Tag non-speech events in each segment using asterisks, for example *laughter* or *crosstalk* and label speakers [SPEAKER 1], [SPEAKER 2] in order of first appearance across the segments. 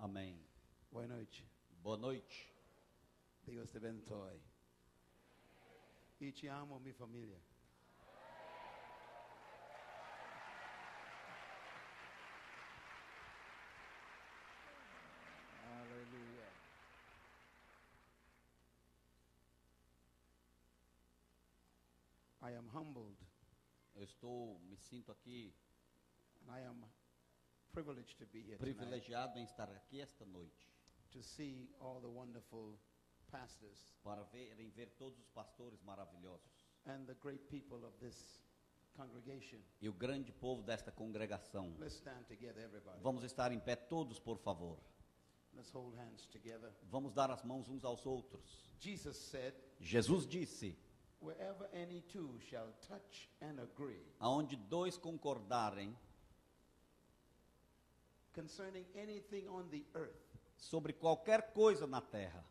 [SPEAKER 1] Amém.
[SPEAKER 2] Boa noite.
[SPEAKER 1] Boa noite.
[SPEAKER 2] Deus te abençoe. E te amo, minha família.
[SPEAKER 3] Aleluia.
[SPEAKER 2] I am humbled
[SPEAKER 1] Eu estou, me sinto aqui
[SPEAKER 2] and I am privileged to be here tonight
[SPEAKER 1] privilegiado em estar aqui esta noite
[SPEAKER 2] to see all the wonderful pastors
[SPEAKER 1] para verem ver todos os pastores maravilhosos
[SPEAKER 2] and the great people of this congregation.
[SPEAKER 1] e o grande povo desta congregação.
[SPEAKER 2] Let's stand together, everybody.
[SPEAKER 1] Vamos estar em pé todos, por favor.
[SPEAKER 2] Let's hold hands together.
[SPEAKER 1] Vamos dar as mãos uns aos outros.
[SPEAKER 2] Jesus said,
[SPEAKER 1] Jesus disse:
[SPEAKER 2] Wherever any two shall touch and agree
[SPEAKER 1] Aonde dois concordarem
[SPEAKER 2] concerning anything on the earth,
[SPEAKER 1] sobre qualquer coisa na terra,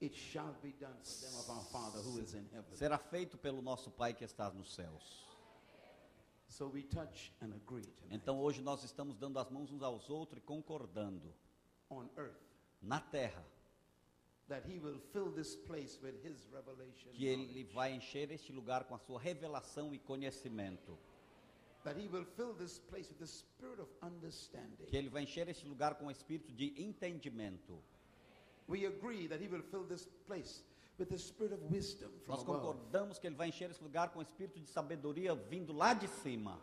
[SPEAKER 2] it shall be done for them of our Father who is in heaven.
[SPEAKER 1] será feito pelo nosso Pai que está nos céus.
[SPEAKER 2] So we touch and agree tonight
[SPEAKER 1] Então hoje nós estamos dando as mãos uns aos outros e concordando
[SPEAKER 2] on earth
[SPEAKER 1] na terra
[SPEAKER 2] that He will fill this place with His revelation,
[SPEAKER 1] que ele
[SPEAKER 2] knowledge.
[SPEAKER 1] vai encher este lugar com a sua revelação e conhecimento,
[SPEAKER 2] that He will fill this place with the spirit of understanding.
[SPEAKER 1] que ele vai encher este lugar com o espírito de entendimento.
[SPEAKER 2] We agree that He will fill this place with the spirit of wisdom from
[SPEAKER 1] Nós
[SPEAKER 2] above.
[SPEAKER 1] concordamos que ele vai encher esse lugar com o espírito de sabedoria vindo lá de cima.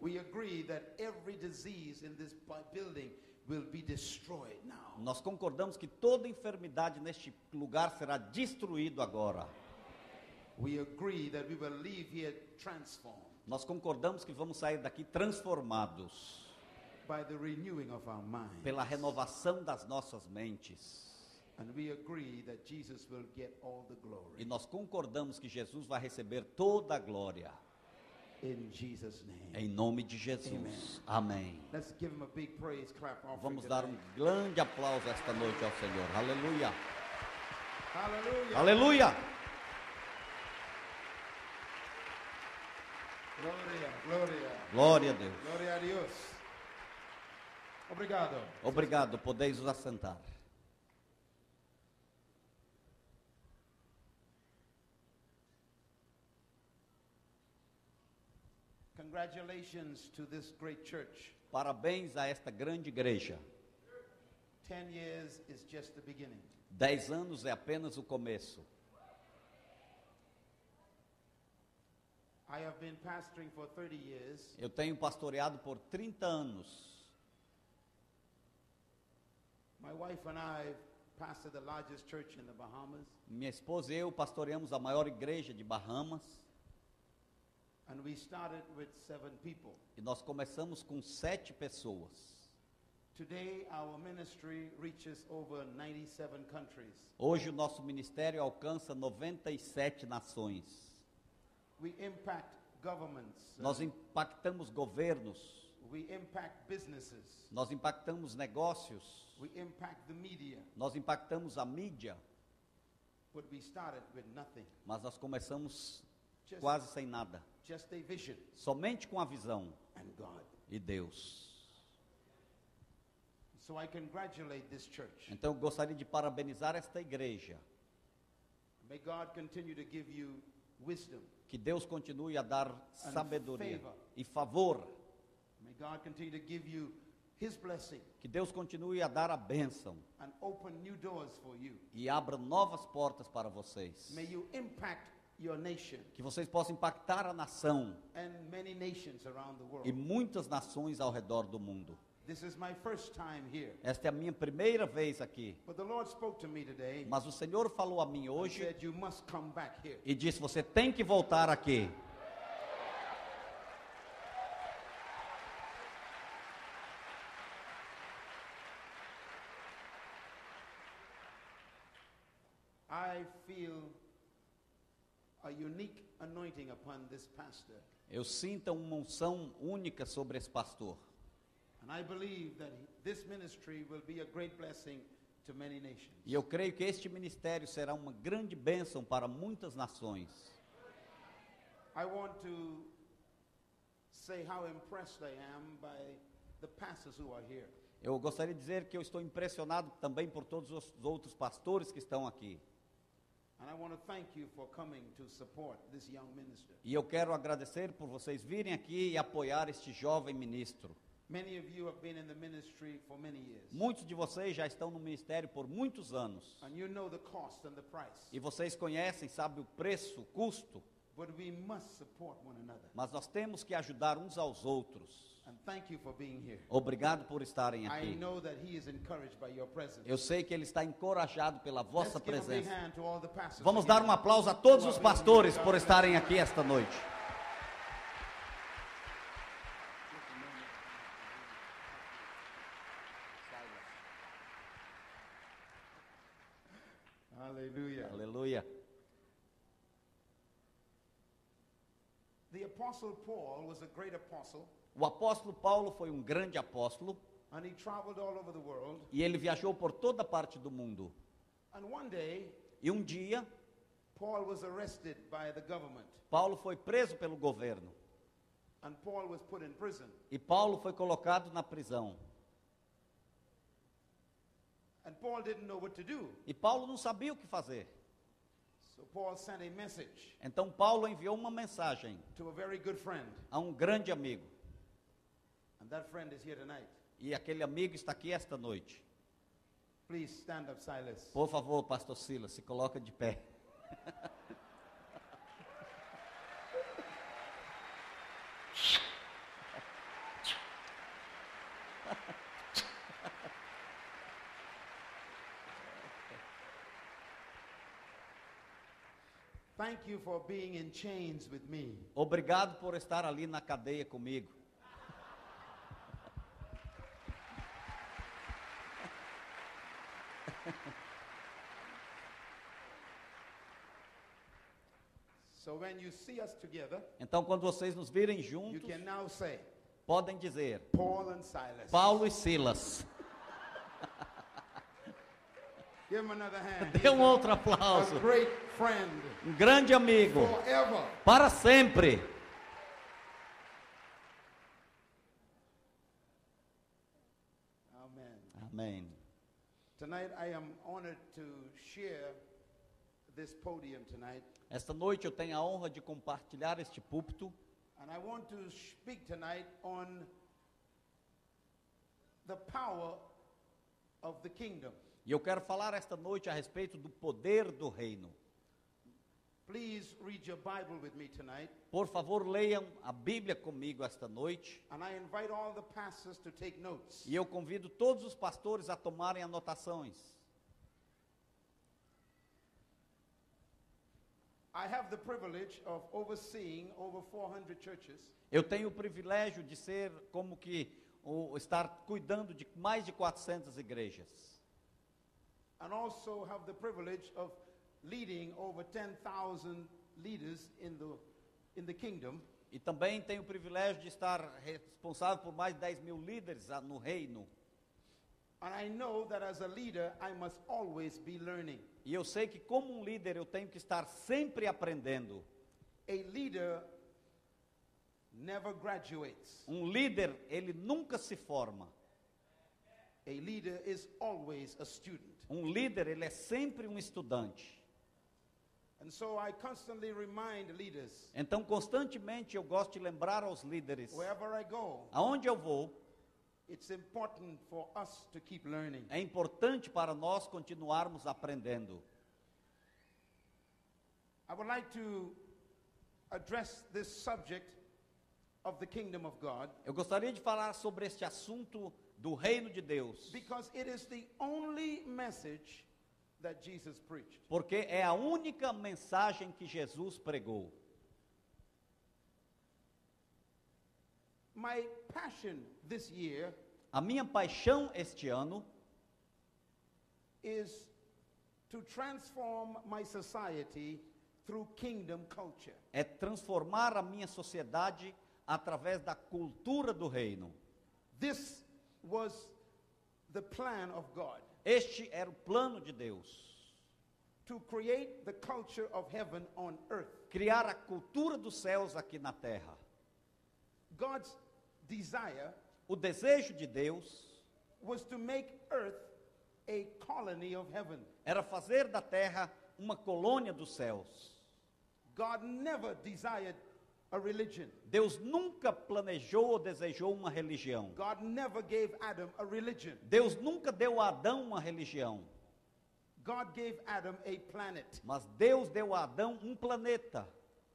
[SPEAKER 2] We agree that every disease in this bu- building will be destroyed now.
[SPEAKER 1] Nós concordamos que toda enfermidade neste lugar será destruído agora.
[SPEAKER 2] We agree that we will leave here transformed
[SPEAKER 1] Nós concordamos que vamos sair daqui transformados
[SPEAKER 2] by the renewing of our mind.
[SPEAKER 1] pela renovação das nossas mentes.
[SPEAKER 2] And we agree that Jesus will get all the
[SPEAKER 1] E
[SPEAKER 2] glory.
[SPEAKER 1] nós concordamos que Jesus vai receber toda a glória.
[SPEAKER 2] In Jesus' name.
[SPEAKER 1] Em nome de Jesus. Amém.
[SPEAKER 2] Let's give him a big praise clap offering.
[SPEAKER 1] Vamos dar um
[SPEAKER 2] tonight.
[SPEAKER 1] grande aplauso esta noite ao Senhor. Aleluia.
[SPEAKER 2] Hallelujah.
[SPEAKER 1] Aleluia.
[SPEAKER 2] Gloria, gloria.
[SPEAKER 1] Glória a Deus.
[SPEAKER 2] Gloria a Deus. Obrigado.
[SPEAKER 1] Obrigado. Podeis os assentar.
[SPEAKER 2] Congratulations to this great church.
[SPEAKER 1] Parabéns a esta grande igreja.
[SPEAKER 2] 10 years is just the beginning.
[SPEAKER 1] Dez anos é apenas o começo.
[SPEAKER 2] I have been pastoring for 30 years,
[SPEAKER 1] Eu tenho pastoreado por 30 anos.
[SPEAKER 2] my wife and I pastored the largest church in the Bahamas,
[SPEAKER 1] Minha esposa e eu pastoreamos a maior igreja de Bahamas.
[SPEAKER 2] and we started with seven people.
[SPEAKER 1] E nós começamos com sete pessoas.
[SPEAKER 2] Today, our ministry reaches over 97 countries.
[SPEAKER 1] Hoje o nosso ministério alcança 97 nações.
[SPEAKER 2] We impact governments,
[SPEAKER 1] Nós impactamos governos,
[SPEAKER 2] we impact businesses,
[SPEAKER 1] nós impactamos negócios,
[SPEAKER 2] we impact the media,
[SPEAKER 1] nós impactamos a mídia,
[SPEAKER 2] but we started with nothing.
[SPEAKER 1] mas nós começamos
[SPEAKER 2] Just-
[SPEAKER 1] quase sem nada,
[SPEAKER 2] Just a vision
[SPEAKER 1] somente com a visão
[SPEAKER 2] and God.
[SPEAKER 1] e Deus.
[SPEAKER 2] So I congratulate this church.
[SPEAKER 1] Então eu gostaria de parabenizar esta igreja,
[SPEAKER 2] May God continue to give you wisdom.
[SPEAKER 1] que Deus continue a dar
[SPEAKER 2] And
[SPEAKER 1] sabedoria
[SPEAKER 2] favor.
[SPEAKER 1] e favor,
[SPEAKER 2] May God continue to give you His blessing
[SPEAKER 1] que Deus continue a dar a bênção
[SPEAKER 2] and open new doors for you.
[SPEAKER 1] e abra novas portas para vocês,
[SPEAKER 2] May you impact your nation
[SPEAKER 1] que vocês possam impactar a nação
[SPEAKER 2] and many nations around the
[SPEAKER 1] e
[SPEAKER 2] world.
[SPEAKER 1] muitas nações ao redor do mundo.
[SPEAKER 2] This is my first time here.
[SPEAKER 1] Esta é a minha primeira vez aqui,
[SPEAKER 2] But the Lord spoke to me today
[SPEAKER 1] mas o Senhor falou a mim
[SPEAKER 2] and
[SPEAKER 1] hoje
[SPEAKER 2] said, You must come back here.
[SPEAKER 1] e disse: Você tem que voltar aqui.
[SPEAKER 2] I feel a unique anointing upon this pastor.
[SPEAKER 1] Eu sinto uma unção única sobre esse pastor.
[SPEAKER 2] And I believe that this ministry will be a great blessing to many nations.
[SPEAKER 1] E eu creio que este ministério será uma grande bênção para muitas nações.
[SPEAKER 2] I want to say how impressed I am by the pastors who are here.
[SPEAKER 1] Eu gostaria de dizer que eu estou impressionado também por todos os outros pastores que estão aqui.
[SPEAKER 2] And I want to thank you for coming to support this young minister.
[SPEAKER 1] E eu quero agradecer por vocês virem aqui e apoiar este jovem ministro.
[SPEAKER 2] Many of you have been in the ministry for many years,
[SPEAKER 1] Muitos de vocês já estão no ministério por muitos anos.
[SPEAKER 2] and you know the cost and the price.
[SPEAKER 1] E vocês conhecem, sabem o preço, o custo.
[SPEAKER 2] But we must support one another.
[SPEAKER 1] Mas nós temos que ajudar uns aos outros.
[SPEAKER 2] And thank you for being here.
[SPEAKER 1] Obrigado por estarem
[SPEAKER 2] I
[SPEAKER 1] aqui.
[SPEAKER 2] know that he is encouraged by your presence.
[SPEAKER 1] Eu sei que ele está encorajado pela vossa
[SPEAKER 2] Let's give a big
[SPEAKER 1] presença.
[SPEAKER 2] hand to all the pastors
[SPEAKER 1] Vamos
[SPEAKER 2] again.
[SPEAKER 1] dar um aplauso a todos os pastores por estarem aqui esta noite.
[SPEAKER 2] Hallelujah.
[SPEAKER 1] Aleluia.
[SPEAKER 2] The apostle Paul was a great apostle,
[SPEAKER 1] O apóstolo Paulo foi um grande apóstolo
[SPEAKER 2] and he traveled all over the world.
[SPEAKER 1] e ele viajou por toda parte do mundo.
[SPEAKER 2] And one day,
[SPEAKER 1] E um dia,
[SPEAKER 2] Paul was arrested by the government,
[SPEAKER 1] Paulo foi preso pelo governo
[SPEAKER 2] and Paul was put in prison.
[SPEAKER 1] e Paulo foi colocado na prisão.
[SPEAKER 2] And Paul didn't know what to do,
[SPEAKER 1] E Paulo não sabia o que fazer.
[SPEAKER 2] so Paul sent a message
[SPEAKER 1] Então Paulo enviou uma mensagem
[SPEAKER 2] to a very good friend,
[SPEAKER 1] a um grande amigo.
[SPEAKER 2] and that friend is here tonight.
[SPEAKER 1] E aquele amigo está aqui esta noite.
[SPEAKER 2] Please stand up, Silas.
[SPEAKER 1] Por favor, pastor Silas, se coloca de pé.
[SPEAKER 2] Thank you for being in chains with me.
[SPEAKER 1] Obrigado por estar ali na cadeia comigo.
[SPEAKER 2] So when you see us together,
[SPEAKER 1] Então, quando vocês nos virem
[SPEAKER 2] you
[SPEAKER 1] juntos,
[SPEAKER 2] can now say,
[SPEAKER 1] podem dizer
[SPEAKER 2] Paul and Silas.
[SPEAKER 1] Paulo e Silas. *laughs*
[SPEAKER 2] Give him another
[SPEAKER 1] *laughs*
[SPEAKER 2] hand.
[SPEAKER 1] Dê um
[SPEAKER 2] He's
[SPEAKER 1] outro aplauso.
[SPEAKER 2] a great friend
[SPEAKER 1] Um grande amigo.
[SPEAKER 2] forever.
[SPEAKER 1] Para sempre.
[SPEAKER 2] Amen.
[SPEAKER 1] Amém.
[SPEAKER 2] Tonight I am honored to share this podium tonight.
[SPEAKER 1] Esta noite eu tenho a honra de compartilhar este púlpito
[SPEAKER 2] And I want to speak tonight on the power of the kingdom.
[SPEAKER 1] e eu quero falar esta noite a respeito do poder do reino.
[SPEAKER 2] Please read your Bible with me tonight.
[SPEAKER 1] Por favor, leiam a Bíblia comigo esta noite
[SPEAKER 2] And I invite all the pastors to take notes.
[SPEAKER 1] e eu convido todos os pastores a tomarem anotações.
[SPEAKER 2] I have the privilege of overseeing over 400 churches,
[SPEAKER 1] Eu tenho o privilégio de ser como que o, estar cuidando de mais de 400 igrejas
[SPEAKER 2] and also have the privilege of leading over 10,000 leaders in the, in the kingdom.
[SPEAKER 1] e também tenho o privilégio de estar responsável por mais de 10 mil líderes ah, no reino.
[SPEAKER 2] And I know that as a leader, I must always be learning.
[SPEAKER 1] E eu sei que como um líder eu tenho que estar sempre aprendendo.
[SPEAKER 2] A leader never graduates,
[SPEAKER 1] Um líder, ele nunca se forma.
[SPEAKER 2] a leader is always a student.
[SPEAKER 1] Um líder, ele é sempre um estudante.
[SPEAKER 2] And so I constantly remind leaders
[SPEAKER 1] Então, constantemente eu gosto de lembrar aos líderes,
[SPEAKER 2] wherever I go,
[SPEAKER 1] aonde eu vou,
[SPEAKER 2] it's important for us to keep learning.
[SPEAKER 1] é importante para nós continuarmos aprendendo.
[SPEAKER 2] I would like to address this subject of the kingdom of God
[SPEAKER 1] Eu gostaria de falar sobre este assunto do reino de Deus,
[SPEAKER 2] because it is the only message that Jesus preached.
[SPEAKER 1] porque é a única mensagem que Jesus pregou.
[SPEAKER 2] My passion this year
[SPEAKER 1] A minha paixão este ano
[SPEAKER 2] is to transform my society through kingdom culture.
[SPEAKER 1] é transformar a minha sociedade através da cultura do reino.
[SPEAKER 2] This was the plan of God
[SPEAKER 1] Este era o plano de Deus,
[SPEAKER 2] to create the culture of heaven on earth.
[SPEAKER 1] criar a cultura dos céus aqui na terra.
[SPEAKER 2] God's desire
[SPEAKER 1] O desejo de Deus
[SPEAKER 2] was to make earth a colony of heaven.
[SPEAKER 1] Era fazer da terra uma colônia dos céus.
[SPEAKER 2] God never desired a religion.
[SPEAKER 1] Deus nunca planejou ou desejou uma religião.
[SPEAKER 2] God never gave Adam a religion.
[SPEAKER 1] Deus nunca deu a Adão uma religião,
[SPEAKER 2] God gave Adam a planet.
[SPEAKER 1] mas Deus deu a Adão um planeta.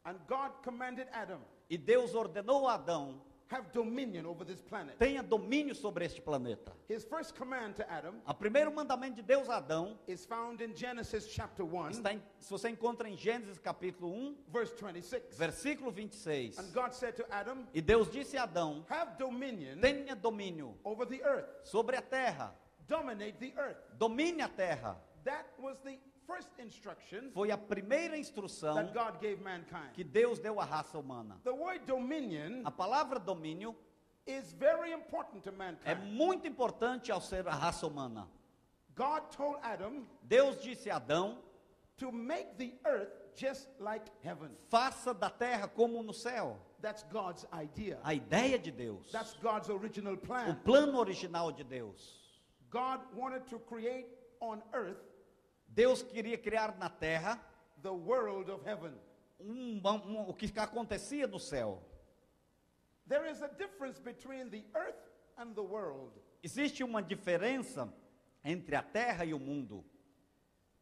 [SPEAKER 2] And God commanded Adam,
[SPEAKER 1] E Deus ordenou a Adão
[SPEAKER 2] have dominion over this planet.
[SPEAKER 1] tenha domínio sobre este planeta.
[SPEAKER 2] His first command to Adam
[SPEAKER 1] O primeiro mandamento de Deus a Adão
[SPEAKER 2] is found in Genesis chapter 1,
[SPEAKER 1] está em, se você encontra em Gênesis capítulo 1,
[SPEAKER 2] verse 26.
[SPEAKER 1] versículo 26.
[SPEAKER 2] And God said to Adam,
[SPEAKER 1] E Deus disse a Adão:
[SPEAKER 2] have dominion
[SPEAKER 1] tenha domínio
[SPEAKER 2] over the earth,
[SPEAKER 1] sobre a terra,
[SPEAKER 2] dominate the earth.
[SPEAKER 1] domine a terra.
[SPEAKER 2] That was the first instruction
[SPEAKER 1] Foi a primeira instrução
[SPEAKER 2] that God gave mankind.
[SPEAKER 1] que Deus deu à raça humana.
[SPEAKER 2] The word dominion
[SPEAKER 1] A palavra domínio
[SPEAKER 2] is very important to
[SPEAKER 1] é
[SPEAKER 2] mankind.
[SPEAKER 1] muito importante ao ser a raça humana.
[SPEAKER 2] God told Adam
[SPEAKER 1] Deus disse a Adão:
[SPEAKER 2] to make the earth just like heaven.
[SPEAKER 1] faça da terra como no céu.
[SPEAKER 2] That's God's idea.
[SPEAKER 1] A ideia de Deus,
[SPEAKER 2] That's God's original
[SPEAKER 1] o
[SPEAKER 2] plan.
[SPEAKER 1] plano original de Deus.
[SPEAKER 2] God wanted to create on earth
[SPEAKER 1] Deus queria criar na terra
[SPEAKER 2] the world of heaven.
[SPEAKER 1] um- um- o que acontecia no céu.
[SPEAKER 2] There is a difference between the earth and the world.
[SPEAKER 1] Existe uma diferença entre a terra e o mundo.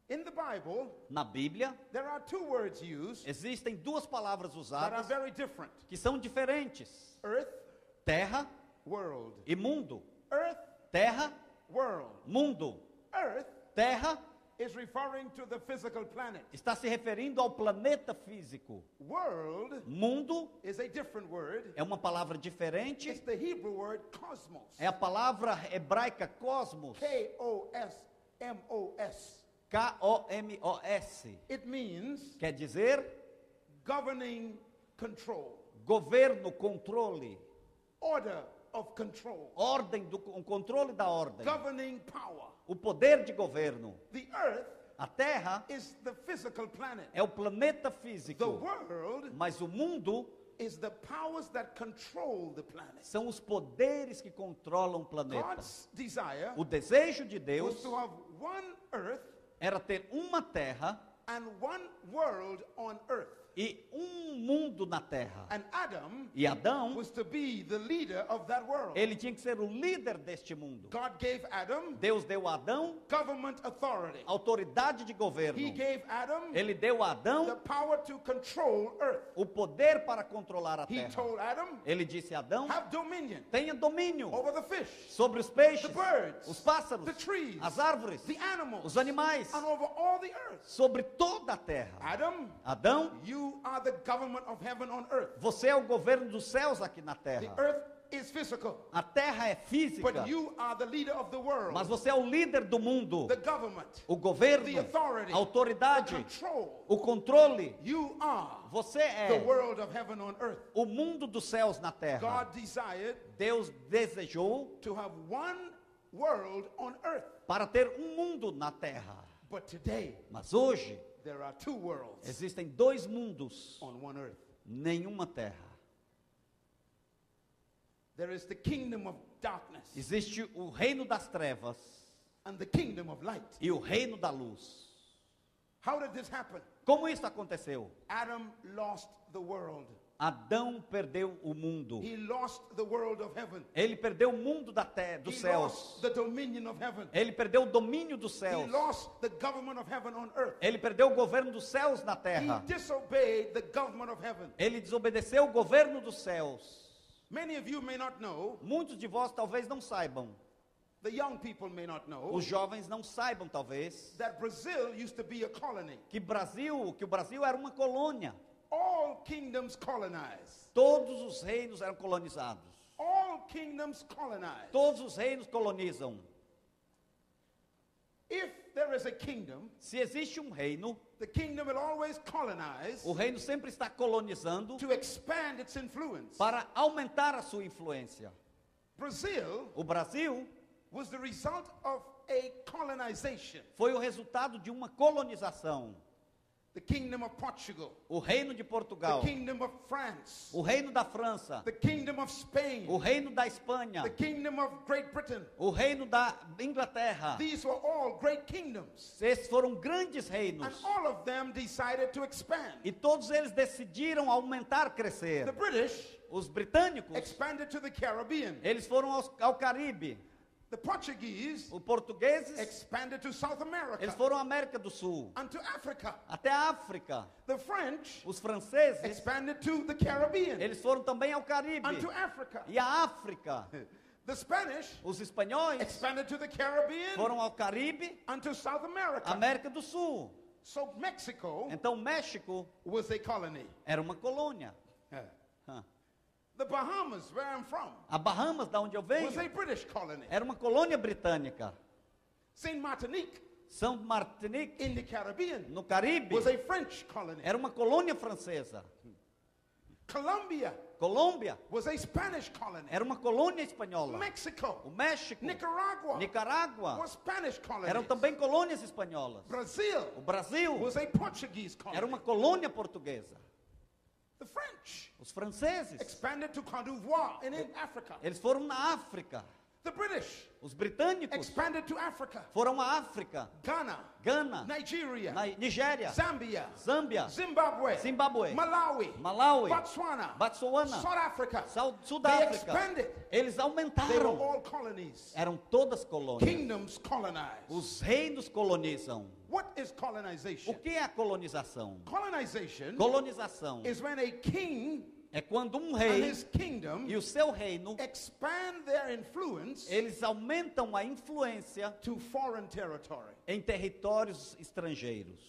[SPEAKER 2] In the Bible,
[SPEAKER 1] Na Bíblia,
[SPEAKER 2] there are two words used
[SPEAKER 1] existem duas palavras
[SPEAKER 2] that are
[SPEAKER 1] usadas
[SPEAKER 2] very different
[SPEAKER 1] que são diferentes:
[SPEAKER 2] earth,
[SPEAKER 1] terra
[SPEAKER 2] world.
[SPEAKER 1] e mundo.
[SPEAKER 2] Earth,
[SPEAKER 1] Terra,
[SPEAKER 2] world.
[SPEAKER 1] mundo.
[SPEAKER 2] Earth
[SPEAKER 1] Terra
[SPEAKER 2] is referring to the physical planet,
[SPEAKER 1] está se referindo ao planeta físico.
[SPEAKER 2] world
[SPEAKER 1] Mundo
[SPEAKER 2] is a different word.
[SPEAKER 1] é uma palavra
[SPEAKER 2] It's
[SPEAKER 1] diferente.
[SPEAKER 2] the Hebrew word cosmos.
[SPEAKER 1] É a palavra hebraica cosmos,
[SPEAKER 2] K O S M O S.
[SPEAKER 1] K-O-M-O-S.
[SPEAKER 2] It means
[SPEAKER 1] Quer dizer
[SPEAKER 2] governing control,
[SPEAKER 1] governo, controle,
[SPEAKER 2] order of control,
[SPEAKER 1] ordem do o controle da ordem,
[SPEAKER 2] governing power.
[SPEAKER 1] o poder de governo.
[SPEAKER 2] The earth
[SPEAKER 1] A Terra
[SPEAKER 2] is the physical planet.
[SPEAKER 1] é o planeta
[SPEAKER 2] The
[SPEAKER 1] físico,
[SPEAKER 2] world
[SPEAKER 1] mas o mundo
[SPEAKER 2] is the powers that control the planet.
[SPEAKER 1] são os poderes que controlam o planeta.
[SPEAKER 2] God's desire
[SPEAKER 1] O desejo de
[SPEAKER 2] was
[SPEAKER 1] Deus
[SPEAKER 2] to have one earth
[SPEAKER 1] era ter uma terra
[SPEAKER 2] and one world on earth.
[SPEAKER 1] e um mundo na terra.
[SPEAKER 2] And Adam
[SPEAKER 1] E Adão,
[SPEAKER 2] was to be the leader of that world.
[SPEAKER 1] ele tinha que ser o líder deste mundo.
[SPEAKER 2] God gave Adam
[SPEAKER 1] Deus deu a Adão
[SPEAKER 2] government authority.
[SPEAKER 1] autoridade de governo.
[SPEAKER 2] He gave Adam
[SPEAKER 1] Ele deu a
[SPEAKER 2] the
[SPEAKER 1] Adão
[SPEAKER 2] power to control earth.
[SPEAKER 1] o poder para controlar a
[SPEAKER 2] He
[SPEAKER 1] terra.
[SPEAKER 2] told Adam,
[SPEAKER 1] Ele disse a Adão:
[SPEAKER 2] have dominion
[SPEAKER 1] tenha domínio
[SPEAKER 2] over the fish,
[SPEAKER 1] sobre os peixes,
[SPEAKER 2] the birds,
[SPEAKER 1] os pássaros,
[SPEAKER 2] the trees,
[SPEAKER 1] as árvores,
[SPEAKER 2] the animals,
[SPEAKER 1] os animais,
[SPEAKER 2] and over all the earth.
[SPEAKER 1] sobre toda a terra.
[SPEAKER 2] Adam,
[SPEAKER 1] Adão,
[SPEAKER 2] you are the government of heaven on earth.
[SPEAKER 1] você é o governo dos céus aqui na
[SPEAKER 2] The
[SPEAKER 1] terra.
[SPEAKER 2] earth is physical,
[SPEAKER 1] A terra é física,
[SPEAKER 2] but you are the leader of the world,
[SPEAKER 1] mas você é o líder do mundo,
[SPEAKER 2] the government,
[SPEAKER 1] o governo,
[SPEAKER 2] the authority,
[SPEAKER 1] a autoridade,
[SPEAKER 2] the control.
[SPEAKER 1] o controle.
[SPEAKER 2] You are
[SPEAKER 1] Você é
[SPEAKER 2] the world of heaven on earth.
[SPEAKER 1] o mundo dos céus na terra.
[SPEAKER 2] God desired
[SPEAKER 1] Deus desejou
[SPEAKER 2] to have one world on earth,
[SPEAKER 1] para ter um mundo na terra.
[SPEAKER 2] but today
[SPEAKER 1] Mas hoje
[SPEAKER 2] there are two worlds
[SPEAKER 1] existem dois mundos,
[SPEAKER 2] on one earth.
[SPEAKER 1] nenhuma terra.
[SPEAKER 2] There is the kingdom of darkness
[SPEAKER 1] Existe o reino das trevas
[SPEAKER 2] and the kingdom of light.
[SPEAKER 1] e o reino da luz.
[SPEAKER 2] How did this happen?
[SPEAKER 1] Como isso aconteceu?
[SPEAKER 2] Adam lost the world.
[SPEAKER 1] Adão perdeu o mundo.
[SPEAKER 2] He lost the world of heaven.
[SPEAKER 1] Ele perdeu o mundo da terra, dos
[SPEAKER 2] he
[SPEAKER 1] céus.
[SPEAKER 2] lost the dominion of heaven.
[SPEAKER 1] Ele perdeu o domínio dos
[SPEAKER 2] He
[SPEAKER 1] céus.
[SPEAKER 2] lost the government of heaven on earth.
[SPEAKER 1] Ele perdeu o governo dos céus na terra.
[SPEAKER 2] He disobeyed the government of heaven.
[SPEAKER 1] Ele desobedeceu o governo dos céus.
[SPEAKER 2] Many of you may not know,
[SPEAKER 1] Muitos de vós talvez não saibam,
[SPEAKER 2] the young people may not know,
[SPEAKER 1] os jovens não saibam talvez,
[SPEAKER 2] that Brazil used to be a colony.
[SPEAKER 1] que Brasil, que o Brasil era uma colônia.
[SPEAKER 2] All kingdoms colonize.
[SPEAKER 1] Todos os reinos eram colonizados.
[SPEAKER 2] All kingdoms colonize.
[SPEAKER 1] Todos os reinos colonizam.
[SPEAKER 2] If there is a kingdom,
[SPEAKER 1] Se existe um reino,
[SPEAKER 2] the kingdom will always colonize
[SPEAKER 1] o reino sempre está colonizando
[SPEAKER 2] to expand its influence.
[SPEAKER 1] para aumentar a sua influência.
[SPEAKER 2] Brazil
[SPEAKER 1] O Brasil
[SPEAKER 2] was the result of a colonization.
[SPEAKER 1] foi o resultado de uma colonização.
[SPEAKER 2] the kingdom of Portugal,
[SPEAKER 1] o reino de
[SPEAKER 2] the
[SPEAKER 1] Portugal,
[SPEAKER 2] kingdom of France,
[SPEAKER 1] o reino da França,
[SPEAKER 2] the kingdom of
[SPEAKER 1] o
[SPEAKER 2] Spain,
[SPEAKER 1] reino da Espanha,
[SPEAKER 2] the kingdom of Great Britain.
[SPEAKER 1] o reino da Inglaterra.
[SPEAKER 2] These were all great kingdoms.
[SPEAKER 1] Esses foram grandes
[SPEAKER 2] And
[SPEAKER 1] reinos.
[SPEAKER 2] all of them decided to expand.
[SPEAKER 1] E todos eles decidiram aumentar,
[SPEAKER 2] The
[SPEAKER 1] crescer.
[SPEAKER 2] British
[SPEAKER 1] Os britânicos,
[SPEAKER 2] expanded to the Caribbean.
[SPEAKER 1] eles foram aos- ao Caribe.
[SPEAKER 2] The Portuguese
[SPEAKER 1] Os portugueses,
[SPEAKER 2] expanded to South
[SPEAKER 1] eles
[SPEAKER 2] America
[SPEAKER 1] foram à América do Sul,
[SPEAKER 2] and to Africa.
[SPEAKER 1] até a África.
[SPEAKER 2] The French
[SPEAKER 1] Os franceses,
[SPEAKER 2] expanded to the Caribbean
[SPEAKER 1] eles foram também ao Caribe
[SPEAKER 2] and to Africa.
[SPEAKER 1] e à África.
[SPEAKER 2] The Spanish
[SPEAKER 1] Os espanhóis
[SPEAKER 2] expanded to the Caribbean
[SPEAKER 1] foram ao Caribe,
[SPEAKER 2] and to South America.
[SPEAKER 1] América do Sul.
[SPEAKER 2] So Mexico
[SPEAKER 1] Então o México
[SPEAKER 2] was a colony.
[SPEAKER 1] era uma colônia. Hã.
[SPEAKER 2] The Bahamas, where I'm from,
[SPEAKER 1] A Bahamas, da onde eu venho,
[SPEAKER 2] was a British colony.
[SPEAKER 1] era uma colônia britânica.
[SPEAKER 2] Saint Martinique
[SPEAKER 1] São Martinique,
[SPEAKER 2] in the Caribbean
[SPEAKER 1] no Caribe,
[SPEAKER 2] was a French colony.
[SPEAKER 1] era uma colônia francesa.
[SPEAKER 2] Colombia
[SPEAKER 1] Colômbia
[SPEAKER 2] was a Spanish colony.
[SPEAKER 1] era uma colônia espanhola.
[SPEAKER 2] é
[SPEAKER 1] O
[SPEAKER 2] Mexico,
[SPEAKER 1] México,
[SPEAKER 2] Nicaragua
[SPEAKER 1] Nicarágua
[SPEAKER 2] was Spanish colony.
[SPEAKER 1] eram também colônias espanholas.
[SPEAKER 2] Brazil
[SPEAKER 1] O Brasil
[SPEAKER 2] was a Portuguese
[SPEAKER 1] era
[SPEAKER 2] colony.
[SPEAKER 1] uma colônia portuguesa.
[SPEAKER 2] The French
[SPEAKER 1] Os franceses,
[SPEAKER 2] expanded to Cote d'Ivoire in in Africa.
[SPEAKER 1] eles foram na África.
[SPEAKER 2] The British
[SPEAKER 1] Os britânicos
[SPEAKER 2] expanded to Africa,
[SPEAKER 1] foram à África,
[SPEAKER 2] Ghana,
[SPEAKER 1] Gana,
[SPEAKER 2] Nigeria,
[SPEAKER 1] na Nigéria,
[SPEAKER 2] Zambia,
[SPEAKER 1] Zâmbia,
[SPEAKER 2] Zimbabwe,
[SPEAKER 1] Zimbabwe,
[SPEAKER 2] Malawi,
[SPEAKER 1] Malawi,
[SPEAKER 2] Botswana,
[SPEAKER 1] Botswana,
[SPEAKER 2] South Africa.
[SPEAKER 1] Sau-
[SPEAKER 2] they
[SPEAKER 1] Sudáfrica.
[SPEAKER 2] expanded.
[SPEAKER 1] Eles
[SPEAKER 2] They were
[SPEAKER 1] aumentaram.
[SPEAKER 2] all colonies.
[SPEAKER 1] Eram todas colônias.
[SPEAKER 2] Kingdoms colonized.
[SPEAKER 1] Os reinos colonizam.
[SPEAKER 2] What is
[SPEAKER 1] O
[SPEAKER 2] colonization?
[SPEAKER 1] que é a colonização?
[SPEAKER 2] Colonization
[SPEAKER 1] Colonização
[SPEAKER 2] is when a king
[SPEAKER 1] é quando um
[SPEAKER 2] and
[SPEAKER 1] rei
[SPEAKER 2] his kingdom
[SPEAKER 1] e o seu reino
[SPEAKER 2] expand their influence
[SPEAKER 1] eles aumentam a influência
[SPEAKER 2] to foreign territory.
[SPEAKER 1] em territórios estrangeiros.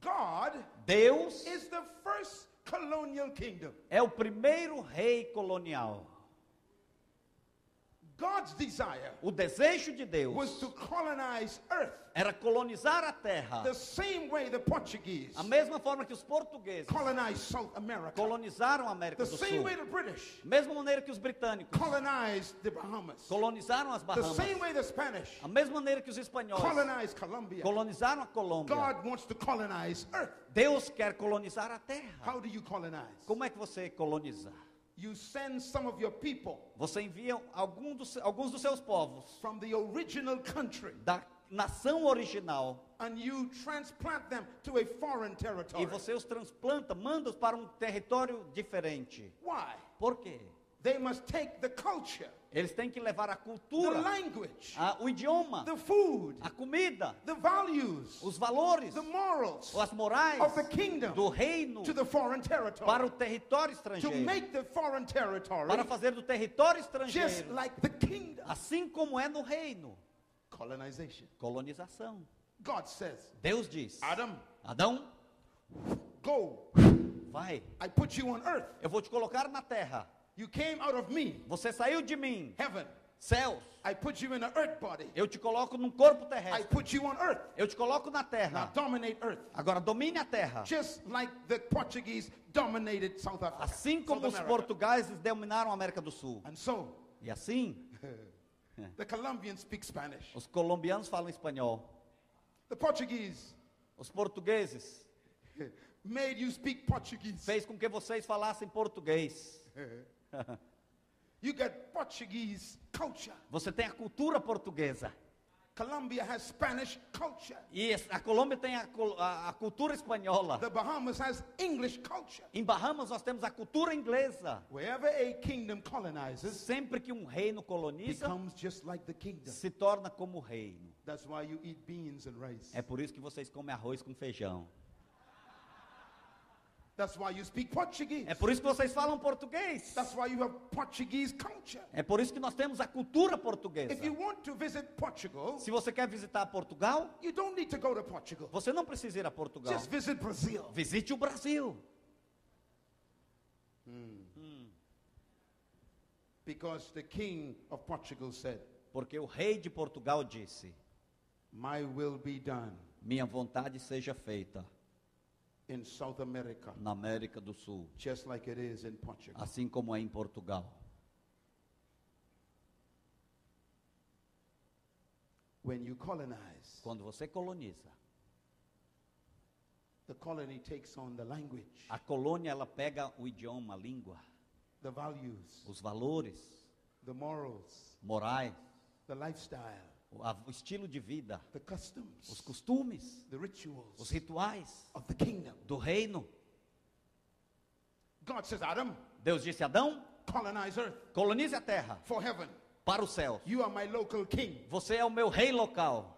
[SPEAKER 2] God
[SPEAKER 1] Deus
[SPEAKER 2] is the first colonial kingdom.
[SPEAKER 1] é o primeiro rei colonial.
[SPEAKER 2] God's desire
[SPEAKER 1] O desejo de
[SPEAKER 2] was
[SPEAKER 1] Deus
[SPEAKER 2] to colonize earth
[SPEAKER 1] era colonizar a terra,
[SPEAKER 2] the same way the Portuguese
[SPEAKER 1] a mesma forma que os portugueses
[SPEAKER 2] colonized South America,
[SPEAKER 1] colonizaram a América
[SPEAKER 2] the
[SPEAKER 1] do
[SPEAKER 2] same
[SPEAKER 1] Sul,
[SPEAKER 2] way the British
[SPEAKER 1] mesma maneira que os britânicos
[SPEAKER 2] colonized the Bahamas,
[SPEAKER 1] colonizaram as
[SPEAKER 2] the
[SPEAKER 1] Bahamas,
[SPEAKER 2] same way the Spanish
[SPEAKER 1] a mesma maneira que os espanhóis
[SPEAKER 2] colonized Colombia.
[SPEAKER 1] colonizaram a Colômbia.
[SPEAKER 2] God wants to colonize earth.
[SPEAKER 1] Deus quer colonizar a terra.
[SPEAKER 2] How do you colonize?
[SPEAKER 1] Como é que você coloniza?
[SPEAKER 2] You send some of your people
[SPEAKER 1] Você envia algum dos- alguns dos seus povos
[SPEAKER 2] from the original country
[SPEAKER 1] da nação original
[SPEAKER 2] and you transplant them to a foreign
[SPEAKER 1] e
[SPEAKER 2] territory.
[SPEAKER 1] você os transplanta, manda-os para um território diferente.
[SPEAKER 2] Why?
[SPEAKER 1] Por quê?
[SPEAKER 2] They must take the culture,
[SPEAKER 1] Eles têm que levar a
[SPEAKER 2] the
[SPEAKER 1] cultura,
[SPEAKER 2] language,
[SPEAKER 1] a- o idioma,
[SPEAKER 2] the food,
[SPEAKER 1] a comida,
[SPEAKER 2] the values,
[SPEAKER 1] os valores,
[SPEAKER 2] the morals
[SPEAKER 1] as morais
[SPEAKER 2] of the kingdom
[SPEAKER 1] do reino
[SPEAKER 2] to the foreign
[SPEAKER 1] para
[SPEAKER 2] territory.
[SPEAKER 1] o território
[SPEAKER 2] To
[SPEAKER 1] estrangeiro,
[SPEAKER 2] make the foreign territory
[SPEAKER 1] para fazer do território
[SPEAKER 2] just
[SPEAKER 1] estrangeiro,
[SPEAKER 2] like the kingdom.
[SPEAKER 1] assim como é no reino,
[SPEAKER 2] Colonization.
[SPEAKER 1] colonização.
[SPEAKER 2] God says,
[SPEAKER 1] Deus diz:
[SPEAKER 2] Adam,
[SPEAKER 1] Adão,
[SPEAKER 2] go.
[SPEAKER 1] vai,
[SPEAKER 2] I put you on earth.
[SPEAKER 1] eu vou te colocar na terra.
[SPEAKER 2] You came out of me,
[SPEAKER 1] Você saiu de mim,
[SPEAKER 2] heaven.
[SPEAKER 1] céus.
[SPEAKER 2] I put you in an earth body.
[SPEAKER 1] Eu te coloco num corpo
[SPEAKER 2] I
[SPEAKER 1] terrestre.
[SPEAKER 2] put you on earth.
[SPEAKER 1] Eu te coloco na
[SPEAKER 2] Now
[SPEAKER 1] terra.
[SPEAKER 2] dominate earth.
[SPEAKER 1] Agora domine a terra.
[SPEAKER 2] Just like the Portuguese dominated South Africa.
[SPEAKER 1] Assim como
[SPEAKER 2] South
[SPEAKER 1] os
[SPEAKER 2] America.
[SPEAKER 1] portugueses dominaram a América do Sul.
[SPEAKER 2] And so,
[SPEAKER 1] E assim,
[SPEAKER 2] the Colombians speak Spanish.
[SPEAKER 1] os colombianos falam espanhol.
[SPEAKER 2] The Portuguese *laughs*
[SPEAKER 1] Os portugueses
[SPEAKER 2] made you speak Portuguese.
[SPEAKER 1] fez com que vocês falassem português.
[SPEAKER 2] *laughs* You get Portuguese culture.
[SPEAKER 1] Você tem a cultura portuguesa.
[SPEAKER 2] Colombia has Spanish culture.
[SPEAKER 1] E es- a Colômbia tem a, col- a- a cultura espanhola.
[SPEAKER 2] The Bahamas has English culture.
[SPEAKER 1] Em Bahamas nós temos a cultura inglesa.
[SPEAKER 2] Wherever a kingdom colonizes,
[SPEAKER 1] Sempre que um reino coloniza,
[SPEAKER 2] becomes just like the kingdom.
[SPEAKER 1] se torna como reino.
[SPEAKER 2] That's why you eat beans and rice.
[SPEAKER 1] É por isso que vocês comem arroz com feijão.
[SPEAKER 2] That's why you speak Portuguese.
[SPEAKER 1] É por isso que vocês falam português.
[SPEAKER 2] That's why you have Portuguese culture.
[SPEAKER 1] É por isso que nós temos a cultura portuguesa.
[SPEAKER 2] If you want to visit Portugal,
[SPEAKER 1] Se você quer visitar Portugal,
[SPEAKER 2] you don't need to go to Portugal.
[SPEAKER 1] você não precisa ir a Portugal.
[SPEAKER 2] Just visit Brazil.
[SPEAKER 1] Visite o Brasil,
[SPEAKER 2] Because the king of Portugal said,
[SPEAKER 1] porque o rei de Portugal disse:
[SPEAKER 2] My will be done
[SPEAKER 1] Minha vontade seja feita
[SPEAKER 2] in South America,
[SPEAKER 1] na América do Sul,
[SPEAKER 2] just like it is in Portugal.
[SPEAKER 1] assim como é em Portugal.
[SPEAKER 2] When you colonize,
[SPEAKER 1] Quando você coloniza,
[SPEAKER 2] the colony takes on the language,
[SPEAKER 1] A colônia ela pega o idioma, a língua,
[SPEAKER 2] the values,
[SPEAKER 1] os valores
[SPEAKER 2] the morals,
[SPEAKER 1] morais,
[SPEAKER 2] the lifestyle,
[SPEAKER 1] o a- o estilo de vida,
[SPEAKER 2] the customs,
[SPEAKER 1] os costumes,
[SPEAKER 2] the
[SPEAKER 1] os
[SPEAKER 2] rituals
[SPEAKER 1] rituais
[SPEAKER 2] of the kingdom.
[SPEAKER 1] do reino.
[SPEAKER 2] God says, Adam,
[SPEAKER 1] Deus disse: Adão,
[SPEAKER 2] colonize earth
[SPEAKER 1] colonize a terra
[SPEAKER 2] for heaven.
[SPEAKER 1] para o céu.
[SPEAKER 2] You are my local king.
[SPEAKER 1] Você é o meu rei local.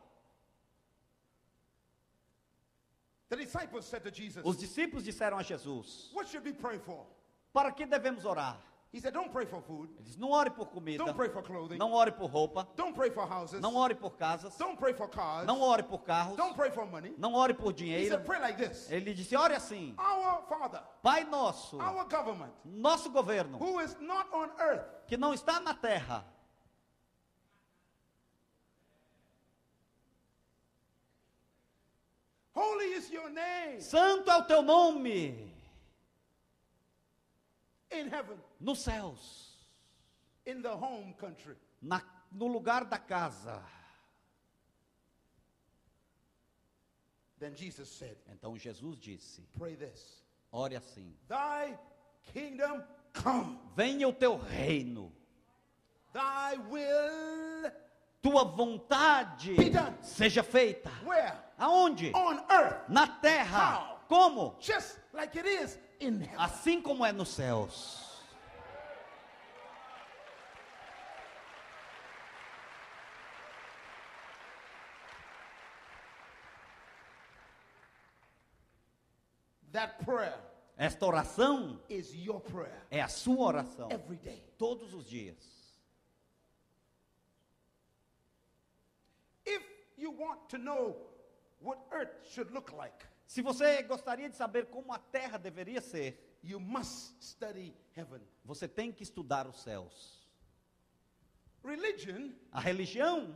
[SPEAKER 2] The disciples said to Jesus,
[SPEAKER 1] Os discípulos disseram a Jesus:
[SPEAKER 2] What should we pray for?
[SPEAKER 1] Para que devemos orar?
[SPEAKER 2] He said, Don't pray for food.
[SPEAKER 1] Ele disse: Não ore por comida,
[SPEAKER 2] Don't pray for clothing.
[SPEAKER 1] não ore por roupa,
[SPEAKER 2] Don't pray for houses.
[SPEAKER 1] não ore por casas,
[SPEAKER 2] Don't pray for cars.
[SPEAKER 1] não ore por carros,
[SPEAKER 2] Don't pray for money.
[SPEAKER 1] não ore por
[SPEAKER 2] He
[SPEAKER 1] dinheiro.
[SPEAKER 2] said, Pray like this
[SPEAKER 1] Ele disse: Ore assim,
[SPEAKER 2] Our Father,
[SPEAKER 1] Pai nosso,
[SPEAKER 2] our government,
[SPEAKER 1] nosso governo,
[SPEAKER 2] who is not on earth
[SPEAKER 1] que não está na terra,
[SPEAKER 2] Holy is your name
[SPEAKER 1] santo é o teu nome,
[SPEAKER 2] in heaven,
[SPEAKER 1] nos céus,
[SPEAKER 2] in the home country.
[SPEAKER 1] na- no lugar da casa.
[SPEAKER 2] Then Jesus said,
[SPEAKER 1] Então Jesus disse:
[SPEAKER 2] Pray this
[SPEAKER 1] Ore assim,
[SPEAKER 2] Thy kingdom come,
[SPEAKER 1] venha o teu reino,
[SPEAKER 2] thy will
[SPEAKER 1] tua vontade
[SPEAKER 2] Be done.
[SPEAKER 1] seja feita.
[SPEAKER 2] where?
[SPEAKER 1] Aonde?
[SPEAKER 2] On earth,
[SPEAKER 1] Na terra.
[SPEAKER 2] How?
[SPEAKER 1] Como?
[SPEAKER 2] just like it is in heaven.
[SPEAKER 1] Assim como é nos céus.
[SPEAKER 2] That prayer
[SPEAKER 1] Esta oração
[SPEAKER 2] is your prayer
[SPEAKER 1] é a sua oração
[SPEAKER 2] every day.
[SPEAKER 1] todos os dias.
[SPEAKER 2] If you want to know what earth should look like,
[SPEAKER 1] Se você gostaria de saber como a terra deveria ser,
[SPEAKER 2] you must study heaven.
[SPEAKER 1] você tem que estudar os céus.
[SPEAKER 2] Religion
[SPEAKER 1] A religião,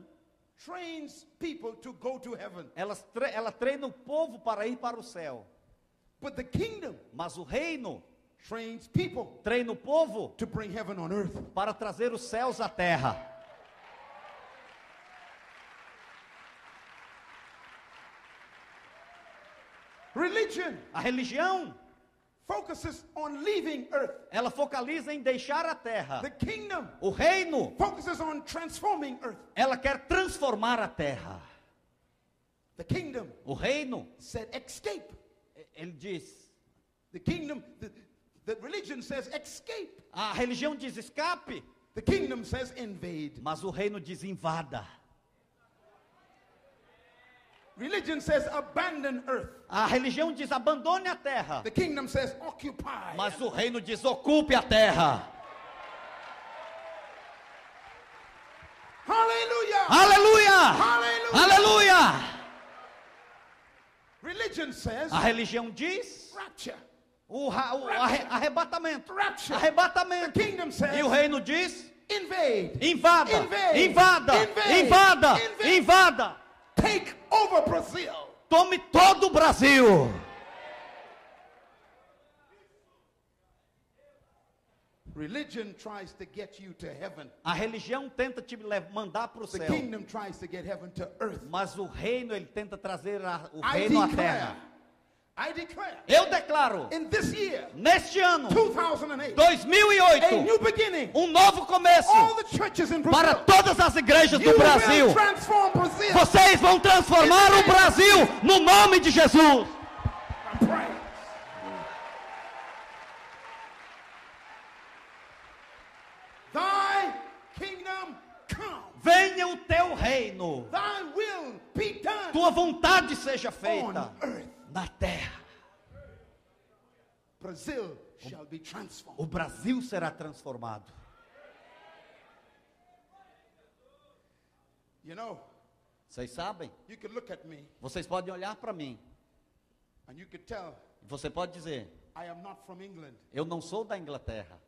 [SPEAKER 2] trains people to go to heaven,
[SPEAKER 1] ela, tre- ela treina o povo para ir para o céu,
[SPEAKER 2] but the kingdom
[SPEAKER 1] mas o reino
[SPEAKER 2] trains people
[SPEAKER 1] treina o povo
[SPEAKER 2] to bring heaven on earth.
[SPEAKER 1] para trazer os céus à terra.
[SPEAKER 2] Religion
[SPEAKER 1] A religião,
[SPEAKER 2] focuses on leaving earth.
[SPEAKER 1] ela focaliza em deixar a terra.
[SPEAKER 2] The kingdom
[SPEAKER 1] O reino,
[SPEAKER 2] focuses on transforming earth.
[SPEAKER 1] ela quer transformar a terra.
[SPEAKER 2] The kingdom
[SPEAKER 1] O reino,
[SPEAKER 2] said escape.
[SPEAKER 1] e- ele diz,
[SPEAKER 2] The kingdom, the, the religion says escape.
[SPEAKER 1] a religião diz escape,
[SPEAKER 2] The kingdom says invade.
[SPEAKER 1] mas o reino diz invada.
[SPEAKER 2] Religion says abandon earth.
[SPEAKER 1] A religião diz abandone a terra,
[SPEAKER 2] The kingdom says occupy.
[SPEAKER 1] mas o reino diz ocupe a terra.
[SPEAKER 2] Hallelujah!
[SPEAKER 1] Ah. Aleluia!
[SPEAKER 2] Hallelujah!
[SPEAKER 1] Aleluia!
[SPEAKER 2] Religion says
[SPEAKER 1] A religião diz
[SPEAKER 2] rapture.
[SPEAKER 1] o, ra- o arre- arrebatamento.
[SPEAKER 2] Rapture.
[SPEAKER 1] Ah.
[SPEAKER 2] The
[SPEAKER 1] Arrebatamento.
[SPEAKER 2] kingdom says
[SPEAKER 1] E o reino diz
[SPEAKER 2] invade.
[SPEAKER 1] invada,
[SPEAKER 2] Invade.
[SPEAKER 1] invada,
[SPEAKER 2] Invade.
[SPEAKER 1] invada,
[SPEAKER 2] Invade.
[SPEAKER 1] invada.
[SPEAKER 2] Take over Brazil.
[SPEAKER 1] Tome todo o Brasil.
[SPEAKER 2] Religion tries to get you to heaven.
[SPEAKER 1] A religião tenta te lev- mandar para o
[SPEAKER 2] The
[SPEAKER 1] céu,
[SPEAKER 2] kingdom tries to get heaven to earth.
[SPEAKER 1] mas o reino ele tenta trazer a- o
[SPEAKER 2] I
[SPEAKER 1] reino à
[SPEAKER 2] declare,
[SPEAKER 1] terra.
[SPEAKER 2] I declare,
[SPEAKER 1] Eu declaro,
[SPEAKER 2] in this year,
[SPEAKER 1] neste ano
[SPEAKER 2] 2008, a
[SPEAKER 1] 2008,
[SPEAKER 2] new beginning.
[SPEAKER 1] um novo começo
[SPEAKER 2] All the churches in
[SPEAKER 1] para
[SPEAKER 2] Brazil,
[SPEAKER 1] todas as igrejas
[SPEAKER 2] you
[SPEAKER 1] do Brasil.
[SPEAKER 2] will transform Brazil.
[SPEAKER 1] Vocês vão transformar o Brasil no nome de Jesus.
[SPEAKER 2] I pray. Thy kingdom come.
[SPEAKER 1] Venha o teu reino.
[SPEAKER 2] Thy will be done
[SPEAKER 1] Tua vontade seja feita
[SPEAKER 2] on earth.
[SPEAKER 1] na terra.
[SPEAKER 2] Brazil shall be transformed.
[SPEAKER 1] O Brasil será transformado.
[SPEAKER 2] You know,
[SPEAKER 1] Vocês sabem?
[SPEAKER 2] you could look at me
[SPEAKER 1] Vocês podem olhar para mim.
[SPEAKER 2] and you could tell
[SPEAKER 1] e Você pode dizer:
[SPEAKER 2] I am not from England.
[SPEAKER 1] Eu não sou da Inglaterra.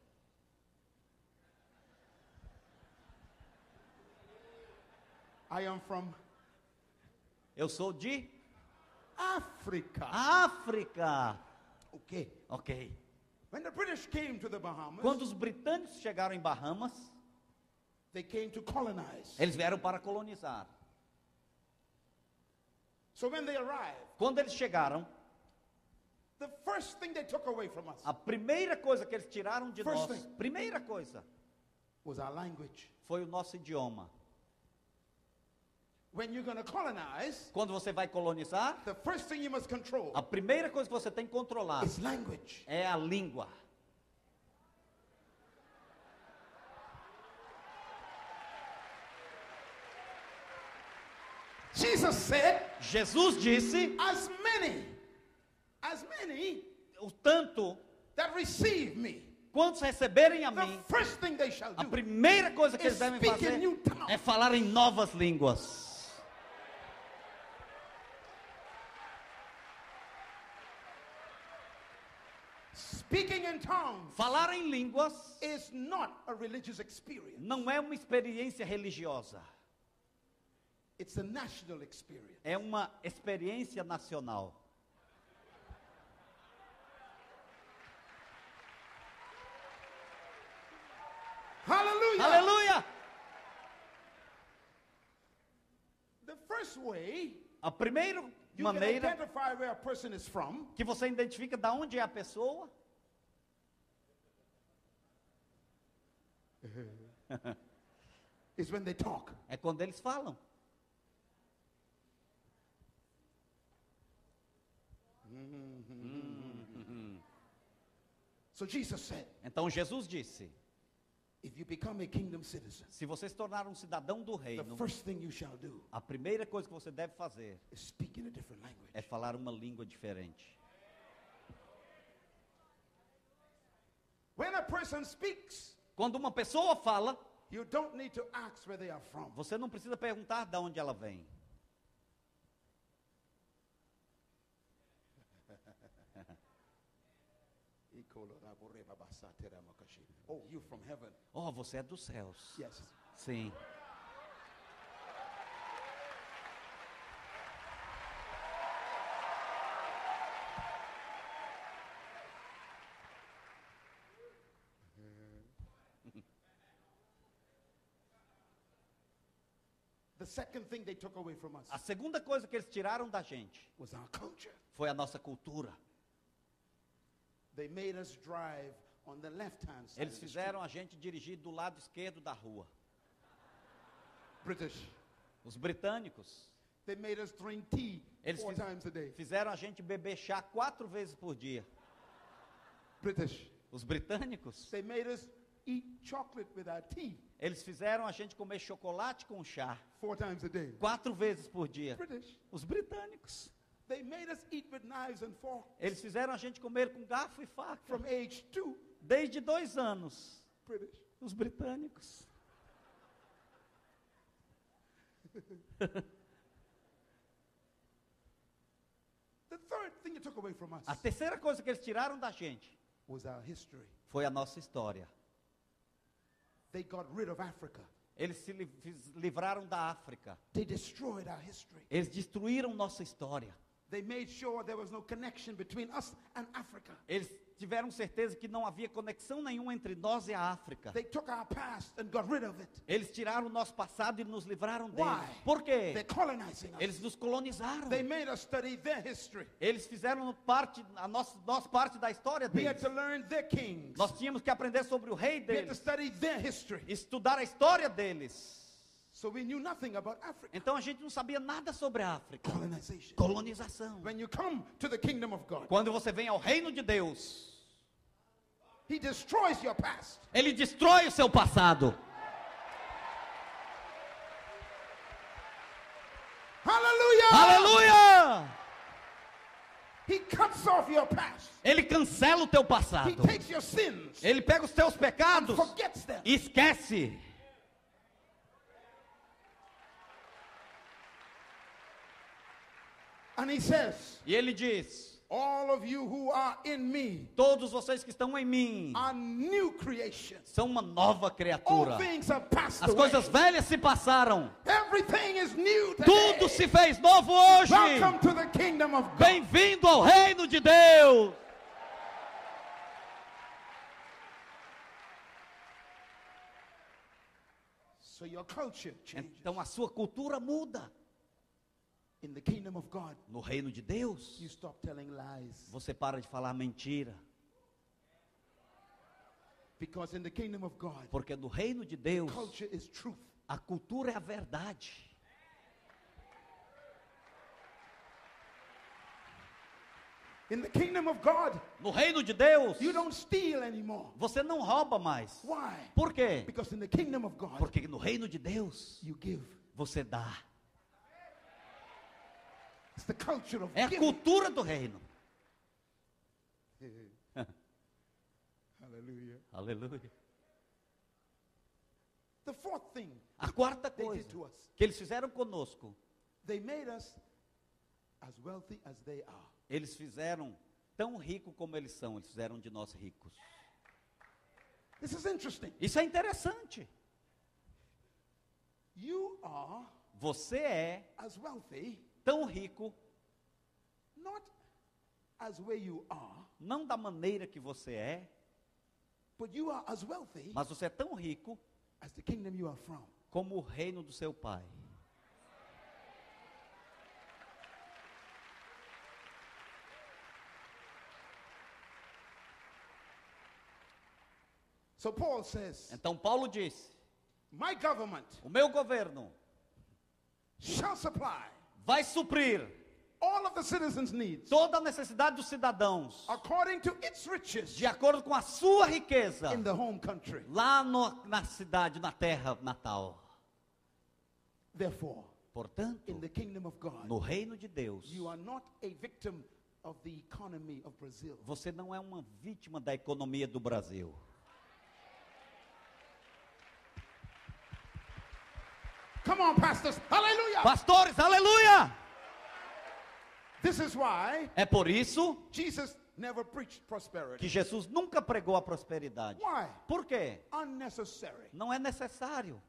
[SPEAKER 2] I am from
[SPEAKER 1] Eu sou de Ah.
[SPEAKER 2] Africa.
[SPEAKER 1] África.
[SPEAKER 2] Okay.
[SPEAKER 1] Ok.
[SPEAKER 2] When the British came to the Bahamas,
[SPEAKER 1] Quando os britânicos chegaram em Bahamas,
[SPEAKER 2] they came to colonize.
[SPEAKER 1] eles vieram para colonizar.
[SPEAKER 2] So when they arrived,
[SPEAKER 1] Quando eles chegaram,
[SPEAKER 2] The first thing they took away from us
[SPEAKER 1] A primeira coisa que eles tiraram de
[SPEAKER 2] First
[SPEAKER 1] nós,
[SPEAKER 2] thing.
[SPEAKER 1] primeira coisa,
[SPEAKER 2] was our language.
[SPEAKER 1] foi o nosso idioma.
[SPEAKER 2] When you're going to colonize,
[SPEAKER 1] Quando você vai colonizar,
[SPEAKER 2] the first thing you must control
[SPEAKER 1] a primeira coisa que você tem que controlar
[SPEAKER 2] is language.
[SPEAKER 1] é a língua.
[SPEAKER 2] Jesus said,
[SPEAKER 1] Jesus disse:
[SPEAKER 2] As many, as many
[SPEAKER 1] "O tanto
[SPEAKER 2] that receive me,
[SPEAKER 1] quantos receberem a
[SPEAKER 2] the
[SPEAKER 1] mim,
[SPEAKER 2] first thing they shall
[SPEAKER 1] a
[SPEAKER 2] do.
[SPEAKER 1] primeira coisa que
[SPEAKER 2] is
[SPEAKER 1] eles devem
[SPEAKER 2] speak
[SPEAKER 1] fazer
[SPEAKER 2] in new tongues."
[SPEAKER 1] é falar em novas línguas."
[SPEAKER 2] Speaking in tongues
[SPEAKER 1] Falar em línguas
[SPEAKER 2] is not a religious experience,
[SPEAKER 1] não é uma experiência religiosa,
[SPEAKER 2] it's a national experience.
[SPEAKER 1] é uma experiência nacional.
[SPEAKER 2] Hallelujah.
[SPEAKER 1] Aleluia!
[SPEAKER 2] The first way
[SPEAKER 1] A primeira
[SPEAKER 2] you can
[SPEAKER 1] maneira
[SPEAKER 2] identify where a person is from
[SPEAKER 1] que você identifica de onde é a pessoa
[SPEAKER 2] is when they talk.
[SPEAKER 1] é quando eles falam.
[SPEAKER 2] So Jesus said,
[SPEAKER 1] Então Jesus disse:
[SPEAKER 2] if you become a kingdom citizen,
[SPEAKER 1] se você se tornar um cidadão do
[SPEAKER 2] the
[SPEAKER 1] reino,
[SPEAKER 2] first thing you shall do
[SPEAKER 1] a primeira coisa que você deve fazer
[SPEAKER 2] is speak in a different language.
[SPEAKER 1] é falar uma língua diferente.
[SPEAKER 2] When a person speaks,
[SPEAKER 1] Quando uma pessoa fala,
[SPEAKER 2] you don't need to ask where they are from.
[SPEAKER 1] você não precisa perguntar de onde ela vem.
[SPEAKER 2] Oh, you from heaven.
[SPEAKER 1] Oh, você é dos céus.
[SPEAKER 2] Yes.
[SPEAKER 1] Sim.
[SPEAKER 2] The second thing they took away from us
[SPEAKER 1] A segunda coisa que eles tiraram da gente
[SPEAKER 2] was our culture.
[SPEAKER 1] foi a nossa cultura.
[SPEAKER 2] They made us drive on the left hand side.
[SPEAKER 1] Eles
[SPEAKER 2] of the
[SPEAKER 1] fizeram a gente dirigir do lado esquerdo da rua.
[SPEAKER 2] street. British.
[SPEAKER 1] Os britânicos
[SPEAKER 2] They made us drink tea
[SPEAKER 1] Eles
[SPEAKER 2] four
[SPEAKER 1] fiz-
[SPEAKER 2] times a day.
[SPEAKER 1] fizeram a gente beber chá quatro vezes por dia.
[SPEAKER 2] British.
[SPEAKER 1] Os britânicos,
[SPEAKER 2] They made us eat chocolate with our tea
[SPEAKER 1] eles fizeram a gente comer chocolate com chá
[SPEAKER 2] four times a day.
[SPEAKER 1] quatro vezes por dia.
[SPEAKER 2] British.
[SPEAKER 1] Os britânicos,
[SPEAKER 2] They made us eat with knives and forks
[SPEAKER 1] eles fizeram a gente comer com garfo e faca
[SPEAKER 2] from age two.
[SPEAKER 1] desde dois anos.
[SPEAKER 2] British.
[SPEAKER 1] Os britânicos.
[SPEAKER 2] The third thing they took away from us
[SPEAKER 1] A terceira coisa que eles tiraram da gente
[SPEAKER 2] was our history.
[SPEAKER 1] foi a nossa história.
[SPEAKER 2] They got rid of Africa.
[SPEAKER 1] Eles se li- fiz- livraram da África.
[SPEAKER 2] They destroyed our history.
[SPEAKER 1] Eles destruíram nossa história.
[SPEAKER 2] They made sure there was no connection between us and Africa.
[SPEAKER 1] Eles tiveram certeza que não havia conexão nenhuma entre nós e a África.
[SPEAKER 2] They took our past and got rid of it.
[SPEAKER 1] Eles tiraram o nosso passado e nos livraram dele.
[SPEAKER 2] Why?
[SPEAKER 1] Por
[SPEAKER 2] They're
[SPEAKER 1] quê?
[SPEAKER 2] colonizing us.
[SPEAKER 1] Eles nos colonizaram.
[SPEAKER 2] They made us study their history.
[SPEAKER 1] Eles fizeram parte, a nossa, nós parte da história
[SPEAKER 2] We had
[SPEAKER 1] deles.
[SPEAKER 2] to learn their kings.
[SPEAKER 1] Nós tínhamos que aprender sobre o rei
[SPEAKER 2] We had to
[SPEAKER 1] deles,
[SPEAKER 2] study their history.
[SPEAKER 1] estudar a história deles.
[SPEAKER 2] So we knew nothing about Africa.
[SPEAKER 1] Então a gente não sabia nada sobre a África.
[SPEAKER 2] Colonization.
[SPEAKER 1] Colonização.
[SPEAKER 2] When you come to the kingdom of God,
[SPEAKER 1] Quando você vem ao reino de Deus,
[SPEAKER 2] He destroys your past.
[SPEAKER 1] ele destrói o seu passado.
[SPEAKER 2] Hallelujah!
[SPEAKER 1] Aleluia!
[SPEAKER 2] He cuts off your past.
[SPEAKER 1] Ele cancela o teu
[SPEAKER 2] He
[SPEAKER 1] passado.
[SPEAKER 2] takes your sins.
[SPEAKER 1] Ele pega os teus pecados
[SPEAKER 2] Forgets them.
[SPEAKER 1] e esquece.
[SPEAKER 2] And he says,
[SPEAKER 1] E ele diz:
[SPEAKER 2] All of you who are in me
[SPEAKER 1] Todos vocês que estão em mim
[SPEAKER 2] are new creations.
[SPEAKER 1] são uma nova
[SPEAKER 2] All
[SPEAKER 1] criatura.
[SPEAKER 2] things are passed
[SPEAKER 1] As
[SPEAKER 2] away.
[SPEAKER 1] coisas velhas se passaram.
[SPEAKER 2] Everything is new today.
[SPEAKER 1] Tudo se fez novo hoje.
[SPEAKER 2] Welcome to the kingdom of God.
[SPEAKER 1] Bem-vindo ao reino de Deus.
[SPEAKER 2] So your culture changes.
[SPEAKER 1] Então a sua cultura muda.
[SPEAKER 2] in the kingdom of God,
[SPEAKER 1] No reino de Deus,
[SPEAKER 2] you stop telling lies.
[SPEAKER 1] você para de falar mentira.
[SPEAKER 2] Because in the kingdom of God,
[SPEAKER 1] Porque no reino de Deus,
[SPEAKER 2] culture is truth.
[SPEAKER 1] a cultura é a verdade.
[SPEAKER 2] In the kingdom of God,
[SPEAKER 1] No reino de Deus,
[SPEAKER 2] you don't steal anymore.
[SPEAKER 1] você não rouba mais.
[SPEAKER 2] Why?
[SPEAKER 1] Por quê?
[SPEAKER 2] Because in the kingdom of God,
[SPEAKER 1] Porque no reino de Deus,
[SPEAKER 2] you give.
[SPEAKER 1] você dá.
[SPEAKER 2] It's the culture of
[SPEAKER 1] É a
[SPEAKER 2] giving.
[SPEAKER 1] cultura do reino.
[SPEAKER 2] Hallelujah.
[SPEAKER 1] Aleluia.
[SPEAKER 2] The fourth thing
[SPEAKER 1] A quarta
[SPEAKER 2] they
[SPEAKER 1] coisa
[SPEAKER 2] did to us,
[SPEAKER 1] que eles fizeram conosco,
[SPEAKER 2] they made us as wealthy as they are.
[SPEAKER 1] eles fizeram tão rico como eles são, eles fizeram de nós ricos.
[SPEAKER 2] This is interesting.
[SPEAKER 1] Isso é interessante.
[SPEAKER 2] You are
[SPEAKER 1] Você é
[SPEAKER 2] as wealthy,
[SPEAKER 1] tão rico
[SPEAKER 2] not as where you are,
[SPEAKER 1] não da maneira que você é,
[SPEAKER 2] but you are as wealthy
[SPEAKER 1] mas você é tão rico
[SPEAKER 2] as the kingdom you are from.
[SPEAKER 1] como o reino do seu pai.
[SPEAKER 2] So Paul says,
[SPEAKER 1] Então Paulo disse:
[SPEAKER 2] My government
[SPEAKER 1] "O meu governo
[SPEAKER 2] shall supply
[SPEAKER 1] vai suprir
[SPEAKER 2] all of the citizens' needs
[SPEAKER 1] toda a necessidade dos cidadãos
[SPEAKER 2] according to its riches
[SPEAKER 1] de acordo com a sua riqueza
[SPEAKER 2] in the home country.
[SPEAKER 1] lá no- na cidade, na terra natal."
[SPEAKER 2] Therefore,
[SPEAKER 1] Portanto,
[SPEAKER 2] in the kingdom of God,
[SPEAKER 1] no reino de Deus,
[SPEAKER 2] you are not a victim of the economy of Brazil.
[SPEAKER 1] você não é uma vítima da economia do Brasil.
[SPEAKER 2] Come on, pastors. Hallelujah.
[SPEAKER 1] Pastores, aleluia!
[SPEAKER 2] This is why
[SPEAKER 1] É por isso
[SPEAKER 2] Jesus never preached prosperity.
[SPEAKER 1] que Jesus nunca pregou a prosperidade.
[SPEAKER 2] Why?
[SPEAKER 1] Por quê?
[SPEAKER 2] Unnecessary.
[SPEAKER 1] Não é necessário.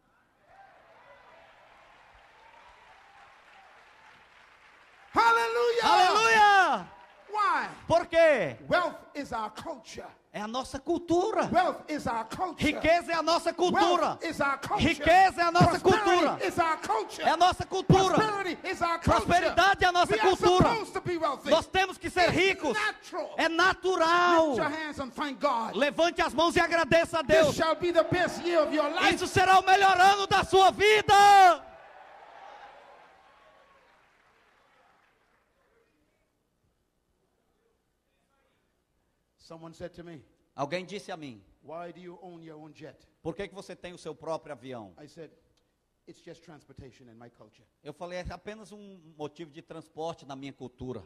[SPEAKER 2] Hallelujah.
[SPEAKER 1] Aleluia!
[SPEAKER 2] Why?
[SPEAKER 1] Por quê?
[SPEAKER 2] Wealth is our culture.
[SPEAKER 1] É a nossa cultura.
[SPEAKER 2] Wealth is our culture.
[SPEAKER 1] Riqueza é a nossa cultura.
[SPEAKER 2] Wealth is our culture.
[SPEAKER 1] Riqueza é a nossa
[SPEAKER 2] Prosperity
[SPEAKER 1] cultura.
[SPEAKER 2] Is our culture.
[SPEAKER 1] É a nossa cultura.
[SPEAKER 2] Prosperity is our culture.
[SPEAKER 1] Prosperidade é a nossa
[SPEAKER 2] We
[SPEAKER 1] cultura.
[SPEAKER 2] Are supposed to be wealthy.
[SPEAKER 1] Nós temos que ser
[SPEAKER 2] It's
[SPEAKER 1] ricos.
[SPEAKER 2] natural.
[SPEAKER 1] É natural.
[SPEAKER 2] Lift your hands and thank God.
[SPEAKER 1] Levante as mãos e agradeça a
[SPEAKER 2] This
[SPEAKER 1] Deus.
[SPEAKER 2] shall be the best year of your life.
[SPEAKER 1] Isso será o melhor ano da sua vida.
[SPEAKER 2] Someone said to me,
[SPEAKER 1] Alguém disse a mim:
[SPEAKER 2] Why do you own your own jet?
[SPEAKER 1] Por que, que você tem o seu próprio avião?
[SPEAKER 2] I said, It's just transportation in my culture.
[SPEAKER 1] Eu falei: É apenas um motivo de transporte na minha cultura.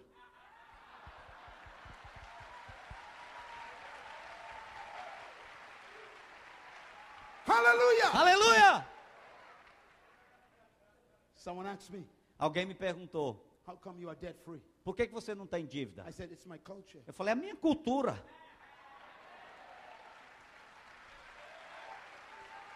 [SPEAKER 2] Hallelujah.
[SPEAKER 1] Aleluia!
[SPEAKER 2] Someone asked me,
[SPEAKER 1] Alguém me perguntou:
[SPEAKER 2] How come you are debt free?
[SPEAKER 1] Por que, que você não tem dívida?
[SPEAKER 2] I said, It's my culture.
[SPEAKER 1] Eu falei: É a minha cultura.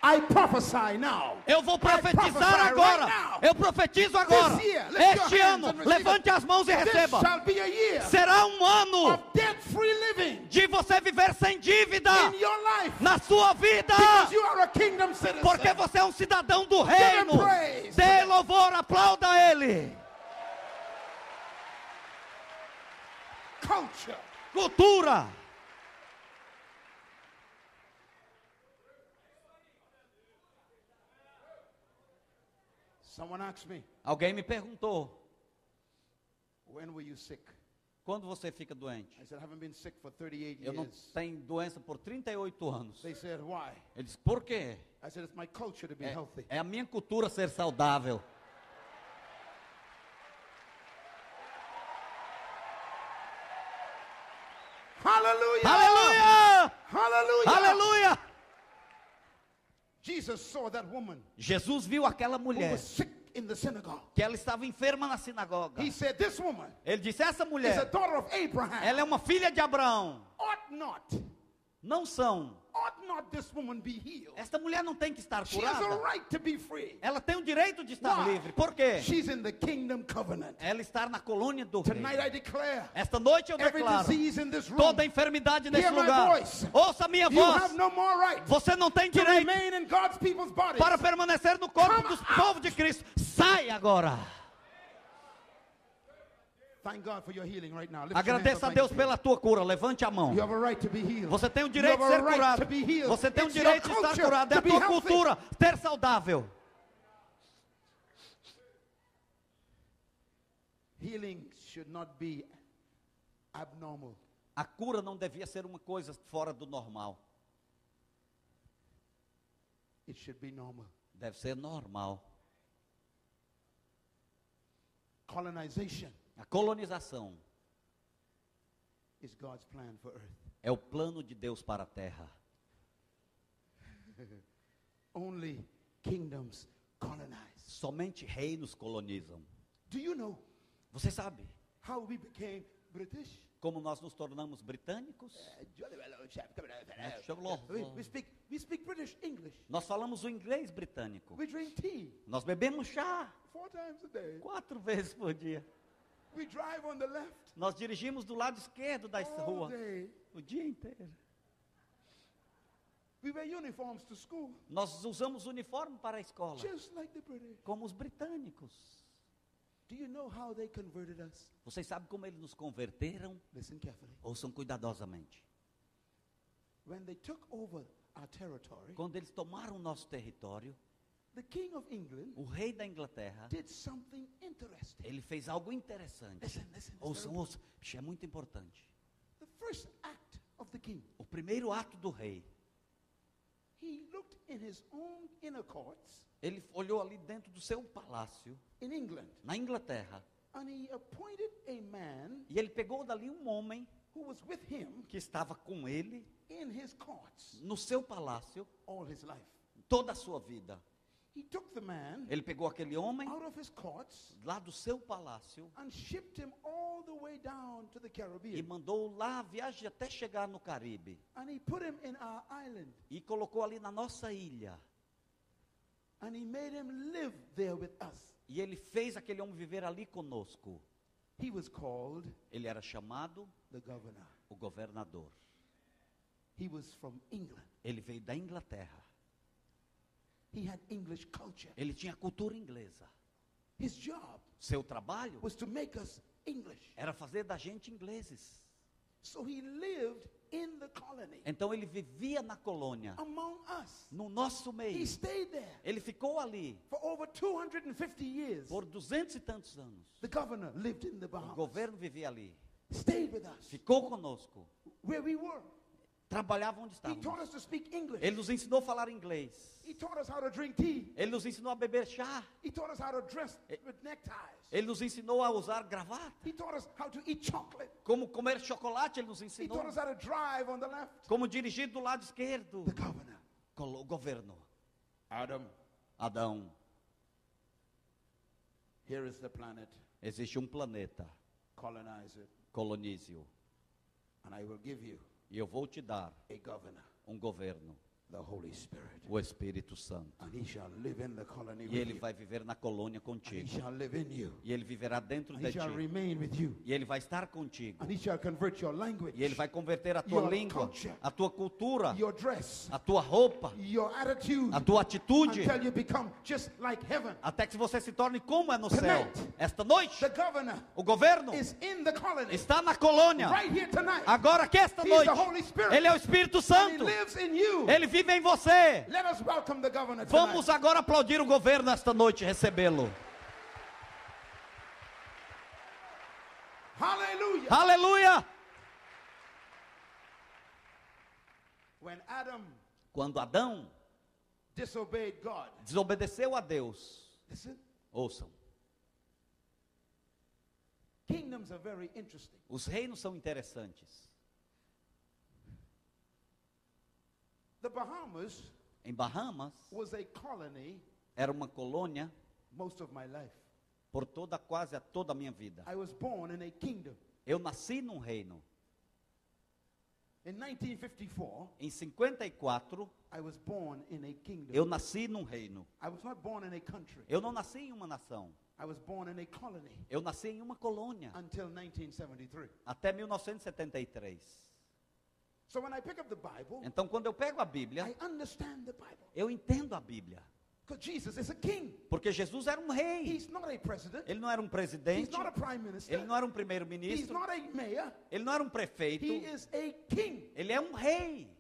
[SPEAKER 2] I prophesy now.
[SPEAKER 1] Eu vou profetizar
[SPEAKER 2] prophesy
[SPEAKER 1] agora.
[SPEAKER 2] right now.
[SPEAKER 1] Eu profetizo agora.
[SPEAKER 2] This year, lift your
[SPEAKER 1] Este
[SPEAKER 2] hands
[SPEAKER 1] ano,
[SPEAKER 2] and receive it.
[SPEAKER 1] levante as mãos e
[SPEAKER 2] This
[SPEAKER 1] receba.
[SPEAKER 2] shall be a year
[SPEAKER 1] Será um ano
[SPEAKER 2] of debt free living
[SPEAKER 1] de você viver sem dívida
[SPEAKER 2] in your life
[SPEAKER 1] na sua vida.
[SPEAKER 2] because you are a kingdom citizen.
[SPEAKER 1] Porque você é um cidadão do reino.
[SPEAKER 2] praise.
[SPEAKER 1] Dê louvor, aplauda ele.
[SPEAKER 2] Culture.
[SPEAKER 1] Cultura.
[SPEAKER 2] Someone asked me,
[SPEAKER 1] Alguém me perguntou:
[SPEAKER 2] When were you sick?
[SPEAKER 1] quando você fica doente?
[SPEAKER 2] I said, I haven't been sick for 38
[SPEAKER 1] Eu não
[SPEAKER 2] years.
[SPEAKER 1] tenho doença por 38 anos.
[SPEAKER 2] They said, Why?
[SPEAKER 1] Ele disse: por quê?
[SPEAKER 2] I said, It's my culture to be
[SPEAKER 1] É,
[SPEAKER 2] healthy.
[SPEAKER 1] é a minha cultura ser saudável.
[SPEAKER 2] Hallelujah.
[SPEAKER 1] Aleluia!
[SPEAKER 2] Hallelujah.
[SPEAKER 1] Aleluia!
[SPEAKER 2] Jesus saw that woman
[SPEAKER 1] Jesus viu aquela
[SPEAKER 2] who
[SPEAKER 1] mulher
[SPEAKER 2] was sick in the synagogue.
[SPEAKER 1] que ela estava enferma na sinagoga.
[SPEAKER 2] He said, This woman
[SPEAKER 1] Ele disse: essa
[SPEAKER 2] is a
[SPEAKER 1] mulher,
[SPEAKER 2] daughter of Abraham.
[SPEAKER 1] ela é uma filha de Abraão.
[SPEAKER 2] ought not,
[SPEAKER 1] Não são.
[SPEAKER 2] ought not this woman be healed?
[SPEAKER 1] Esta mulher não tem que estar
[SPEAKER 2] She has a
[SPEAKER 1] curada.
[SPEAKER 2] right to be free.
[SPEAKER 1] Ela tem o direito de estar
[SPEAKER 2] Why?
[SPEAKER 1] livre. Por quê?
[SPEAKER 2] She's in the kingdom covenant.
[SPEAKER 1] Ela estar na colônia do rei.
[SPEAKER 2] Tonight I declare
[SPEAKER 1] Esta noite eu
[SPEAKER 2] every
[SPEAKER 1] Eh. declaro
[SPEAKER 2] disease in this room,
[SPEAKER 1] toda enfermidade nesse
[SPEAKER 2] Hear my
[SPEAKER 1] lugar.
[SPEAKER 2] voice.
[SPEAKER 1] Ouça a minha
[SPEAKER 2] you
[SPEAKER 1] voz.
[SPEAKER 2] have no more right
[SPEAKER 1] Você não tem
[SPEAKER 2] to
[SPEAKER 1] direito
[SPEAKER 2] remain in God's people's bodies.
[SPEAKER 1] para permanecer no corpo
[SPEAKER 2] Come
[SPEAKER 1] do
[SPEAKER 2] out.
[SPEAKER 1] povo de Cristo. Sai agora.
[SPEAKER 2] Thank God for your healing right now. Lift your hands
[SPEAKER 1] Agradeça a
[SPEAKER 2] up
[SPEAKER 1] Deus
[SPEAKER 2] like this.
[SPEAKER 1] pela tua cura. Levante a mão.
[SPEAKER 2] You have a right to be healed.
[SPEAKER 1] Você tem o
[SPEAKER 2] You
[SPEAKER 1] direito de
[SPEAKER 2] have a
[SPEAKER 1] ser
[SPEAKER 2] right
[SPEAKER 1] curado.
[SPEAKER 2] to be healed.
[SPEAKER 1] Você tem o
[SPEAKER 2] It's your
[SPEAKER 1] direito de estar
[SPEAKER 2] culture
[SPEAKER 1] curado. É a
[SPEAKER 2] to be
[SPEAKER 1] tua
[SPEAKER 2] healthy.
[SPEAKER 1] cultura ter saudável.
[SPEAKER 2] Healing should not be abnormal.
[SPEAKER 1] A cura não devia ser uma coisa fora do normal.
[SPEAKER 2] It should be normal.
[SPEAKER 1] Deve ser normal.
[SPEAKER 2] Colonization
[SPEAKER 1] A colonização
[SPEAKER 2] is God's plan for earth.
[SPEAKER 1] é o plano de Deus para a terra.
[SPEAKER 2] Only kingdoms colonize.
[SPEAKER 1] Somente reinos colonizam.
[SPEAKER 2] Do you know
[SPEAKER 1] Você sabe
[SPEAKER 2] how we became British?
[SPEAKER 1] como nós nos tornamos britânicos?
[SPEAKER 2] We, we speak we speak British English.
[SPEAKER 1] Nós falamos o inglês britânico.
[SPEAKER 2] We drink tea
[SPEAKER 1] Nós bebemos chá
[SPEAKER 2] four times a day.
[SPEAKER 1] quatro *laughs* vezes por dia.
[SPEAKER 2] We drive on the left
[SPEAKER 1] Nós dirigimos do lado esquerdo da
[SPEAKER 2] all
[SPEAKER 1] rua
[SPEAKER 2] day.
[SPEAKER 1] o dia inteiro.
[SPEAKER 2] We wear uniforms to school
[SPEAKER 1] Nós usamos uniforme para a escola,
[SPEAKER 2] just like the British.
[SPEAKER 1] como os britânicos.
[SPEAKER 2] Do you know how they converted us?
[SPEAKER 1] Vocês sabem como eles nos converteram?
[SPEAKER 2] Listen carefully.
[SPEAKER 1] Ouçam cuidadosamente.
[SPEAKER 2] When they took over our territory,
[SPEAKER 1] Quando eles tomaram o nosso território,
[SPEAKER 2] the King of England
[SPEAKER 1] o rei da Inglaterra,
[SPEAKER 2] did something interesting.
[SPEAKER 1] ele fez algo interessante.
[SPEAKER 2] Listen, listen. it's
[SPEAKER 1] Ouçam,
[SPEAKER 2] very-
[SPEAKER 1] ouçam. Isso é muito importante.
[SPEAKER 2] The first act of the king,
[SPEAKER 1] O primeiro ato do rei,
[SPEAKER 2] he looked in his own inner courts
[SPEAKER 1] ele olhou ali dentro do seu palácio,
[SPEAKER 2] in England
[SPEAKER 1] na Inglaterra,
[SPEAKER 2] and he appointed a man
[SPEAKER 1] e ele pegou dali um homem
[SPEAKER 2] who was with him
[SPEAKER 1] que estava com ele
[SPEAKER 2] in his courts
[SPEAKER 1] no seu palácio
[SPEAKER 2] all his life.
[SPEAKER 1] toda a sua vida.
[SPEAKER 2] He took the man
[SPEAKER 1] Ele pegou aquele homem
[SPEAKER 2] out of his courts
[SPEAKER 1] lá do seu palácio
[SPEAKER 2] and shipped him all the way down to the
[SPEAKER 1] e
[SPEAKER 2] Caribbean.
[SPEAKER 1] mandou lá a viagem até chegar no Caribe
[SPEAKER 2] And he put him in our island
[SPEAKER 1] e colocou ali na nossa ilha.
[SPEAKER 2] and he made him live there with us.
[SPEAKER 1] E ele fez aquele homem viver ali conosco.
[SPEAKER 2] He was called
[SPEAKER 1] Ele era chamado
[SPEAKER 2] the governor.
[SPEAKER 1] o governador.
[SPEAKER 2] He was from England.
[SPEAKER 1] Ele veio da Inglaterra.
[SPEAKER 2] He had English culture.
[SPEAKER 1] Ele tinha cultura inglesa.
[SPEAKER 2] His job
[SPEAKER 1] Seu trabalho
[SPEAKER 2] was to make us English.
[SPEAKER 1] era fazer da gente ingleses.
[SPEAKER 2] So he lived in the colony
[SPEAKER 1] Então ele vivia na colônia,
[SPEAKER 2] among us.
[SPEAKER 1] no nosso
[SPEAKER 2] He
[SPEAKER 1] meio.
[SPEAKER 2] stayed there
[SPEAKER 1] Ele ficou ali
[SPEAKER 2] for over 250 years.
[SPEAKER 1] por duzentos e tantos anos.
[SPEAKER 2] The governor lived in the
[SPEAKER 1] O
[SPEAKER 2] Bahamas.
[SPEAKER 1] governo vivia ali,
[SPEAKER 2] Stayed with us
[SPEAKER 1] ficou conosco,
[SPEAKER 2] where we were.
[SPEAKER 1] trabalhava onde
[SPEAKER 2] He taught
[SPEAKER 1] estávamos.
[SPEAKER 2] us to speak English.
[SPEAKER 1] Ele nos ensinou a falar inglês.
[SPEAKER 2] He taught us how to drink tea.
[SPEAKER 1] Ele nos ensinou a beber chá.
[SPEAKER 2] He taught us how to dress with neckties.
[SPEAKER 1] Ele nos ensinou a usar gravata.
[SPEAKER 2] He taught us how to eat chocolate.
[SPEAKER 1] Como comer chocolate, ele nos
[SPEAKER 2] He
[SPEAKER 1] ensinou.
[SPEAKER 2] taught us how to drive on the left.
[SPEAKER 1] Como dirigir do lado esquerdo.
[SPEAKER 2] The governor.
[SPEAKER 1] Colo- O governo.
[SPEAKER 2] Adam,
[SPEAKER 1] Adão,
[SPEAKER 2] here is the planet.
[SPEAKER 1] existe um planeta,
[SPEAKER 2] Colonize it,
[SPEAKER 1] colonize-o,
[SPEAKER 2] and I will give you
[SPEAKER 1] e eu vou te dar
[SPEAKER 2] a governor,
[SPEAKER 1] um governo,
[SPEAKER 2] the Holy Spirit.
[SPEAKER 1] o Espírito Santo.
[SPEAKER 2] And he shall live in the colony
[SPEAKER 1] E
[SPEAKER 2] with
[SPEAKER 1] ele
[SPEAKER 2] you.
[SPEAKER 1] vai viver na colônia
[SPEAKER 2] And
[SPEAKER 1] contigo.
[SPEAKER 2] he shall live in you.
[SPEAKER 1] E ele viverá dentro
[SPEAKER 2] And
[SPEAKER 1] de
[SPEAKER 2] he shall
[SPEAKER 1] ti.
[SPEAKER 2] remain with you.
[SPEAKER 1] E ele vai estar contigo.
[SPEAKER 2] And he shall convert your language,
[SPEAKER 1] E ele vai converter a tua
[SPEAKER 2] Your
[SPEAKER 1] língua,
[SPEAKER 2] culture.
[SPEAKER 1] a tua cultura,
[SPEAKER 2] your dress,
[SPEAKER 1] a tua roupa,
[SPEAKER 2] your attitude,
[SPEAKER 1] a tua atitude,
[SPEAKER 2] until you become just like heaven.
[SPEAKER 1] até que você se torne como é no céu.
[SPEAKER 2] Tonight.
[SPEAKER 1] Esta noite,
[SPEAKER 2] The governor
[SPEAKER 1] o governo
[SPEAKER 2] is in the colony
[SPEAKER 1] está na colônia.
[SPEAKER 2] right here tonight.
[SPEAKER 1] Agora que esta
[SPEAKER 2] He's
[SPEAKER 1] noite,
[SPEAKER 2] the Holy Spirit.
[SPEAKER 1] ele é o
[SPEAKER 2] And
[SPEAKER 1] Espírito
[SPEAKER 2] he
[SPEAKER 1] Santo.
[SPEAKER 2] lives in you.
[SPEAKER 1] Ele vive em você.
[SPEAKER 2] Let us welcome the governor tonight.
[SPEAKER 1] Vamos agora aplaudir o governo esta noite, e recebê-lo.
[SPEAKER 2] Hallelujah.
[SPEAKER 1] Aleluia!
[SPEAKER 2] When Adam
[SPEAKER 1] Quando Adão
[SPEAKER 2] disobeyed God,
[SPEAKER 1] desobedeceu a Deus,
[SPEAKER 2] listen,
[SPEAKER 1] ouçam,
[SPEAKER 2] kingdoms are very interesting.
[SPEAKER 1] os reinos são interessantes.
[SPEAKER 2] The Bahamas
[SPEAKER 1] Em Bahamas,
[SPEAKER 2] was a colony
[SPEAKER 1] era uma colônia
[SPEAKER 2] most of my life.
[SPEAKER 1] por toda quase a toda a minha vida.
[SPEAKER 2] I was born in a kingdom.
[SPEAKER 1] Eu nasci num reino.
[SPEAKER 2] In 1954,
[SPEAKER 1] Em 54,
[SPEAKER 2] I was born in a kingdom.
[SPEAKER 1] eu nasci num reino.
[SPEAKER 2] I was not born in a country.
[SPEAKER 1] Eu não nasci em uma nação.
[SPEAKER 2] I was born in a colony
[SPEAKER 1] Eu nasci em uma colônia
[SPEAKER 2] until 1973.
[SPEAKER 1] até 1973.
[SPEAKER 2] So when I pick up the Bible,
[SPEAKER 1] Então, quando eu pego a Bíblia,
[SPEAKER 2] I understand the Bible.
[SPEAKER 1] eu entendo a Bíblia.
[SPEAKER 2] Because Jesus is a king.
[SPEAKER 1] Porque Jesus era um rei.
[SPEAKER 2] He's not a president.
[SPEAKER 1] Ele não era um
[SPEAKER 2] He's
[SPEAKER 1] presidente,
[SPEAKER 2] not a prime
[SPEAKER 1] ele
[SPEAKER 2] minister.
[SPEAKER 1] não era um
[SPEAKER 2] He's
[SPEAKER 1] primeiro-ministro,
[SPEAKER 2] not a mayor.
[SPEAKER 1] ele não era um prefeito,
[SPEAKER 2] He is a king.
[SPEAKER 1] ele é um rei.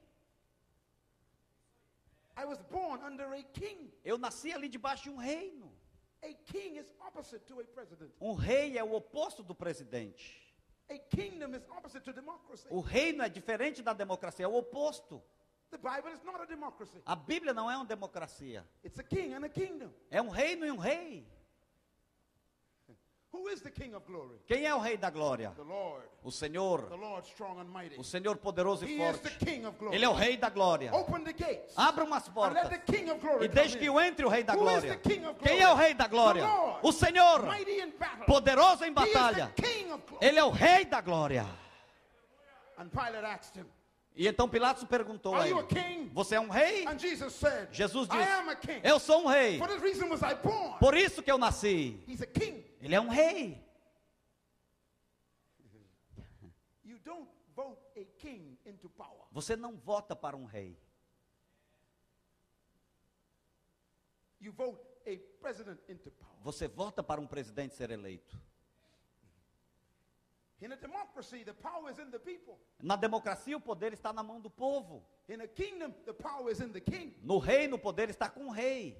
[SPEAKER 2] I was born under a king.
[SPEAKER 1] Eu nasci ali debaixo de um reino.
[SPEAKER 2] A king is opposite to a president.
[SPEAKER 1] Um rei é o oposto do presidente.
[SPEAKER 2] A kingdom is opposite to democracy.
[SPEAKER 1] O reino é diferente da democracia, é o oposto.
[SPEAKER 2] The Bible is not a democracy.
[SPEAKER 1] A Bíblia não é uma democracia.
[SPEAKER 2] It's a king and a kingdom.
[SPEAKER 1] É um reino e um rei.
[SPEAKER 2] Who is the king of glory?
[SPEAKER 1] Quem é o rei da glória?
[SPEAKER 2] The Lord.
[SPEAKER 1] O
[SPEAKER 2] The
[SPEAKER 1] Senhor,
[SPEAKER 2] Lord strong and mighty.
[SPEAKER 1] o Senhor poderoso
[SPEAKER 2] He
[SPEAKER 1] e
[SPEAKER 2] is the
[SPEAKER 1] forte.
[SPEAKER 2] king of glory.
[SPEAKER 1] Ele é o rei da glória.
[SPEAKER 2] Open the gates.
[SPEAKER 1] Abra umas
[SPEAKER 2] And
[SPEAKER 1] portas.
[SPEAKER 2] let the king of glory
[SPEAKER 1] E deixe
[SPEAKER 2] come
[SPEAKER 1] que
[SPEAKER 2] in.
[SPEAKER 1] entre o rei da
[SPEAKER 2] Who is
[SPEAKER 1] glória.
[SPEAKER 2] the king of
[SPEAKER 1] Quem
[SPEAKER 2] glory?
[SPEAKER 1] é o rei da glória?
[SPEAKER 2] The Lord.
[SPEAKER 1] O Senhor,
[SPEAKER 2] Mighty in battle.
[SPEAKER 1] poderoso em
[SPEAKER 2] He is
[SPEAKER 1] batalha.
[SPEAKER 2] the king of glory.
[SPEAKER 1] Ele é o rei da glória.
[SPEAKER 2] And Pilate asked him,
[SPEAKER 1] E então Pilatos perguntou a
[SPEAKER 2] Are you a
[SPEAKER 1] ele:
[SPEAKER 2] king?
[SPEAKER 1] Você é um rei?
[SPEAKER 2] And Jesus said,
[SPEAKER 1] Jesus
[SPEAKER 2] I am a
[SPEAKER 1] disse:
[SPEAKER 2] king.
[SPEAKER 1] Eu sou um rei.
[SPEAKER 2] For this reason was I born.
[SPEAKER 1] Por isso que eu nasci.
[SPEAKER 2] He's a king.
[SPEAKER 1] Ele é um rei.
[SPEAKER 2] You don't vote a king into power.
[SPEAKER 1] Você não vota para um rei.
[SPEAKER 2] You vote a president into power.
[SPEAKER 1] Você vota para um presidente ser eleito.
[SPEAKER 2] In a democracy, the power is in the people.
[SPEAKER 1] Na democracia, o poder está na mão do povo.
[SPEAKER 2] In a kingdom, the power is in the king.
[SPEAKER 1] No reino, o poder está com o rei.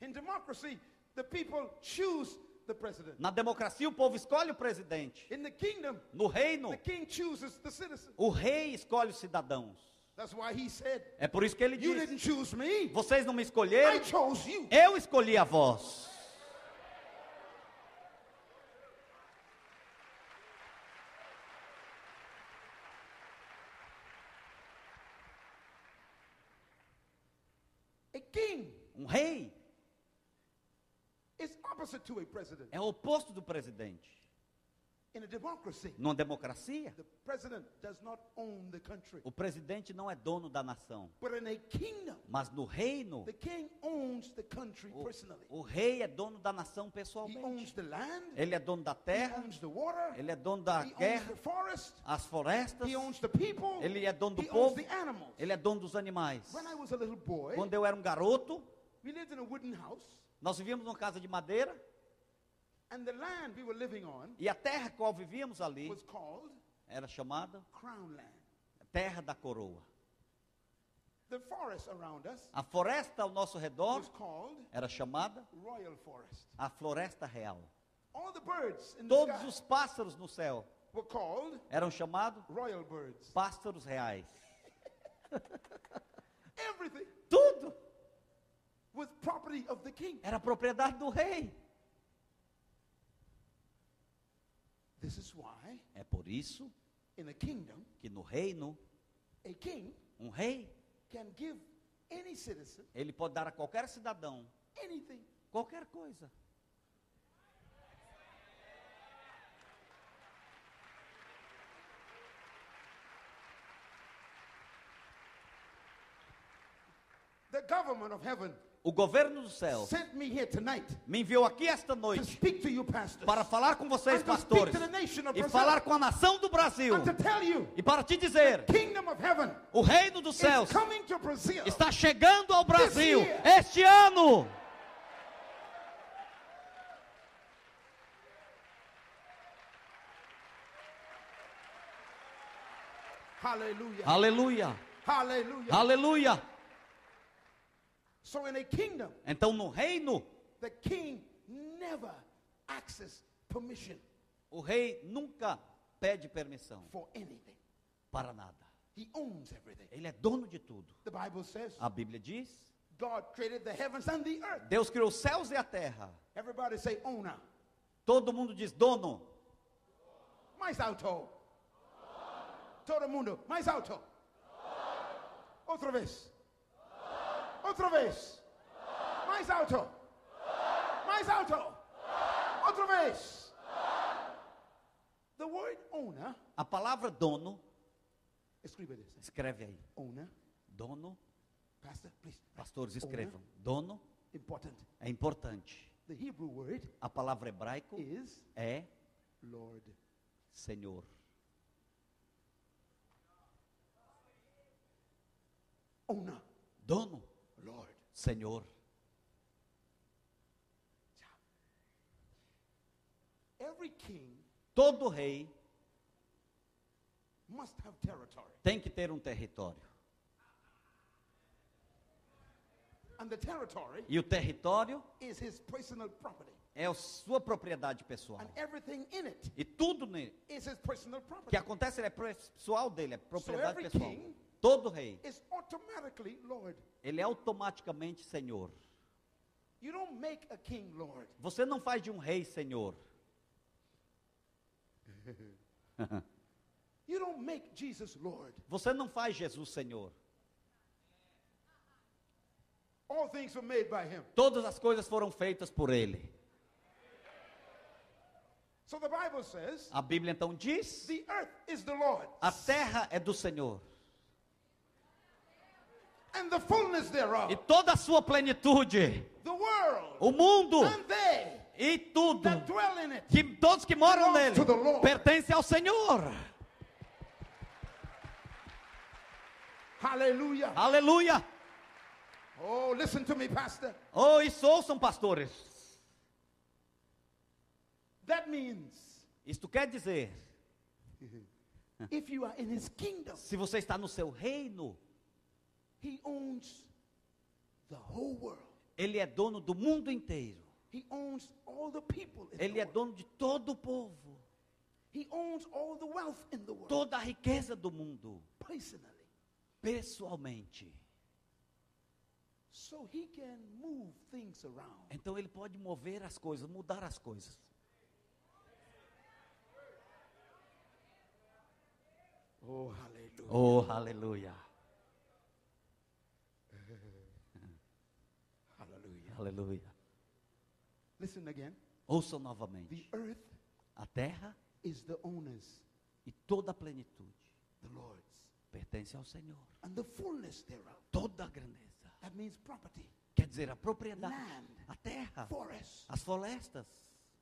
[SPEAKER 2] In democracy, the people choose the president.
[SPEAKER 1] Na democracia, o povo escolhe o presidente.
[SPEAKER 2] In the kingdom,
[SPEAKER 1] No reino,
[SPEAKER 2] the king chooses the citizen.
[SPEAKER 1] o rei escolhe os cidadãos.
[SPEAKER 2] That's why he said,
[SPEAKER 1] É por isso que ele
[SPEAKER 2] You
[SPEAKER 1] diz:
[SPEAKER 2] didn't choose me,
[SPEAKER 1] Vocês não me
[SPEAKER 2] I
[SPEAKER 1] escolheram,
[SPEAKER 2] chose you.
[SPEAKER 1] eu escolhi a vós.
[SPEAKER 2] A king
[SPEAKER 1] Um rei
[SPEAKER 2] is opposite to a president.
[SPEAKER 1] é o oposto do presidente.
[SPEAKER 2] In a democracy,
[SPEAKER 1] Numa democracia,
[SPEAKER 2] the president does not own the country.
[SPEAKER 1] o presidente não é dono da nação.
[SPEAKER 2] But in a kingdom,
[SPEAKER 1] Mas no reino,
[SPEAKER 2] the king owns the country personally.
[SPEAKER 1] o, o rei é dono da nação
[SPEAKER 2] He
[SPEAKER 1] pessoalmente.
[SPEAKER 2] owns the land,
[SPEAKER 1] Ele é dono da
[SPEAKER 2] he
[SPEAKER 1] terra,
[SPEAKER 2] owns the water,
[SPEAKER 1] ele é dono da
[SPEAKER 2] he owns
[SPEAKER 1] guerra,
[SPEAKER 2] the forest,
[SPEAKER 1] as florestas,
[SPEAKER 2] he owns the people,
[SPEAKER 1] ele é dono do
[SPEAKER 2] he
[SPEAKER 1] povo,
[SPEAKER 2] owns the animals.
[SPEAKER 1] ele é dono dos animais.
[SPEAKER 2] When I was a little boy,
[SPEAKER 1] Quando eu era um garoto,
[SPEAKER 2] we lived in a wooden house,
[SPEAKER 1] nós vivíamos numa casa de madeira
[SPEAKER 2] and the land we were living on
[SPEAKER 1] e a terra com a qual vivíamos ali
[SPEAKER 2] was called
[SPEAKER 1] era chamada
[SPEAKER 2] Crown Land.
[SPEAKER 1] Terra da Coroa.
[SPEAKER 2] The forest around us
[SPEAKER 1] A floresta ao nosso redor
[SPEAKER 2] was called
[SPEAKER 1] era chamada
[SPEAKER 2] Royal Forest.
[SPEAKER 1] a Floresta Real.
[SPEAKER 2] All the birds in the
[SPEAKER 1] Todos
[SPEAKER 2] sky
[SPEAKER 1] os pássaros no céu
[SPEAKER 2] were called
[SPEAKER 1] eram chamados
[SPEAKER 2] royal birds.
[SPEAKER 1] pássaros reais.
[SPEAKER 2] Everything
[SPEAKER 1] Tudo
[SPEAKER 2] was property of the king.
[SPEAKER 1] era propriedade do rei.
[SPEAKER 2] This is why,
[SPEAKER 1] É por isso
[SPEAKER 2] in a kingdom,
[SPEAKER 1] que no reino,
[SPEAKER 2] a king
[SPEAKER 1] um rei,
[SPEAKER 2] can give any citizen
[SPEAKER 1] ele pode dar a qualquer cidadão
[SPEAKER 2] anything.
[SPEAKER 1] qualquer coisa.
[SPEAKER 2] The government of heaven
[SPEAKER 1] O governo do céu
[SPEAKER 2] sent me here tonight
[SPEAKER 1] me enviou aqui esta
[SPEAKER 2] to
[SPEAKER 1] noite
[SPEAKER 2] speak to you, pastors,
[SPEAKER 1] para falar com vocês,
[SPEAKER 2] And to speak
[SPEAKER 1] pastores,
[SPEAKER 2] to the nation of
[SPEAKER 1] e
[SPEAKER 2] Brazil.
[SPEAKER 1] falar com a nação do Brasil,
[SPEAKER 2] and to tell you,
[SPEAKER 1] e para te dizer:
[SPEAKER 2] kingdom of heaven
[SPEAKER 1] o reino dos
[SPEAKER 2] is
[SPEAKER 1] céus
[SPEAKER 2] coming to Brazil.
[SPEAKER 1] está chegando ao Brasil
[SPEAKER 2] year.
[SPEAKER 1] este ano. Ah.
[SPEAKER 2] Hallelujah.
[SPEAKER 1] Aleluia,
[SPEAKER 2] Hallelujah.
[SPEAKER 1] aleluia.
[SPEAKER 2] So in a kingdom,
[SPEAKER 1] Então, no reino,
[SPEAKER 2] the king never asks permission
[SPEAKER 1] o rei nunca pede permissão
[SPEAKER 2] for anything.
[SPEAKER 1] para nada.
[SPEAKER 2] He owns everything.
[SPEAKER 1] Ele é dono de tudo.
[SPEAKER 2] The Bible says
[SPEAKER 1] A Bíblia diz:
[SPEAKER 2] God created the heavens and the earth.
[SPEAKER 1] Deus criou os céus e a terra.
[SPEAKER 2] Everybody say owner.
[SPEAKER 1] Todo mundo diz dono.
[SPEAKER 2] Mais alto. Todo mundo. Mais alto. Outra vez. Outra vez. Mais alto. Mais alto. Outra vez. The word owner,
[SPEAKER 1] A palavra dono,
[SPEAKER 2] escreva isso.
[SPEAKER 1] escreve aí.
[SPEAKER 2] Owner,
[SPEAKER 1] Dono,
[SPEAKER 2] pastor, please.
[SPEAKER 1] pastores escrevam. Dono
[SPEAKER 2] Important.
[SPEAKER 1] é importante.
[SPEAKER 2] The Hebrew word
[SPEAKER 1] A palavra hebraico
[SPEAKER 2] is
[SPEAKER 1] é
[SPEAKER 2] Lord.
[SPEAKER 1] Senhor.
[SPEAKER 2] Owner,
[SPEAKER 1] Dono,
[SPEAKER 2] Lord.
[SPEAKER 1] Senhor.
[SPEAKER 2] Every king
[SPEAKER 1] Todo rei
[SPEAKER 2] must have territory.
[SPEAKER 1] tem que ter um território.
[SPEAKER 2] And the territory
[SPEAKER 1] E o território
[SPEAKER 2] is his personal property.
[SPEAKER 1] é a sua propriedade pessoal.
[SPEAKER 2] And everything in it
[SPEAKER 1] E tudo ne-
[SPEAKER 2] is his personal
[SPEAKER 1] que
[SPEAKER 2] property.
[SPEAKER 1] acontece ele é pessoal dele, é propriedade
[SPEAKER 2] every
[SPEAKER 1] pessoal.
[SPEAKER 2] king-
[SPEAKER 1] Todo rei,
[SPEAKER 2] It's automatically Lord.
[SPEAKER 1] ele é automaticamente senhor.
[SPEAKER 2] You don't make a king Lord.
[SPEAKER 1] Você não faz de um rei senhor.
[SPEAKER 2] You don't make Jesus Lord.
[SPEAKER 1] Você não faz Jesus senhor.
[SPEAKER 2] All things were made by him.
[SPEAKER 1] Todas as coisas foram feitas por ele.
[SPEAKER 2] So the Bible says,
[SPEAKER 1] A Bíblia então diz:
[SPEAKER 2] the earth is the Lord
[SPEAKER 1] a terra é do Senhor
[SPEAKER 2] and the fullness thereof,
[SPEAKER 1] e toda a sua plenitude,
[SPEAKER 2] the world
[SPEAKER 1] o mundo
[SPEAKER 2] and they
[SPEAKER 1] e tudo
[SPEAKER 2] that dwell in it.
[SPEAKER 1] que todos que moram nele
[SPEAKER 2] to the Lord.
[SPEAKER 1] pertence ao Senhor.
[SPEAKER 2] Hallelujah.
[SPEAKER 1] Ah. Aleluia!
[SPEAKER 2] Oh, listen to me, Pastor.
[SPEAKER 1] Oh, isso ouçam pastores.
[SPEAKER 2] That means
[SPEAKER 1] Isto quer dizer,
[SPEAKER 2] if you are in his kingdom,
[SPEAKER 1] se você está no seu reino,
[SPEAKER 2] he owns the whole world.
[SPEAKER 1] ele é dono do mundo inteiro.
[SPEAKER 2] He owns all the people in
[SPEAKER 1] Ele
[SPEAKER 2] the
[SPEAKER 1] é
[SPEAKER 2] world.
[SPEAKER 1] dono de todo o povo,
[SPEAKER 2] He owns all the wealth in the world
[SPEAKER 1] toda a riqueza do mundo,
[SPEAKER 2] personally.
[SPEAKER 1] pessoalmente.
[SPEAKER 2] So he can move things around.
[SPEAKER 1] Então ele pode mover as coisas, mudar as coisas.
[SPEAKER 2] Oh, hallelujah.
[SPEAKER 1] Oh, aleluia.
[SPEAKER 2] Hallelujah.
[SPEAKER 1] Aleluia.
[SPEAKER 2] Listen again.
[SPEAKER 1] Ouçam
[SPEAKER 2] The
[SPEAKER 1] novamente.
[SPEAKER 2] earth
[SPEAKER 1] A terra
[SPEAKER 2] is the owner's,
[SPEAKER 1] e toda a plenitude
[SPEAKER 2] the Lord's,
[SPEAKER 1] pertence ao Senhor.
[SPEAKER 2] and the fullness thereof.
[SPEAKER 1] Toda a grandeza.
[SPEAKER 2] That means property,
[SPEAKER 1] Quer dizer, a propriedade,
[SPEAKER 2] Land.
[SPEAKER 1] a
[SPEAKER 2] Ah.
[SPEAKER 1] terra,
[SPEAKER 2] forest,
[SPEAKER 1] as florestas,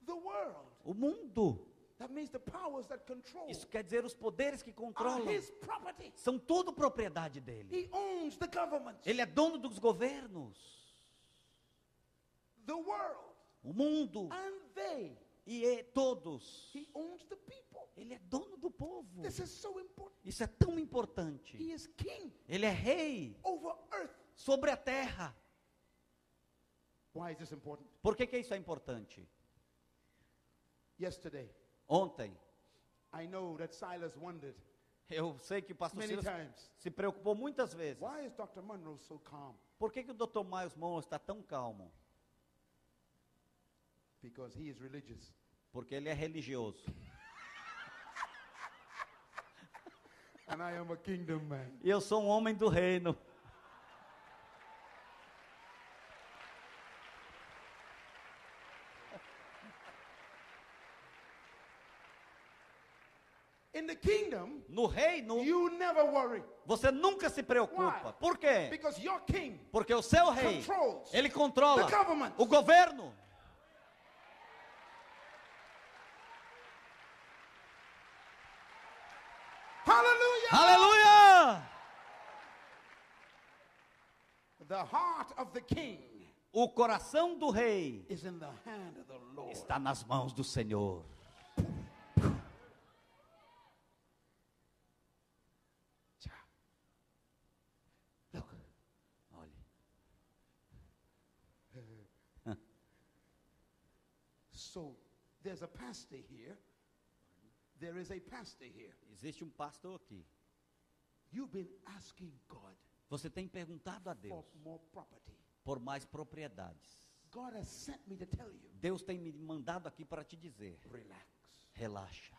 [SPEAKER 2] the world.
[SPEAKER 1] o mundo.
[SPEAKER 2] That means the powers that control
[SPEAKER 1] Isso quer dizer os poderes que
[SPEAKER 2] are
[SPEAKER 1] controlam.
[SPEAKER 2] his property.
[SPEAKER 1] São tudo propriedade dele.
[SPEAKER 2] He owns the government,
[SPEAKER 1] Ele é dono dos governos,
[SPEAKER 2] the world,
[SPEAKER 1] o mundo
[SPEAKER 2] and they.
[SPEAKER 1] e é todos.
[SPEAKER 2] He owns the people.
[SPEAKER 1] Ele é dono do povo.
[SPEAKER 2] This is so important.
[SPEAKER 1] Isso é tão
[SPEAKER 2] He
[SPEAKER 1] importante.
[SPEAKER 2] is king
[SPEAKER 1] Ele é rei
[SPEAKER 2] over earth.
[SPEAKER 1] sobre a terra.
[SPEAKER 2] Why is this important?
[SPEAKER 1] Por que, que isso é importante?
[SPEAKER 2] Yesterday,
[SPEAKER 1] Ontem,
[SPEAKER 2] I know that Silas wondered
[SPEAKER 1] eu sei que o pastor
[SPEAKER 2] many
[SPEAKER 1] Silas
[SPEAKER 2] times
[SPEAKER 1] se preocupou muitas vezes.
[SPEAKER 2] why is Dr. Monroe so calm?
[SPEAKER 1] Por que, que o Dr. Miles Monroe está tão calmo?
[SPEAKER 2] Because he is religious.
[SPEAKER 1] Porque ele é religioso.
[SPEAKER 2] And I am a kingdom man.
[SPEAKER 1] E eu sou um homem do reino.
[SPEAKER 2] In the kingdom,
[SPEAKER 1] No reino,
[SPEAKER 2] you never worry
[SPEAKER 1] você nunca se preocupa.
[SPEAKER 2] Why?
[SPEAKER 1] Por quê?
[SPEAKER 2] because your king
[SPEAKER 1] Porque o seu rei,
[SPEAKER 2] Controls
[SPEAKER 1] ele controla
[SPEAKER 2] the government.
[SPEAKER 1] o governo.
[SPEAKER 2] Hallelujah!
[SPEAKER 1] Aleluia!
[SPEAKER 2] The heart of the king
[SPEAKER 1] O coração do rei
[SPEAKER 2] is in the hand of the Lord.
[SPEAKER 1] está nas mãos do Senhor.
[SPEAKER 2] Child. Look,
[SPEAKER 1] Olha,
[SPEAKER 2] so there's a pastor here. There is a pastor here.
[SPEAKER 1] existe um pastor aqui.
[SPEAKER 2] You've been asking God
[SPEAKER 1] Você tem perguntado a
[SPEAKER 2] for
[SPEAKER 1] Deus
[SPEAKER 2] more property.
[SPEAKER 1] por mais propriedades.
[SPEAKER 2] God has sent me to tell you
[SPEAKER 1] Deus tem me mandado aqui para te dizer:
[SPEAKER 2] relax.
[SPEAKER 1] relaxa.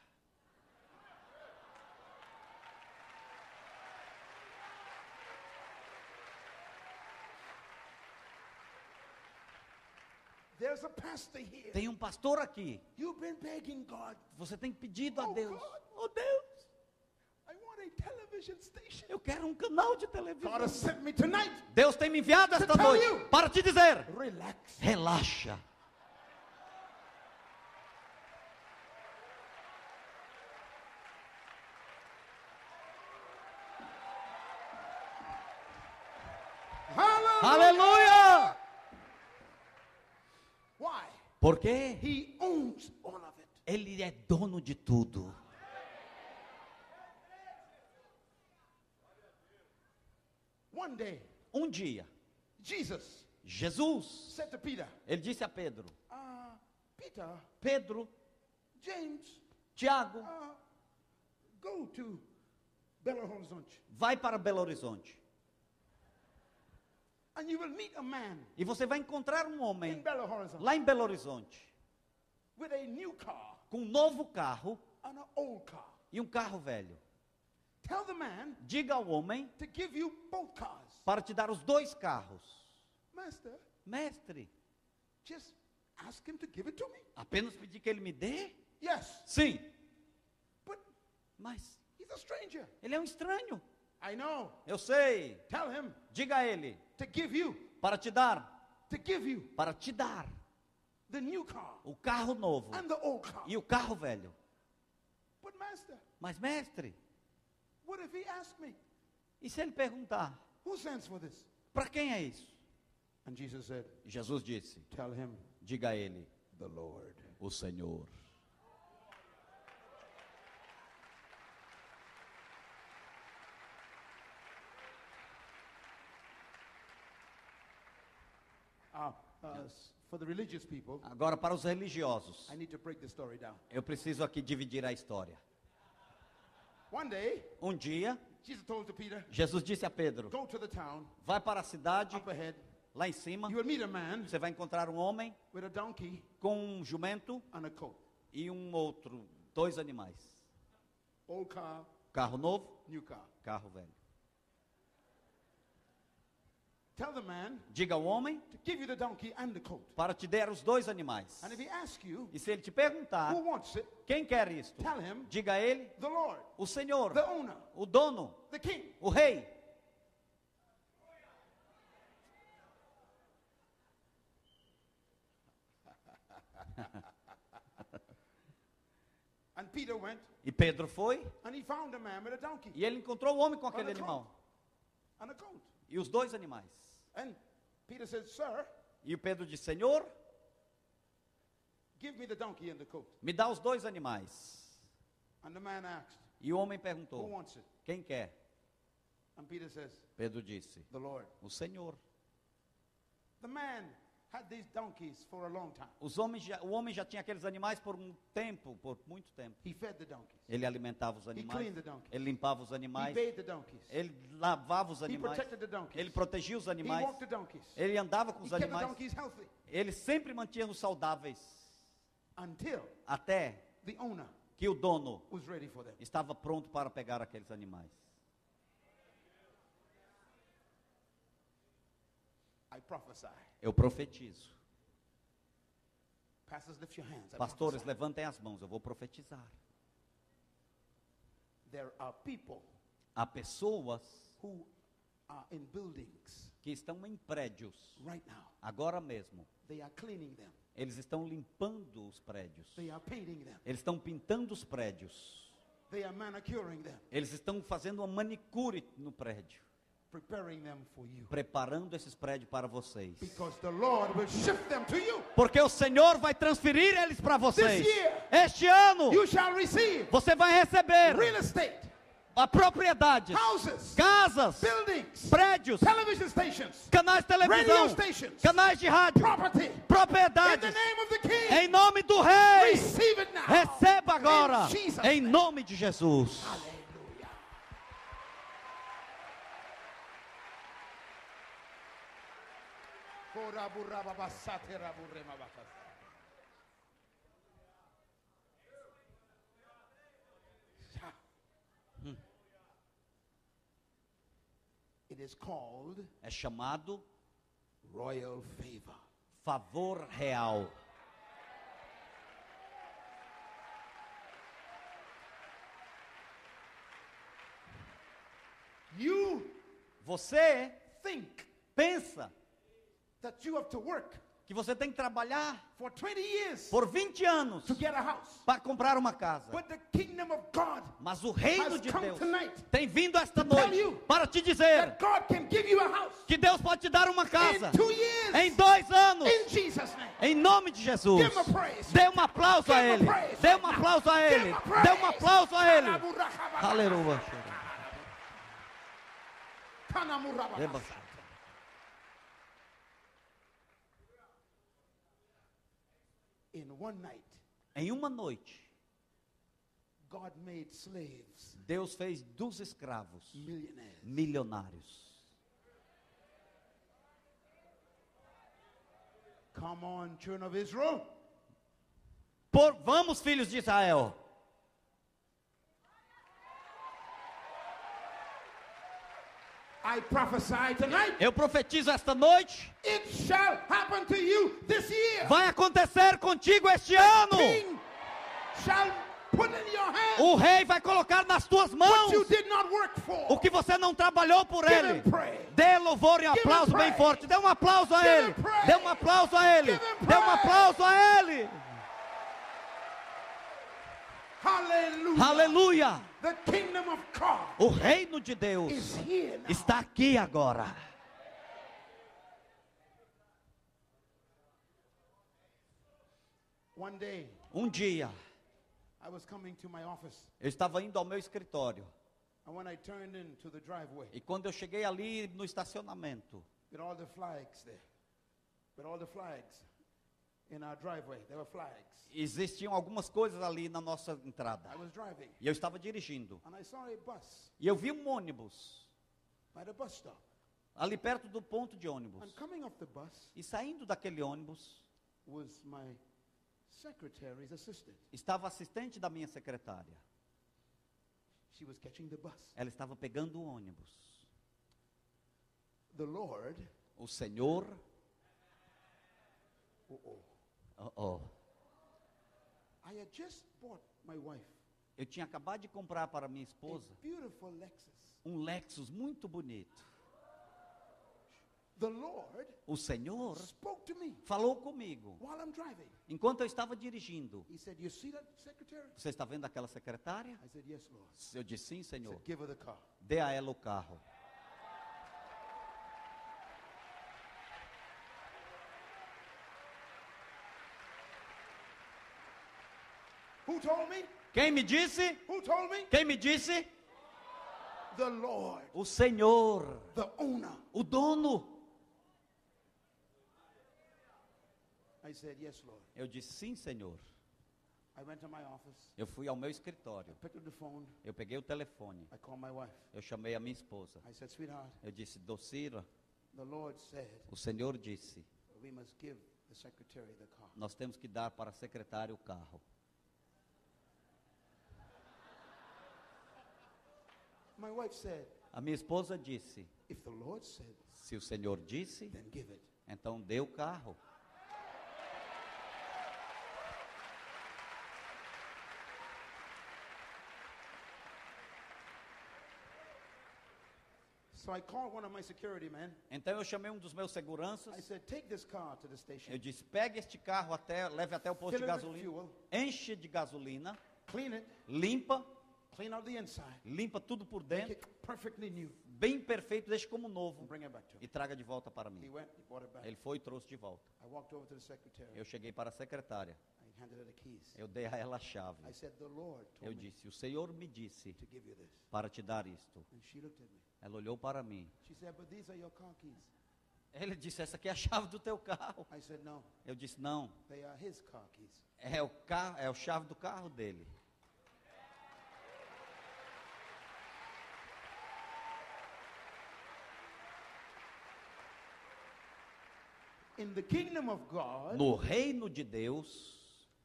[SPEAKER 2] There's a pastor here.
[SPEAKER 1] Tem um pastor aqui.
[SPEAKER 2] You've been begging God.
[SPEAKER 1] Você tem pedido a
[SPEAKER 2] Oh,
[SPEAKER 1] Deus.
[SPEAKER 2] God.
[SPEAKER 1] Oh Deus,
[SPEAKER 2] I want a television station.
[SPEAKER 1] eu quero um canal de
[SPEAKER 2] God has
[SPEAKER 1] televisão.
[SPEAKER 2] sent me tonight.
[SPEAKER 1] Deus tem me enviado esta
[SPEAKER 2] tell
[SPEAKER 1] noite
[SPEAKER 2] you.
[SPEAKER 1] para te dizer:
[SPEAKER 2] Relax.
[SPEAKER 1] relaxa.
[SPEAKER 2] Hallelujah.
[SPEAKER 1] Aleluia!
[SPEAKER 2] Why?
[SPEAKER 1] Por quê?
[SPEAKER 2] He owns all of it.
[SPEAKER 1] Ele é dono de tudo.
[SPEAKER 2] One day,
[SPEAKER 1] Um dia,
[SPEAKER 2] Jesus
[SPEAKER 1] Jesus,
[SPEAKER 2] said to Peter,
[SPEAKER 1] ele disse a Pedro:
[SPEAKER 2] uh, Peter,
[SPEAKER 1] Pedro,
[SPEAKER 2] James,
[SPEAKER 1] Tiago,
[SPEAKER 2] uh, go to Belo Horizonte
[SPEAKER 1] vai para Belo Horizonte.
[SPEAKER 2] and you will meet a man
[SPEAKER 1] E você vai encontrar um
[SPEAKER 2] in
[SPEAKER 1] homem
[SPEAKER 2] Belo Horizonte
[SPEAKER 1] lá em Belo Horizonte
[SPEAKER 2] with a new car
[SPEAKER 1] com um novo carro
[SPEAKER 2] and an old car.
[SPEAKER 1] e um carro velho.
[SPEAKER 2] Tell the man
[SPEAKER 1] Diga ao homem
[SPEAKER 2] to give you both cars.
[SPEAKER 1] para te dar os dois carros.
[SPEAKER 2] Master,
[SPEAKER 1] Mestre,
[SPEAKER 2] just ask him to give it to me.
[SPEAKER 1] apenas pedir que ele me dê?
[SPEAKER 2] Yes,
[SPEAKER 1] Sim,
[SPEAKER 2] but
[SPEAKER 1] mas
[SPEAKER 2] he's a stranger.
[SPEAKER 1] ele é um estranho.
[SPEAKER 2] I know.
[SPEAKER 1] Eu sei.
[SPEAKER 2] Tell him
[SPEAKER 1] Diga a ele
[SPEAKER 2] to give you,
[SPEAKER 1] para te dar,
[SPEAKER 2] to give you
[SPEAKER 1] para te dar
[SPEAKER 2] the new car
[SPEAKER 1] o carro novo
[SPEAKER 2] and the old car.
[SPEAKER 1] e o carro velho.
[SPEAKER 2] But master,
[SPEAKER 1] Mas mestre,
[SPEAKER 2] what if he asked me,
[SPEAKER 1] e se ele perguntar,
[SPEAKER 2] who sends for this?
[SPEAKER 1] para quem é isso?
[SPEAKER 2] And Jesus said,
[SPEAKER 1] Jesus disse,
[SPEAKER 2] tell him
[SPEAKER 1] diga a ele,
[SPEAKER 2] the Lord.
[SPEAKER 1] o Senhor.
[SPEAKER 2] Ah, uh, Ah. s- For the religious people,
[SPEAKER 1] Agora para os religiosos,
[SPEAKER 2] I need to break the story down.
[SPEAKER 1] eu preciso aqui dividir a história.
[SPEAKER 2] One day,
[SPEAKER 1] Um dia,
[SPEAKER 2] Jesus told to Peter,
[SPEAKER 1] Jesus disse a Pedro,
[SPEAKER 2] go to the town
[SPEAKER 1] vai para a cidade,
[SPEAKER 2] up ahead.
[SPEAKER 1] lá em cima,
[SPEAKER 2] You will meet a man
[SPEAKER 1] você vai encontrar um homem
[SPEAKER 2] with a donkey
[SPEAKER 1] com um jumento
[SPEAKER 2] and a coat.
[SPEAKER 1] e um outro, dois animais.
[SPEAKER 2] Old car,
[SPEAKER 1] Carro novo,
[SPEAKER 2] new car.
[SPEAKER 1] carro velho.
[SPEAKER 2] Tell the man
[SPEAKER 1] Diga ao homem
[SPEAKER 2] to give you the donkey and the coat.
[SPEAKER 1] para te dar os dois animais.
[SPEAKER 2] And if he asks you
[SPEAKER 1] E se ele te perguntar,
[SPEAKER 2] who wants it,
[SPEAKER 1] quem quer isto?
[SPEAKER 2] tell him
[SPEAKER 1] Diga a ele,
[SPEAKER 2] the Lord,
[SPEAKER 1] o Senhor,
[SPEAKER 2] the owner,
[SPEAKER 1] o dono,
[SPEAKER 2] the king.
[SPEAKER 1] o rei.
[SPEAKER 2] And Peter went
[SPEAKER 1] E Pedro foi
[SPEAKER 2] and he found a man with a donkey
[SPEAKER 1] e ele encontrou o homem com aquele animal
[SPEAKER 2] and a coat.
[SPEAKER 1] e os dois animais.
[SPEAKER 2] And Peter said, Sir,
[SPEAKER 1] E o Pedro disse: Senhor,
[SPEAKER 2] give me the donkey and the coat.
[SPEAKER 1] me dá os dois animais.
[SPEAKER 2] And the man asked,
[SPEAKER 1] E o homem
[SPEAKER 2] Who
[SPEAKER 1] perguntou:
[SPEAKER 2] wants it?
[SPEAKER 1] Quem quer?
[SPEAKER 2] And Peter says,
[SPEAKER 1] Pedro disse:
[SPEAKER 2] The Lord.
[SPEAKER 1] O Senhor.
[SPEAKER 2] The man had these donkeys for a long time.
[SPEAKER 1] Os homens já- o homem já tinha aqueles animais por um tempo, por muito tempo.
[SPEAKER 2] He fed the donkeys.
[SPEAKER 1] Ele alimentava os animais,
[SPEAKER 2] cleaned the donkey.
[SPEAKER 1] ele limpava os
[SPEAKER 2] He
[SPEAKER 1] animais,
[SPEAKER 2] bathed the donkeys.
[SPEAKER 1] ele lavava os
[SPEAKER 2] He
[SPEAKER 1] animais,
[SPEAKER 2] protected the donkeys.
[SPEAKER 1] ele protegia os
[SPEAKER 2] He
[SPEAKER 1] animais,
[SPEAKER 2] walked the donkeys.
[SPEAKER 1] ele andava com
[SPEAKER 2] He
[SPEAKER 1] os
[SPEAKER 2] kept the
[SPEAKER 1] animais,
[SPEAKER 2] donkeys healthy
[SPEAKER 1] ele sempre mantinha-os saudáveis,
[SPEAKER 2] until
[SPEAKER 1] até
[SPEAKER 2] the owner
[SPEAKER 1] que o dono
[SPEAKER 2] was ready for them.
[SPEAKER 1] estava pronto para pegar aqueles animais.
[SPEAKER 2] I prophesy.
[SPEAKER 1] Eu profetizo.
[SPEAKER 2] Pastors, lift your hands. I
[SPEAKER 1] Pastores,
[SPEAKER 2] prophesy.
[SPEAKER 1] levantem as mãos, eu vou profetizar.
[SPEAKER 2] There are people
[SPEAKER 1] Há pessoas
[SPEAKER 2] who are in buildings
[SPEAKER 1] que estão em prédios,
[SPEAKER 2] right now.
[SPEAKER 1] agora mesmo.
[SPEAKER 2] They are cleaning them.
[SPEAKER 1] Eles estão limpando os prédios.
[SPEAKER 2] They are painting them.
[SPEAKER 1] Eles estão pintando os prédios.
[SPEAKER 2] They are manicuring them,
[SPEAKER 1] Eles estão fazendo uma manicure no prédio,
[SPEAKER 2] preparing them for you.
[SPEAKER 1] preparando esses prédios para vocês.
[SPEAKER 2] Because the Lord will shift them to you.
[SPEAKER 1] Porque o Senhor vai transferir eles para vocês.
[SPEAKER 2] This year.
[SPEAKER 1] Este ano,
[SPEAKER 2] You shall receive
[SPEAKER 1] você vai receber
[SPEAKER 2] real estate,
[SPEAKER 1] a propriedades,
[SPEAKER 2] houses,
[SPEAKER 1] casas,
[SPEAKER 2] buildings,
[SPEAKER 1] prédios,
[SPEAKER 2] television stations,
[SPEAKER 1] canais de televisão,
[SPEAKER 2] Radio stations.
[SPEAKER 1] canais de rádio,
[SPEAKER 2] property. In the
[SPEAKER 1] propriedades.
[SPEAKER 2] name of the King,
[SPEAKER 1] Em nome do Rei,
[SPEAKER 2] receive it now.
[SPEAKER 1] receba agora.
[SPEAKER 2] In Jesus'
[SPEAKER 1] Em
[SPEAKER 2] name.
[SPEAKER 1] nome de Jesus.
[SPEAKER 2] Hallelujah. Hmm. It is called
[SPEAKER 1] É chamado
[SPEAKER 2] royal favor.
[SPEAKER 1] favor real.
[SPEAKER 2] You
[SPEAKER 1] Você
[SPEAKER 2] think
[SPEAKER 1] pensa
[SPEAKER 2] that you have to work
[SPEAKER 1] que que você tem que trabalhar
[SPEAKER 2] for 20 years
[SPEAKER 1] por 20 anos
[SPEAKER 2] to get a house.
[SPEAKER 1] para comprar uma casa.
[SPEAKER 2] But the kingdom of God
[SPEAKER 1] Mas o reino
[SPEAKER 2] has
[SPEAKER 1] de
[SPEAKER 2] come
[SPEAKER 1] Deus
[SPEAKER 2] tonight
[SPEAKER 1] tem vindo esta
[SPEAKER 2] tell
[SPEAKER 1] noite
[SPEAKER 2] you
[SPEAKER 1] para te dizer
[SPEAKER 2] that God can give you a house
[SPEAKER 1] que Deus pode te dar uma casa
[SPEAKER 2] in two years
[SPEAKER 1] em dois anos,
[SPEAKER 2] in Jesus' name.
[SPEAKER 1] em nome de Jesus.
[SPEAKER 2] Give him a praise.
[SPEAKER 1] Dê um aplauso a
[SPEAKER 2] Give him a
[SPEAKER 1] Ele,
[SPEAKER 2] praise
[SPEAKER 1] dê
[SPEAKER 2] right
[SPEAKER 1] um
[SPEAKER 2] now.
[SPEAKER 1] aplauso a
[SPEAKER 2] Give
[SPEAKER 1] Ele,
[SPEAKER 2] him a
[SPEAKER 1] dê um
[SPEAKER 2] praise.
[SPEAKER 1] aplauso a Ele.
[SPEAKER 2] Kanaburahaba-
[SPEAKER 1] Aleluia.
[SPEAKER 2] Kanamurababa-
[SPEAKER 1] Reba-
[SPEAKER 2] In one night,
[SPEAKER 1] Em uma noite,
[SPEAKER 2] God made slaves
[SPEAKER 1] Deus fez dos escravos
[SPEAKER 2] millionaires.
[SPEAKER 1] milionários.
[SPEAKER 2] Come on, children of Israel.
[SPEAKER 1] Por- vamos, filhos de Israel.
[SPEAKER 2] I prophesy tonight.
[SPEAKER 1] Eu profetizo esta noite.
[SPEAKER 2] It shall happen to you this year.
[SPEAKER 1] Vai acontecer contigo este ano.
[SPEAKER 2] King shall put in your hand
[SPEAKER 1] O rei vai colocar nas tuas
[SPEAKER 2] what you
[SPEAKER 1] mãos
[SPEAKER 2] did not work
[SPEAKER 1] o
[SPEAKER 2] for.
[SPEAKER 1] que você não trabalhou por
[SPEAKER 2] Give
[SPEAKER 1] ele.
[SPEAKER 2] him praise.
[SPEAKER 1] Dê louvor e um
[SPEAKER 2] Give him
[SPEAKER 1] aplauso bem
[SPEAKER 2] praise.
[SPEAKER 1] forte. Dê um aplauso a
[SPEAKER 2] Give
[SPEAKER 1] ele.
[SPEAKER 2] him praise.
[SPEAKER 1] Dê um aplauso a ele.
[SPEAKER 2] Give him
[SPEAKER 1] Dê um
[SPEAKER 2] praise.
[SPEAKER 1] aplauso a ele.
[SPEAKER 2] Hallelujah.
[SPEAKER 1] Aleluia.
[SPEAKER 2] The kingdom of God
[SPEAKER 1] O reino de Deus
[SPEAKER 2] is here now.
[SPEAKER 1] está aqui agora.
[SPEAKER 2] One day,
[SPEAKER 1] Um dia,
[SPEAKER 2] I was coming to my office,
[SPEAKER 1] eu estava indo ao meu escritório.
[SPEAKER 2] and when I turned into the driveway,
[SPEAKER 1] E quando eu cheguei ali no estacionamento,
[SPEAKER 2] with all the flags there, with all the flags in our driveway, there were flags.
[SPEAKER 1] existiam algumas coisas ali na nossa entrada.
[SPEAKER 2] I was driving,
[SPEAKER 1] E eu estava dirigindo.
[SPEAKER 2] and I saw a bus
[SPEAKER 1] E eu vi um ônibus
[SPEAKER 2] by the bus stop.
[SPEAKER 1] ali perto do ponto de ônibus.
[SPEAKER 2] And coming off the bus
[SPEAKER 1] E saindo daquele ônibus,
[SPEAKER 2] was my secretary's assistant.
[SPEAKER 1] estava a assistente da minha secretária.
[SPEAKER 2] She was catching the bus.
[SPEAKER 1] Ela estava pegando o ônibus.
[SPEAKER 2] The Lord,
[SPEAKER 1] O Senhor,
[SPEAKER 2] uh-oh.
[SPEAKER 1] oh, oh,
[SPEAKER 2] I had just bought my wife
[SPEAKER 1] eu tinha acabado de comprar para minha
[SPEAKER 2] a
[SPEAKER 1] esposa
[SPEAKER 2] beautiful Lexus.
[SPEAKER 1] um Lexus muito bonito.
[SPEAKER 2] The Lord
[SPEAKER 1] O Senhor
[SPEAKER 2] spoke to me
[SPEAKER 1] falou comigo
[SPEAKER 2] while I'm driving.
[SPEAKER 1] enquanto eu estava dirigindo.
[SPEAKER 2] He said, You see that secretary?
[SPEAKER 1] Você está vendo aquela secretária?
[SPEAKER 2] I said, Yes, Lord.
[SPEAKER 1] Eu disse sim,
[SPEAKER 2] He said,
[SPEAKER 1] Senhor.
[SPEAKER 2] Give her the car.
[SPEAKER 1] Dê a ela o carro.
[SPEAKER 2] Who told me?
[SPEAKER 1] Quem me disse?
[SPEAKER 2] Who told me?
[SPEAKER 1] Quem me disse?
[SPEAKER 2] The Lord,
[SPEAKER 1] O Senhor,
[SPEAKER 2] the owner.
[SPEAKER 1] o dono.
[SPEAKER 2] I said, Yes, Lord.
[SPEAKER 1] Eu disse sim, Senhor.
[SPEAKER 2] I went to my office,
[SPEAKER 1] Eu fui ao meu escritório.
[SPEAKER 2] picked up the phone,
[SPEAKER 1] Eu peguei o telefone.
[SPEAKER 2] I called my wife.
[SPEAKER 1] Eu chamei a minha esposa.
[SPEAKER 2] I said, Sweetheart,
[SPEAKER 1] Eu disse, Docira,
[SPEAKER 2] the Lord said
[SPEAKER 1] o Senhor disse,
[SPEAKER 2] we must give the secretary the car.
[SPEAKER 1] nós temos que dar para a secretária o carro.
[SPEAKER 2] My wife said,
[SPEAKER 1] A minha esposa disse,
[SPEAKER 2] If the Lord said,
[SPEAKER 1] se o Senhor disse,
[SPEAKER 2] then give it.
[SPEAKER 1] então dê o carro.
[SPEAKER 2] So I called one of my security men.
[SPEAKER 1] Então eu chamei um dos meus
[SPEAKER 2] I
[SPEAKER 1] seguranças.
[SPEAKER 2] said, Take this car to the
[SPEAKER 1] Eu
[SPEAKER 2] station,
[SPEAKER 1] disse, pegue este carro até, leve até o posto de
[SPEAKER 2] Fill it with
[SPEAKER 1] gasolina,
[SPEAKER 2] fuel.
[SPEAKER 1] enche de gasolina,
[SPEAKER 2] clean it,
[SPEAKER 1] limpa,
[SPEAKER 2] clean out the inside,
[SPEAKER 1] limpa tudo por
[SPEAKER 2] make
[SPEAKER 1] dentro,
[SPEAKER 2] it perfectly new,
[SPEAKER 1] bem perfeito, deixe como novo
[SPEAKER 2] and bring it back to him.
[SPEAKER 1] e traga de volta para
[SPEAKER 2] He
[SPEAKER 1] mim.
[SPEAKER 2] went, he brought it back.
[SPEAKER 1] Ele foi e trouxe de volta.
[SPEAKER 2] I walked over to the secretary.
[SPEAKER 1] Eu cheguei para a secretária,
[SPEAKER 2] I handed her the keys.
[SPEAKER 1] eu dei a ela a
[SPEAKER 2] I
[SPEAKER 1] chave.
[SPEAKER 2] said, The Lord
[SPEAKER 1] Eu
[SPEAKER 2] told me
[SPEAKER 1] disse, o Senhor me disse
[SPEAKER 2] to give you this.
[SPEAKER 1] para te dar isto.
[SPEAKER 2] And she looked at me.
[SPEAKER 1] Ela olhou para mim.
[SPEAKER 2] She said, But these are your car keys.
[SPEAKER 1] Ele disse: Essa aqui é a chave do teu carro.
[SPEAKER 2] I said, No,
[SPEAKER 1] Eu disse: Não,
[SPEAKER 2] they are his car keys.
[SPEAKER 1] é o carro, é a chave do carro dele.
[SPEAKER 2] In the kingdom of God,
[SPEAKER 1] No reino de Deus,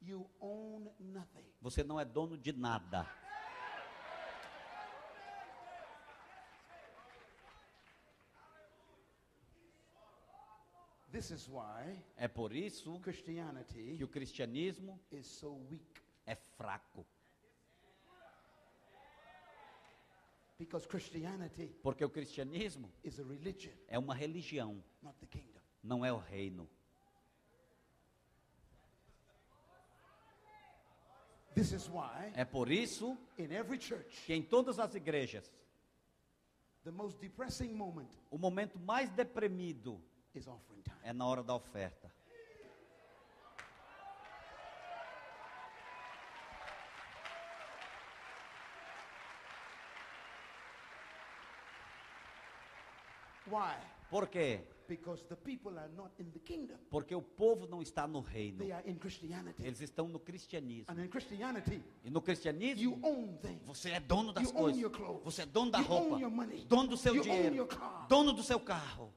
[SPEAKER 2] you own nothing.
[SPEAKER 1] você não é dono de nada.
[SPEAKER 2] This is why
[SPEAKER 1] É por isso
[SPEAKER 2] Christianity
[SPEAKER 1] que o cristianismo
[SPEAKER 2] is so weak.
[SPEAKER 1] é fraco,
[SPEAKER 2] Because Christianity
[SPEAKER 1] porque o cristianismo
[SPEAKER 2] is a religion,
[SPEAKER 1] é uma religião,
[SPEAKER 2] not the kingdom.
[SPEAKER 1] não é o reino.
[SPEAKER 2] This is why
[SPEAKER 1] É por isso
[SPEAKER 2] in every church,
[SPEAKER 1] que em todas as igrejas,
[SPEAKER 2] the most depressing moment
[SPEAKER 1] o momento mais deprimido
[SPEAKER 2] is offering time.
[SPEAKER 1] é na hora da oferta.
[SPEAKER 2] Why?
[SPEAKER 1] Por quê?
[SPEAKER 2] Because the people are not in the kingdom.
[SPEAKER 1] Porque o povo não está no reino.
[SPEAKER 2] They are in Christianity.
[SPEAKER 1] Eles estão no cristianismo.
[SPEAKER 2] And in Christianity,
[SPEAKER 1] E no
[SPEAKER 2] you
[SPEAKER 1] cristianismo,
[SPEAKER 2] own things.
[SPEAKER 1] você é dono das
[SPEAKER 2] You own
[SPEAKER 1] coisas.
[SPEAKER 2] your clothes.
[SPEAKER 1] Você é dono da
[SPEAKER 2] You
[SPEAKER 1] roupa.
[SPEAKER 2] own your money.
[SPEAKER 1] Dono do seu
[SPEAKER 2] You own your
[SPEAKER 1] dinheiro.
[SPEAKER 2] car.
[SPEAKER 1] Dono do seu carro.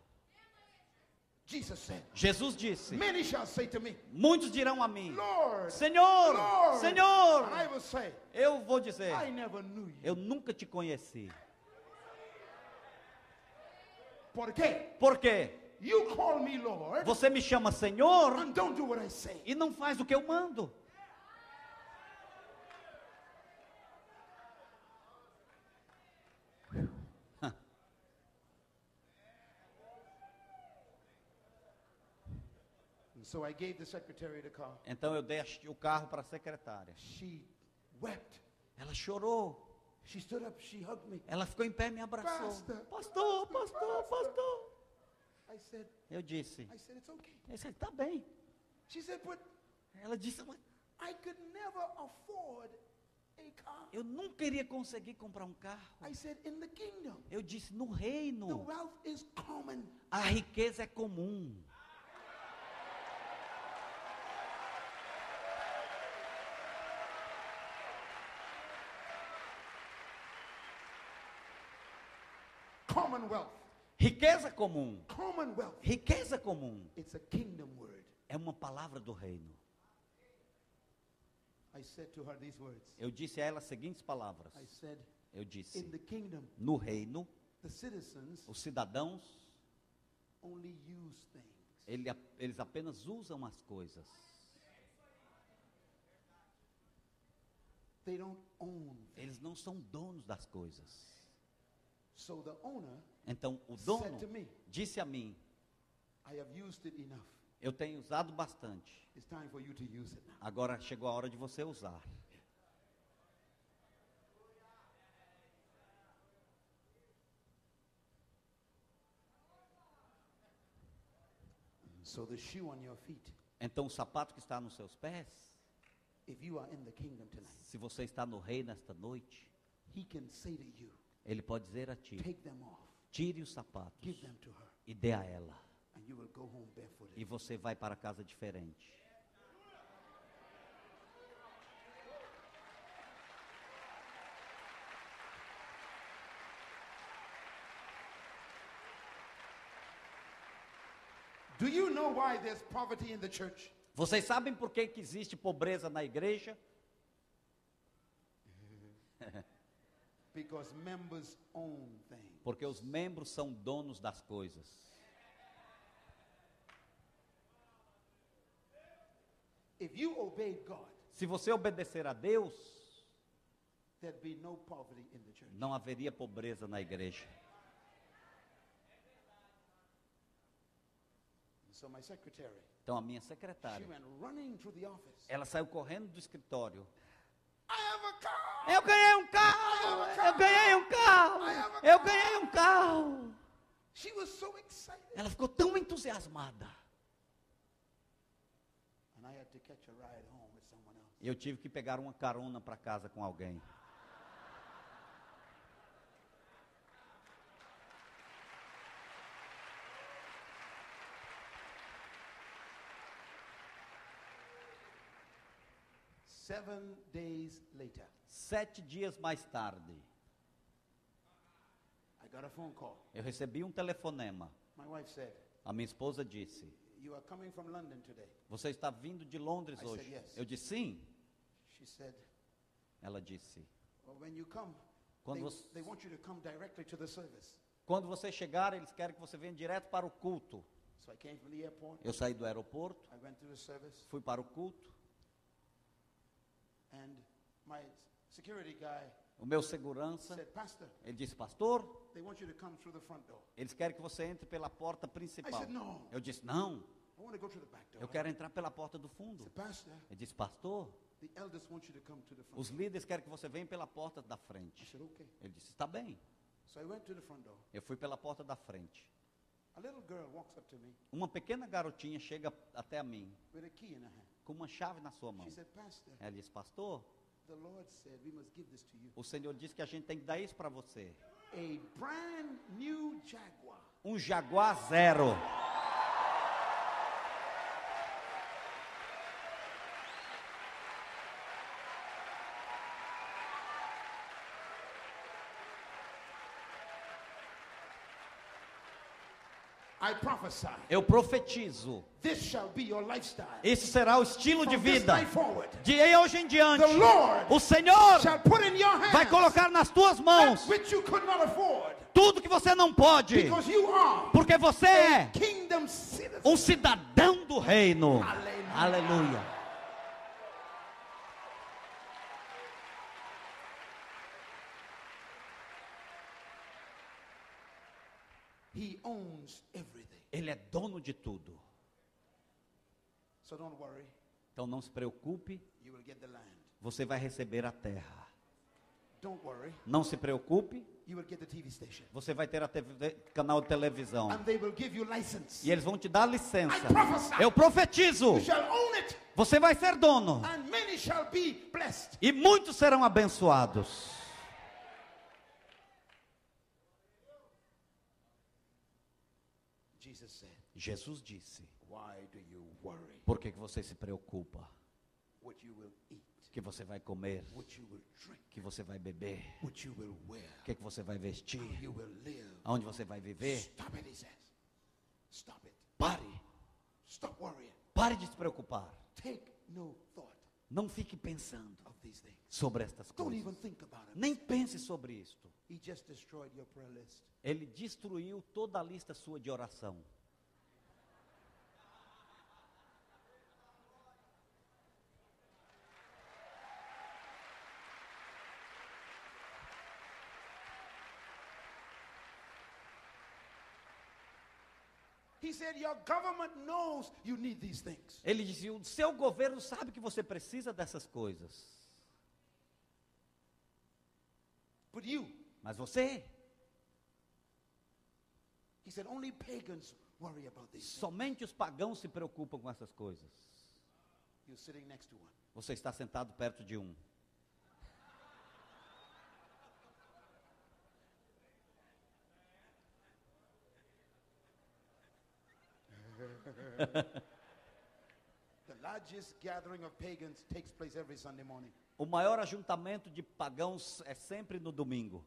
[SPEAKER 2] Jesus said,
[SPEAKER 1] Jesus disse:
[SPEAKER 2] Many shall say to me,
[SPEAKER 1] Muitos dirão a mim:
[SPEAKER 2] Lord,
[SPEAKER 1] Senhor,
[SPEAKER 2] Lord.
[SPEAKER 1] Senhor.
[SPEAKER 2] And I will say,
[SPEAKER 1] Eu vou dizer:
[SPEAKER 2] I never knew you.
[SPEAKER 1] Eu nunca te conheci.
[SPEAKER 2] Porque
[SPEAKER 1] Por quê?
[SPEAKER 2] you call me Lord
[SPEAKER 1] Você me chama Senhor
[SPEAKER 2] and don't do what I say.
[SPEAKER 1] e não faz o que eu mando.
[SPEAKER 2] And so I gave the secretary the car.
[SPEAKER 1] Então eu dei a- o carro para a secretária.
[SPEAKER 2] She wept.
[SPEAKER 1] Ela chorou.
[SPEAKER 2] She stood up. She hugged me.
[SPEAKER 1] Ela ficou em pé e me abraçou.
[SPEAKER 2] Pastor,
[SPEAKER 1] pastor, pastor, pastor.
[SPEAKER 2] I said,
[SPEAKER 1] Eu disse,
[SPEAKER 2] I said, it's okay.
[SPEAKER 1] eu disse, tá bem.
[SPEAKER 2] She said, but
[SPEAKER 1] Ela disse, mas
[SPEAKER 2] I could never afford a car.
[SPEAKER 1] eu nunca iria conseguir comprar um carro.
[SPEAKER 2] I said, in the kingdom,
[SPEAKER 1] Eu disse, no
[SPEAKER 2] the
[SPEAKER 1] reino,
[SPEAKER 2] wealth is common.
[SPEAKER 1] a riqueza é comum.
[SPEAKER 2] Commonwealth.
[SPEAKER 1] Riqueza comum.
[SPEAKER 2] Commonwealth.
[SPEAKER 1] Riqueza comum
[SPEAKER 2] It's a kingdom word.
[SPEAKER 1] é uma palavra do reino.
[SPEAKER 2] I said to her these words.
[SPEAKER 1] Eu disse a ela as seguintes palavras.
[SPEAKER 2] I said,
[SPEAKER 1] Eu
[SPEAKER 2] in
[SPEAKER 1] disse,
[SPEAKER 2] the kingdom,
[SPEAKER 1] no reino,
[SPEAKER 2] the citizens
[SPEAKER 1] os cidadãos,
[SPEAKER 2] only use things.
[SPEAKER 1] ele a- eles apenas usam as coisas.
[SPEAKER 2] They don't own.
[SPEAKER 1] Eles não são donos das coisas.
[SPEAKER 2] So the owner,
[SPEAKER 1] Então o
[SPEAKER 2] Said to
[SPEAKER 1] dono
[SPEAKER 2] me.
[SPEAKER 1] disse a mim:
[SPEAKER 2] I have used it enough.
[SPEAKER 1] Eu tenho usado bastante.
[SPEAKER 2] It's time for you to use it now.
[SPEAKER 1] Agora chegou a hora de você usar.
[SPEAKER 2] So the shoe on your feet,
[SPEAKER 1] Então o sapato que está nos seus pés,
[SPEAKER 2] if you are in the kingdom tonight,
[SPEAKER 1] se você está no rei nesta noite,
[SPEAKER 2] he can say to you,
[SPEAKER 1] ele pode dizer a ti:
[SPEAKER 2] take them off,
[SPEAKER 1] Tire os sapatos
[SPEAKER 2] give them to her,
[SPEAKER 1] e dê a ela,
[SPEAKER 2] and you will go home barefooted.
[SPEAKER 1] e você vai para casa diferente.
[SPEAKER 2] Do you know why there's poverty in the church?
[SPEAKER 1] Vocês sabem por que, que existe pobreza na igreja?
[SPEAKER 2] Because members own things.
[SPEAKER 1] Porque os membros são donos das coisas.
[SPEAKER 2] If you obeyed God,
[SPEAKER 1] Se você obedecer a Deus,
[SPEAKER 2] there'd be no poverty in the church.
[SPEAKER 1] não haveria pobreza na igreja.
[SPEAKER 2] So my secretary,
[SPEAKER 1] Então a minha
[SPEAKER 2] she
[SPEAKER 1] secretária
[SPEAKER 2] went running through the office.
[SPEAKER 1] Ela saiu correndo do escritório.
[SPEAKER 2] I have a car!
[SPEAKER 1] Eu ganhei um carro! Eu ganhei um carro! Eu ganhei um carro!
[SPEAKER 2] She was so excited.
[SPEAKER 1] Ela ficou tão entusiasmada.
[SPEAKER 2] And I had to catch a ride home with someone else.
[SPEAKER 1] Eu tive que pegar uma carona para casa com alguém.
[SPEAKER 2] Seven days later,
[SPEAKER 1] Sete dias mais tarde,
[SPEAKER 2] I got a phone call.
[SPEAKER 1] eu recebi um telefonema.
[SPEAKER 2] My wife said,
[SPEAKER 1] A minha esposa disse:
[SPEAKER 2] You are coming from London today.
[SPEAKER 1] Você está vindo de Londres
[SPEAKER 2] I
[SPEAKER 1] hoje?
[SPEAKER 2] said yes.
[SPEAKER 1] Eu disse sim.
[SPEAKER 2] She said,
[SPEAKER 1] Ela disse:
[SPEAKER 2] Well, when you come,
[SPEAKER 1] Quando
[SPEAKER 2] they,
[SPEAKER 1] você-
[SPEAKER 2] they want you to come directly to the service.
[SPEAKER 1] Quando você chegar, eles querem que você venha direto para o culto.
[SPEAKER 2] So I came from the airport.
[SPEAKER 1] Eu saí do aeroporto,
[SPEAKER 2] I went to the service.
[SPEAKER 1] fui para o culto.
[SPEAKER 2] And my security guy
[SPEAKER 1] O meu segurança,
[SPEAKER 2] said, Pastor,
[SPEAKER 1] ele disse: Pastor,
[SPEAKER 2] they want you to come through the front door.
[SPEAKER 1] Eles querem que você entre pela porta principal.
[SPEAKER 2] I said, "No." é?
[SPEAKER 1] Eu disse, não,
[SPEAKER 2] I want to go through the back door.
[SPEAKER 1] eu quero entrar pela porta do
[SPEAKER 2] I
[SPEAKER 1] fundo.
[SPEAKER 2] said, Pastor,
[SPEAKER 1] Ele disse, pastor,
[SPEAKER 2] The elders want you to come to the front.
[SPEAKER 1] Os líderes querem que você venha pela porta da
[SPEAKER 2] I
[SPEAKER 1] frente.
[SPEAKER 2] said, okay.
[SPEAKER 1] Ele disse: Está bem.
[SPEAKER 2] So I went to the front door.
[SPEAKER 1] Eu fui pela porta da frente.
[SPEAKER 2] A little girl walks up to me
[SPEAKER 1] Uma pequena garotinha chega até a mim
[SPEAKER 2] with a key in her hand.
[SPEAKER 1] com uma chave na sua mão.
[SPEAKER 2] She said, Pastor,
[SPEAKER 1] Ela disse: Pastor,
[SPEAKER 2] the Lord said we must give this to you.
[SPEAKER 1] o Senhor disse que a gente tem que dar isso para você.
[SPEAKER 2] A brand new Jaguar.
[SPEAKER 1] Um Jaguar zero.
[SPEAKER 2] I prophesy.
[SPEAKER 1] Eu profetizo.
[SPEAKER 2] This shall be your lifestyle.
[SPEAKER 1] Esse será o estilo de
[SPEAKER 2] From this
[SPEAKER 1] vida.
[SPEAKER 2] night forward,
[SPEAKER 1] De hoje em diante,
[SPEAKER 2] The Lord
[SPEAKER 1] o Senhor
[SPEAKER 2] shall put in your hands
[SPEAKER 1] vai colocar nas tuas
[SPEAKER 2] that
[SPEAKER 1] mãos
[SPEAKER 2] which you could not afford.
[SPEAKER 1] tudo que você não pode,
[SPEAKER 2] Because you are
[SPEAKER 1] porque você é
[SPEAKER 2] kingdom citizen.
[SPEAKER 1] um cidadão do reino.
[SPEAKER 2] Aleluia.
[SPEAKER 1] Aleluia.
[SPEAKER 2] He owns everything.
[SPEAKER 1] Ele é dono de tudo.
[SPEAKER 2] So don't worry,
[SPEAKER 1] Então não se preocupe,
[SPEAKER 2] you will get the land.
[SPEAKER 1] você vai receber a terra.
[SPEAKER 2] Don't worry,
[SPEAKER 1] Não se preocupe,
[SPEAKER 2] you will get the TV station.
[SPEAKER 1] você vai ter a TV, canal de televisão.
[SPEAKER 2] And they will give you license.
[SPEAKER 1] E eles vão te dar licença.
[SPEAKER 2] I prophesy.
[SPEAKER 1] Eu profetizo.
[SPEAKER 2] You shall own it,
[SPEAKER 1] Você vai ser dono.
[SPEAKER 2] and many shall be blessed.
[SPEAKER 1] E muitos serão abençoados.
[SPEAKER 2] Jesus said,
[SPEAKER 1] Jesus disse:
[SPEAKER 2] Why do you worry
[SPEAKER 1] Por que, que você se preocupa?
[SPEAKER 2] what you will eat,
[SPEAKER 1] Que você vai comer,
[SPEAKER 2] what you will drink,
[SPEAKER 1] que você vai beber,
[SPEAKER 2] what you will wear,
[SPEAKER 1] o que, que você vai vestir,
[SPEAKER 2] how you will live?
[SPEAKER 1] aonde você vai viver?
[SPEAKER 2] Stop it, he says. Stop it.
[SPEAKER 1] Pare.
[SPEAKER 2] Stop worrying.
[SPEAKER 1] Pare de se preocupar.
[SPEAKER 2] Take no thought
[SPEAKER 1] Não fique pensando
[SPEAKER 2] of these things.
[SPEAKER 1] sobre estas
[SPEAKER 2] Don't
[SPEAKER 1] coisas.
[SPEAKER 2] even think about it.
[SPEAKER 1] Nem pense sobre isto.
[SPEAKER 2] He just destroyed your prayer list.
[SPEAKER 1] Ele destruiu toda a lista sua de oração.
[SPEAKER 2] He said, Your government knows you need these things.
[SPEAKER 1] Ele dizia: o seu governo sabe que você precisa dessas coisas.
[SPEAKER 2] But you,
[SPEAKER 1] Mas você,
[SPEAKER 2] he said, only pagans worry about these things.
[SPEAKER 1] somente os pagãos se preocupam com essas coisas.
[SPEAKER 2] You're sitting next to one.
[SPEAKER 1] Você está sentado perto de um.
[SPEAKER 2] The largest gathering of pagans takes place every Sunday morning.
[SPEAKER 1] O maior ajuntamento de pagãos é sempre no domingo.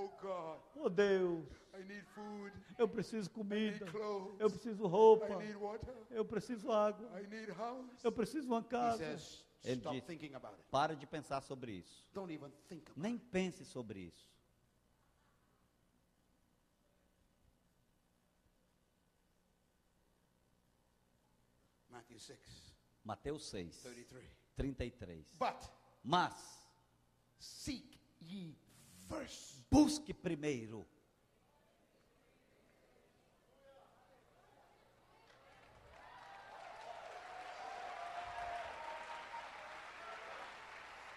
[SPEAKER 2] Oh God,
[SPEAKER 1] Oh Deus,
[SPEAKER 2] I need food.
[SPEAKER 1] eu preciso comida, eu
[SPEAKER 2] clothes.
[SPEAKER 1] preciso roupa,
[SPEAKER 2] water.
[SPEAKER 1] eu preciso água,
[SPEAKER 2] I need house.
[SPEAKER 1] eu preciso uma
[SPEAKER 2] He
[SPEAKER 1] casa.
[SPEAKER 2] says,
[SPEAKER 1] Ele
[SPEAKER 2] Stop
[SPEAKER 1] disse,
[SPEAKER 2] thinking about it.
[SPEAKER 1] Pare de pensar sobre isso.
[SPEAKER 2] Don't even think about
[SPEAKER 1] Nem pense sobre isso.
[SPEAKER 2] it. Matthew 6,
[SPEAKER 1] Mateus 6,
[SPEAKER 2] 33.
[SPEAKER 1] 33.
[SPEAKER 2] But
[SPEAKER 1] Mas
[SPEAKER 2] seek ye first.
[SPEAKER 1] busque primeiro.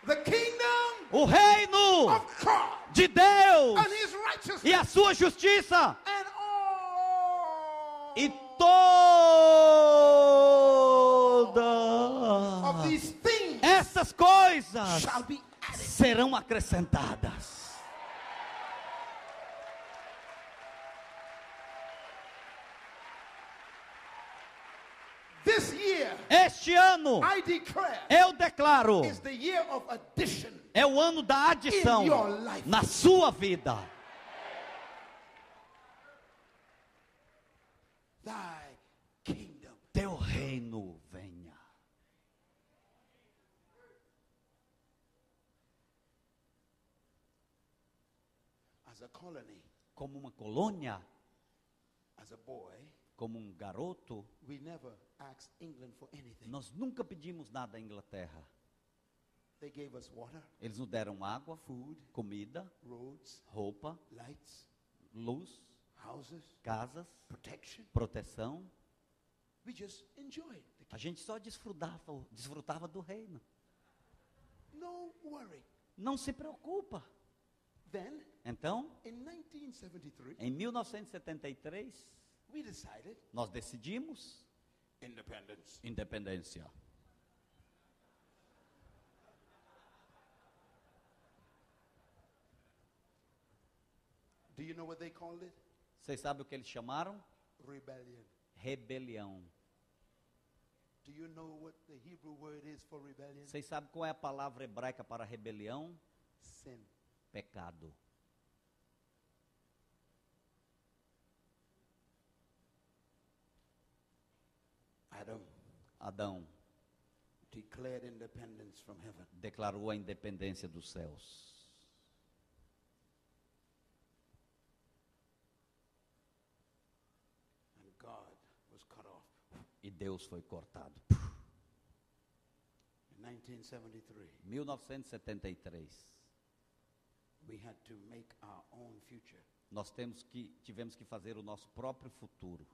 [SPEAKER 2] The kingdom
[SPEAKER 1] O reino
[SPEAKER 2] of God
[SPEAKER 1] de Deus
[SPEAKER 2] and his righteousness
[SPEAKER 1] e a sua justiça.
[SPEAKER 2] and all
[SPEAKER 1] E toda
[SPEAKER 2] of these things
[SPEAKER 1] essas coisas
[SPEAKER 2] shall be added.
[SPEAKER 1] serão acrescentadas.
[SPEAKER 2] This year,
[SPEAKER 1] Este ano,
[SPEAKER 2] I declare,
[SPEAKER 1] eu declaro,
[SPEAKER 2] is the year of addition.
[SPEAKER 1] é o ano da adição
[SPEAKER 2] In your life.
[SPEAKER 1] na sua vida.
[SPEAKER 2] Thy kingdom.
[SPEAKER 1] Teu reino venha.
[SPEAKER 2] As a colony,
[SPEAKER 1] Como uma colônia,
[SPEAKER 2] as a boy,
[SPEAKER 1] como um garoto,
[SPEAKER 2] we never asked England for anything.
[SPEAKER 1] nós nunca pedimos nada à Inglaterra.
[SPEAKER 2] They gave us water,
[SPEAKER 1] Eles nos deram água,
[SPEAKER 2] food,
[SPEAKER 1] comida,
[SPEAKER 2] roads,
[SPEAKER 1] roupa,
[SPEAKER 2] lights,
[SPEAKER 1] luz,
[SPEAKER 2] houses,
[SPEAKER 1] casas,
[SPEAKER 2] protection.
[SPEAKER 1] proteção.
[SPEAKER 2] We just enjoyed the
[SPEAKER 1] A gente só desfrutava, desfrutava do reino.
[SPEAKER 2] king. No worry.
[SPEAKER 1] Não se preocupa.
[SPEAKER 2] Then,
[SPEAKER 1] Então,
[SPEAKER 2] in 1973,
[SPEAKER 1] em 1973,
[SPEAKER 2] we decided
[SPEAKER 1] nós decidimos
[SPEAKER 2] independence.
[SPEAKER 1] independência.
[SPEAKER 2] Do you know what they called it?
[SPEAKER 1] Vocês sabem o que eles chamaram?
[SPEAKER 2] Rebellion.
[SPEAKER 1] Rebelião.
[SPEAKER 2] Do you know what the Hebrew word is for rebellion?
[SPEAKER 1] Vocês sabem qual é a palavra hebraica para rebelião?
[SPEAKER 2] Sin.
[SPEAKER 1] Pecado.
[SPEAKER 2] Adam
[SPEAKER 1] Adão
[SPEAKER 2] declared independence from heaven.
[SPEAKER 1] declarou a independência dos céus.
[SPEAKER 2] and God was cut off.
[SPEAKER 1] E Deus foi cortado.
[SPEAKER 2] In 1973,
[SPEAKER 1] 1973.
[SPEAKER 2] we had to make our own future.
[SPEAKER 1] Nós temos que, tivemos que fazer o nosso próprio futuro.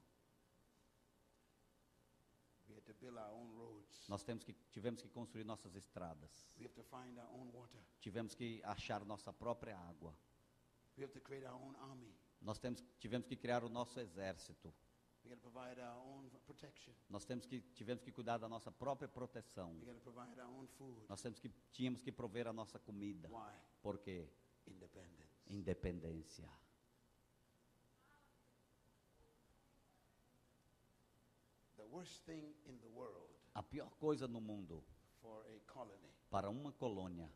[SPEAKER 2] We had to build our own roads.
[SPEAKER 1] Nós temos que, tivemos que construir nossas estradas.
[SPEAKER 2] We have to find our own water.
[SPEAKER 1] Tivemos que achar nossa própria água.
[SPEAKER 2] We have to create our own army.
[SPEAKER 1] Nós temos, tivemos que criar o nosso exército.
[SPEAKER 2] We got to provide our own protection.
[SPEAKER 1] Nós temos que, tivemos que cuidar da nossa própria proteção.
[SPEAKER 2] We got to provide our own food.
[SPEAKER 1] Nós temos que, tínhamos que prover a nossa comida.
[SPEAKER 2] Why?
[SPEAKER 1] Por quê?
[SPEAKER 2] Independence.
[SPEAKER 1] Independência.
[SPEAKER 2] the worst thing in the world
[SPEAKER 1] A pior coisa no mundo
[SPEAKER 2] for a colony
[SPEAKER 1] para uma colônia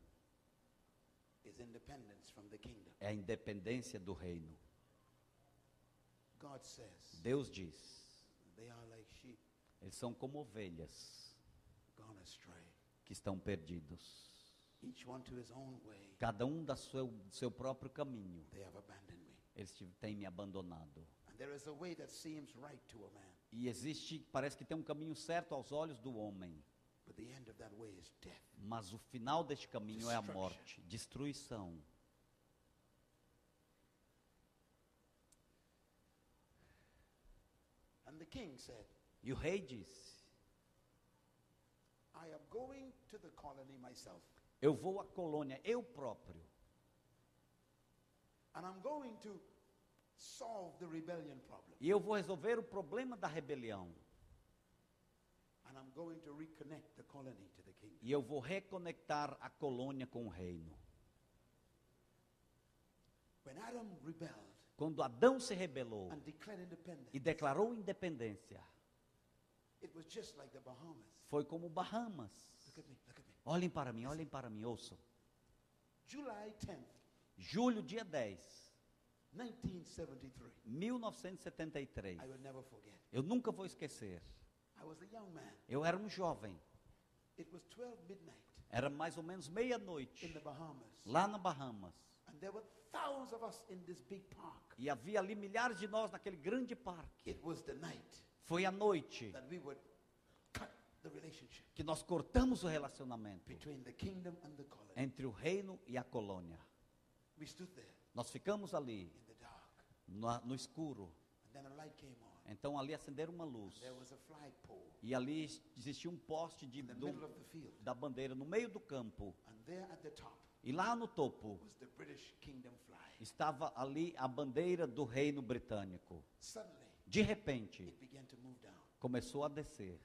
[SPEAKER 2] is independence from the kingdom.
[SPEAKER 1] é a independência do reino.
[SPEAKER 2] God says
[SPEAKER 1] Deus diz:
[SPEAKER 2] they are like sheep
[SPEAKER 1] eles são como ovelhas
[SPEAKER 2] gone astray,
[SPEAKER 1] que estão perdidos.
[SPEAKER 2] each one to his own way.
[SPEAKER 1] Cada um da seu, do seu próprio caminho.
[SPEAKER 2] They have abandoned me.
[SPEAKER 1] Eles te- têm me abandonado.
[SPEAKER 2] And there is a way that seems right to a man,
[SPEAKER 1] E existe, parece que tem um caminho certo aos olhos do homem,
[SPEAKER 2] but the end of that way is death.
[SPEAKER 1] mas o final deste caminho é a
[SPEAKER 2] Destruction.
[SPEAKER 1] morte, destruição.
[SPEAKER 2] And the king said,
[SPEAKER 1] E o rei disse:
[SPEAKER 2] I am going to the colony myself,
[SPEAKER 1] Eu vou à colônia, eu próprio,
[SPEAKER 2] and I'm going to solve the rebellion problem,
[SPEAKER 1] e eu vou resolver o problema da rebelião,
[SPEAKER 2] and I'm going to reconnect the colony to the kingdom.
[SPEAKER 1] e eu vou reconectar a colônia com o reino.
[SPEAKER 2] When Adam rebelled
[SPEAKER 1] Quando Adão se rebelou
[SPEAKER 2] and declared independence,
[SPEAKER 1] e declarou independência,
[SPEAKER 2] it was just like the Bahamas.
[SPEAKER 1] foi como Bahamas.
[SPEAKER 2] Look at me, look at me.
[SPEAKER 1] Olhem para mim, olhem para mim, ouçam.
[SPEAKER 2] July 10th,
[SPEAKER 1] Julho, dia 10,
[SPEAKER 2] 1973.
[SPEAKER 1] 1973.
[SPEAKER 2] I will never forget.
[SPEAKER 1] Eu nunca vou esquecer.
[SPEAKER 2] I was a young man.
[SPEAKER 1] Eu era um jovem.
[SPEAKER 2] It was 12 midnight
[SPEAKER 1] Era mais ou menos
[SPEAKER 2] in
[SPEAKER 1] meia-noite,
[SPEAKER 2] the Bahamas.
[SPEAKER 1] lá na Bahamas.
[SPEAKER 2] And there were thousands of us in this big park.
[SPEAKER 1] E havia ali milhares de nós naquele grande parque.
[SPEAKER 2] It was the night
[SPEAKER 1] Foi à noite
[SPEAKER 2] that we would cut the relationship
[SPEAKER 1] que nós cortamos o relacionamento
[SPEAKER 2] between the kingdom and the colony.
[SPEAKER 1] entre o reino e a colônia.
[SPEAKER 2] We stood there
[SPEAKER 1] Nós ficamos ali,
[SPEAKER 2] in the dark.
[SPEAKER 1] no, no escuro.
[SPEAKER 2] And then a light came on.
[SPEAKER 1] Então ali acenderam uma luz.
[SPEAKER 2] There was a flagpole
[SPEAKER 1] E ali existia um poste de,
[SPEAKER 2] in the
[SPEAKER 1] do-
[SPEAKER 2] middle of the field.
[SPEAKER 1] da bandeira no meio do campo.
[SPEAKER 2] And there at the top
[SPEAKER 1] E lá no topo
[SPEAKER 2] was the British kingdom flag.
[SPEAKER 1] estava ali a bandeira do reino britânico.
[SPEAKER 2] Suddenly,
[SPEAKER 1] De repente,
[SPEAKER 2] it began to move down.
[SPEAKER 1] começou a descer.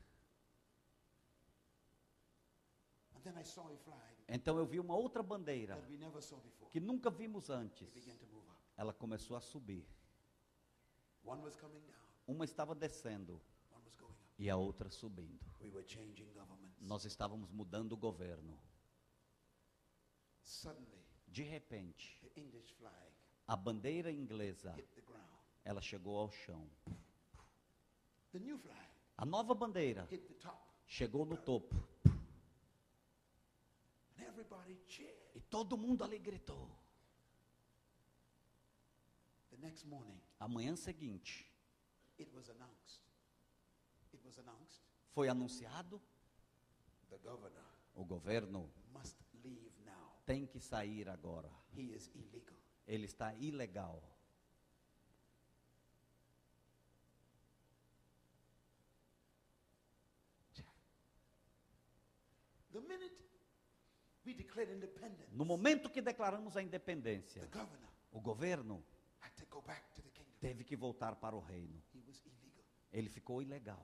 [SPEAKER 2] And then I saw a flag
[SPEAKER 1] Então eu vi uma outra bandeira
[SPEAKER 2] that we never saw before.
[SPEAKER 1] que nunca vimos antes.
[SPEAKER 2] It began to move up.
[SPEAKER 1] Ela começou a subir.
[SPEAKER 2] One was coming down,
[SPEAKER 1] Uma estava descendo
[SPEAKER 2] one was going up.
[SPEAKER 1] e a outra subindo.
[SPEAKER 2] We were changing governments.
[SPEAKER 1] Nós estávamos mudando o governo.
[SPEAKER 2] Suddenly,
[SPEAKER 1] De repente,
[SPEAKER 2] the English flag
[SPEAKER 1] a bandeira inglesa,
[SPEAKER 2] hit the ground.
[SPEAKER 1] ela chegou ao chão.
[SPEAKER 2] The new flag
[SPEAKER 1] A nova bandeira
[SPEAKER 2] hit the top,
[SPEAKER 1] chegou no topo
[SPEAKER 2] and everybody cheered.
[SPEAKER 1] e todo mundo ali gritou.
[SPEAKER 2] The next morning,
[SPEAKER 1] Amanhã seguinte,
[SPEAKER 2] it was announced. It was announced
[SPEAKER 1] foi anunciado,
[SPEAKER 2] the governor
[SPEAKER 1] o governo
[SPEAKER 2] must leave now.
[SPEAKER 1] tem que sair agora.
[SPEAKER 2] He is illegal.
[SPEAKER 1] Ele está ilegal.
[SPEAKER 2] declared independence,
[SPEAKER 1] No momento que declaramos a independência,
[SPEAKER 2] the governor
[SPEAKER 1] o governo
[SPEAKER 2] had to go back to the kingdom.
[SPEAKER 1] teve que voltar para o reino.
[SPEAKER 2] He was illegal.
[SPEAKER 1] Ele ficou ilegal.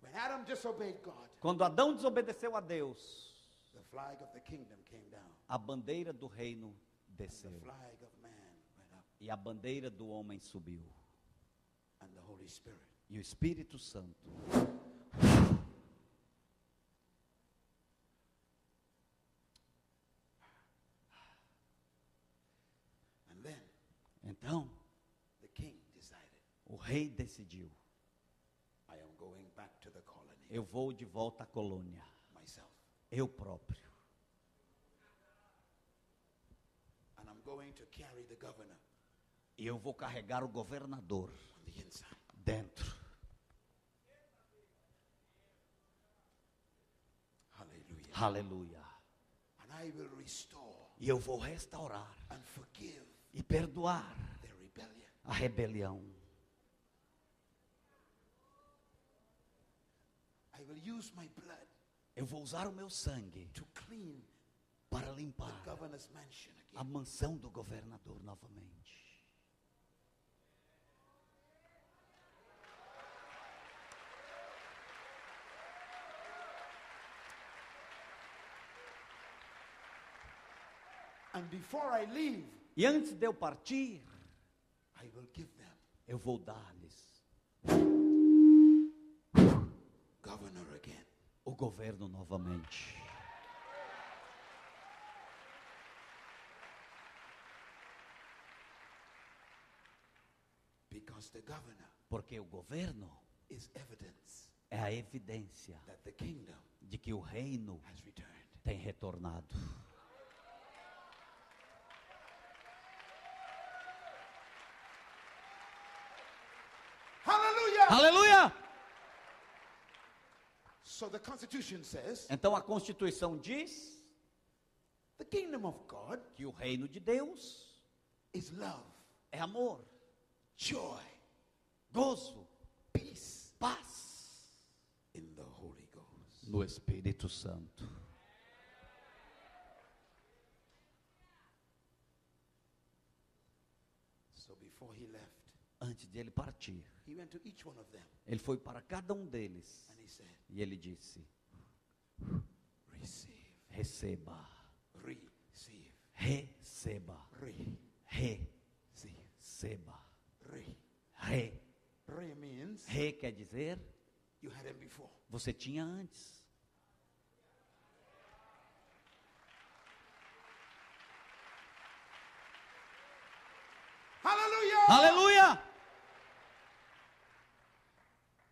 [SPEAKER 2] When Adam disobeyed God,
[SPEAKER 1] Quando Adão desobedeceu a Deus,
[SPEAKER 2] the flag of the kingdom came down.
[SPEAKER 1] a bandeira do reino desceu
[SPEAKER 2] The flag of man went up,
[SPEAKER 1] e a bandeira do homem subiu.
[SPEAKER 2] and the Holy Spirit.
[SPEAKER 1] E o Espírito Santo
[SPEAKER 2] And then
[SPEAKER 1] Então,
[SPEAKER 2] the king decided,
[SPEAKER 1] o rei decidiu:
[SPEAKER 2] I am going back to the colony
[SPEAKER 1] eu vou de volta à colônia,
[SPEAKER 2] myself,
[SPEAKER 1] eu próprio.
[SPEAKER 2] and I'm going to carry the governor
[SPEAKER 1] E eu vou carregar o governador
[SPEAKER 2] on the inside.
[SPEAKER 1] dentro.
[SPEAKER 2] Hallelujah.
[SPEAKER 1] Aleluia.
[SPEAKER 2] And I will restore
[SPEAKER 1] E eu vou restaurar
[SPEAKER 2] and forgive
[SPEAKER 1] e perdoar
[SPEAKER 2] their rebellion.
[SPEAKER 1] a rebelião.
[SPEAKER 2] I will use my blood
[SPEAKER 1] Eu vou usar o meu sangue
[SPEAKER 2] to clean
[SPEAKER 1] para
[SPEAKER 2] the
[SPEAKER 1] limpar
[SPEAKER 2] governor's mansion
[SPEAKER 1] a
[SPEAKER 2] again.
[SPEAKER 1] mansão do governador novamente.
[SPEAKER 2] And before I leave,
[SPEAKER 1] E antes de eu partir,
[SPEAKER 2] I will give them
[SPEAKER 1] eu vou dar-lhes
[SPEAKER 2] governor again.
[SPEAKER 1] o governo novamente.
[SPEAKER 2] Because the governor
[SPEAKER 1] Porque o governo
[SPEAKER 2] is evidence
[SPEAKER 1] é a evidência
[SPEAKER 2] that the kingdom
[SPEAKER 1] de que o reino
[SPEAKER 2] has returned.
[SPEAKER 1] tem retornado.
[SPEAKER 2] Hallelujah!
[SPEAKER 1] Aleluia!
[SPEAKER 2] So the Constitution says
[SPEAKER 1] Então a Constituição diz
[SPEAKER 2] the kingdom of God
[SPEAKER 1] que o reino de Deus
[SPEAKER 2] is love,
[SPEAKER 1] é amor,
[SPEAKER 2] joy,
[SPEAKER 1] gozo,
[SPEAKER 2] peace
[SPEAKER 1] paz
[SPEAKER 2] in the Holy Ghost.
[SPEAKER 1] no Espírito Santo.
[SPEAKER 2] So before he left,
[SPEAKER 1] Antes de ele partir,
[SPEAKER 2] he went to each one of them
[SPEAKER 1] ele foi para cada um deles
[SPEAKER 2] and he said,
[SPEAKER 1] e ele disse:
[SPEAKER 2] Receive,
[SPEAKER 1] receba,
[SPEAKER 2] receive,
[SPEAKER 1] receba,
[SPEAKER 2] receive,
[SPEAKER 1] receba.
[SPEAKER 2] re.
[SPEAKER 1] Re,
[SPEAKER 2] Re means
[SPEAKER 1] re quer dizer
[SPEAKER 2] you had him before.
[SPEAKER 1] você tinha antes.
[SPEAKER 2] Hallelujah!
[SPEAKER 1] Aleluia!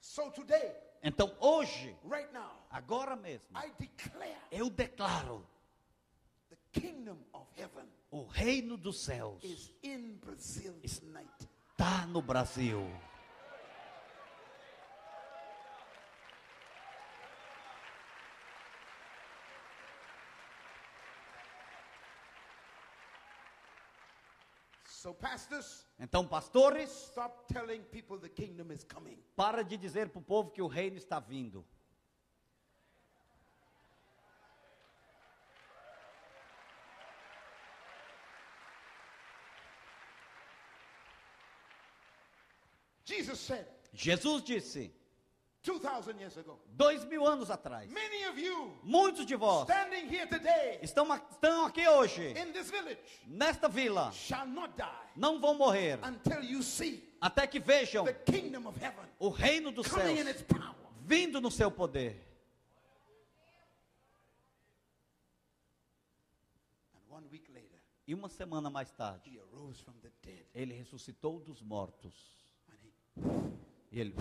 [SPEAKER 2] So today,
[SPEAKER 1] Então hoje,
[SPEAKER 2] right now,
[SPEAKER 1] agora mesmo,
[SPEAKER 2] I declare
[SPEAKER 1] eu declaro
[SPEAKER 2] the kingdom of heaven
[SPEAKER 1] o reino dos céus
[SPEAKER 2] is in Brazil tonight.
[SPEAKER 1] está no Brasil.
[SPEAKER 2] So pastors,
[SPEAKER 1] Então, pastores,
[SPEAKER 2] stop telling people the kingdom is coming.
[SPEAKER 1] para de dizer para o povo que o reino está vindo.
[SPEAKER 2] Jesus said
[SPEAKER 1] Jesus disse,
[SPEAKER 2] 2,000 years ago,
[SPEAKER 1] dois mil anos atrás,
[SPEAKER 2] many of you
[SPEAKER 1] muitos de vós
[SPEAKER 2] standing here today
[SPEAKER 1] estão, a- estão aqui hoje,
[SPEAKER 2] in this village
[SPEAKER 1] nesta vila,
[SPEAKER 2] shall not die
[SPEAKER 1] não vão morrer,
[SPEAKER 2] until you see
[SPEAKER 1] até que vejam
[SPEAKER 2] the kingdom of heaven
[SPEAKER 1] o reino dos
[SPEAKER 2] coming in
[SPEAKER 1] céus
[SPEAKER 2] its power.
[SPEAKER 1] vindo no seu poder.
[SPEAKER 2] And one week later,
[SPEAKER 1] E uma semana mais tarde,
[SPEAKER 2] he arose from the dead
[SPEAKER 1] ele ressuscitou dos mortos.
[SPEAKER 2] and he
[SPEAKER 1] E ele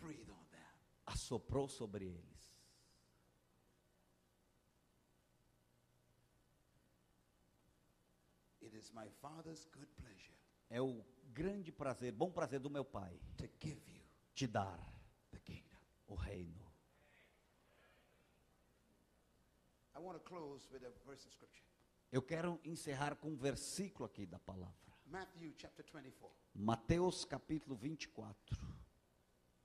[SPEAKER 2] breathed on them.
[SPEAKER 1] assoprou sobre eles.
[SPEAKER 2] It is my Father's good pleasure
[SPEAKER 1] É o grande prazer, bom prazer do meu Pai,
[SPEAKER 2] to give you
[SPEAKER 1] te dar
[SPEAKER 2] the kingdom.
[SPEAKER 1] o reino.
[SPEAKER 2] I want to close with a verse of scripture
[SPEAKER 1] Eu quero encerrar com um versículo aqui da palavra.
[SPEAKER 2] Matthew chapter 24.
[SPEAKER 1] Mateus capítulo 24.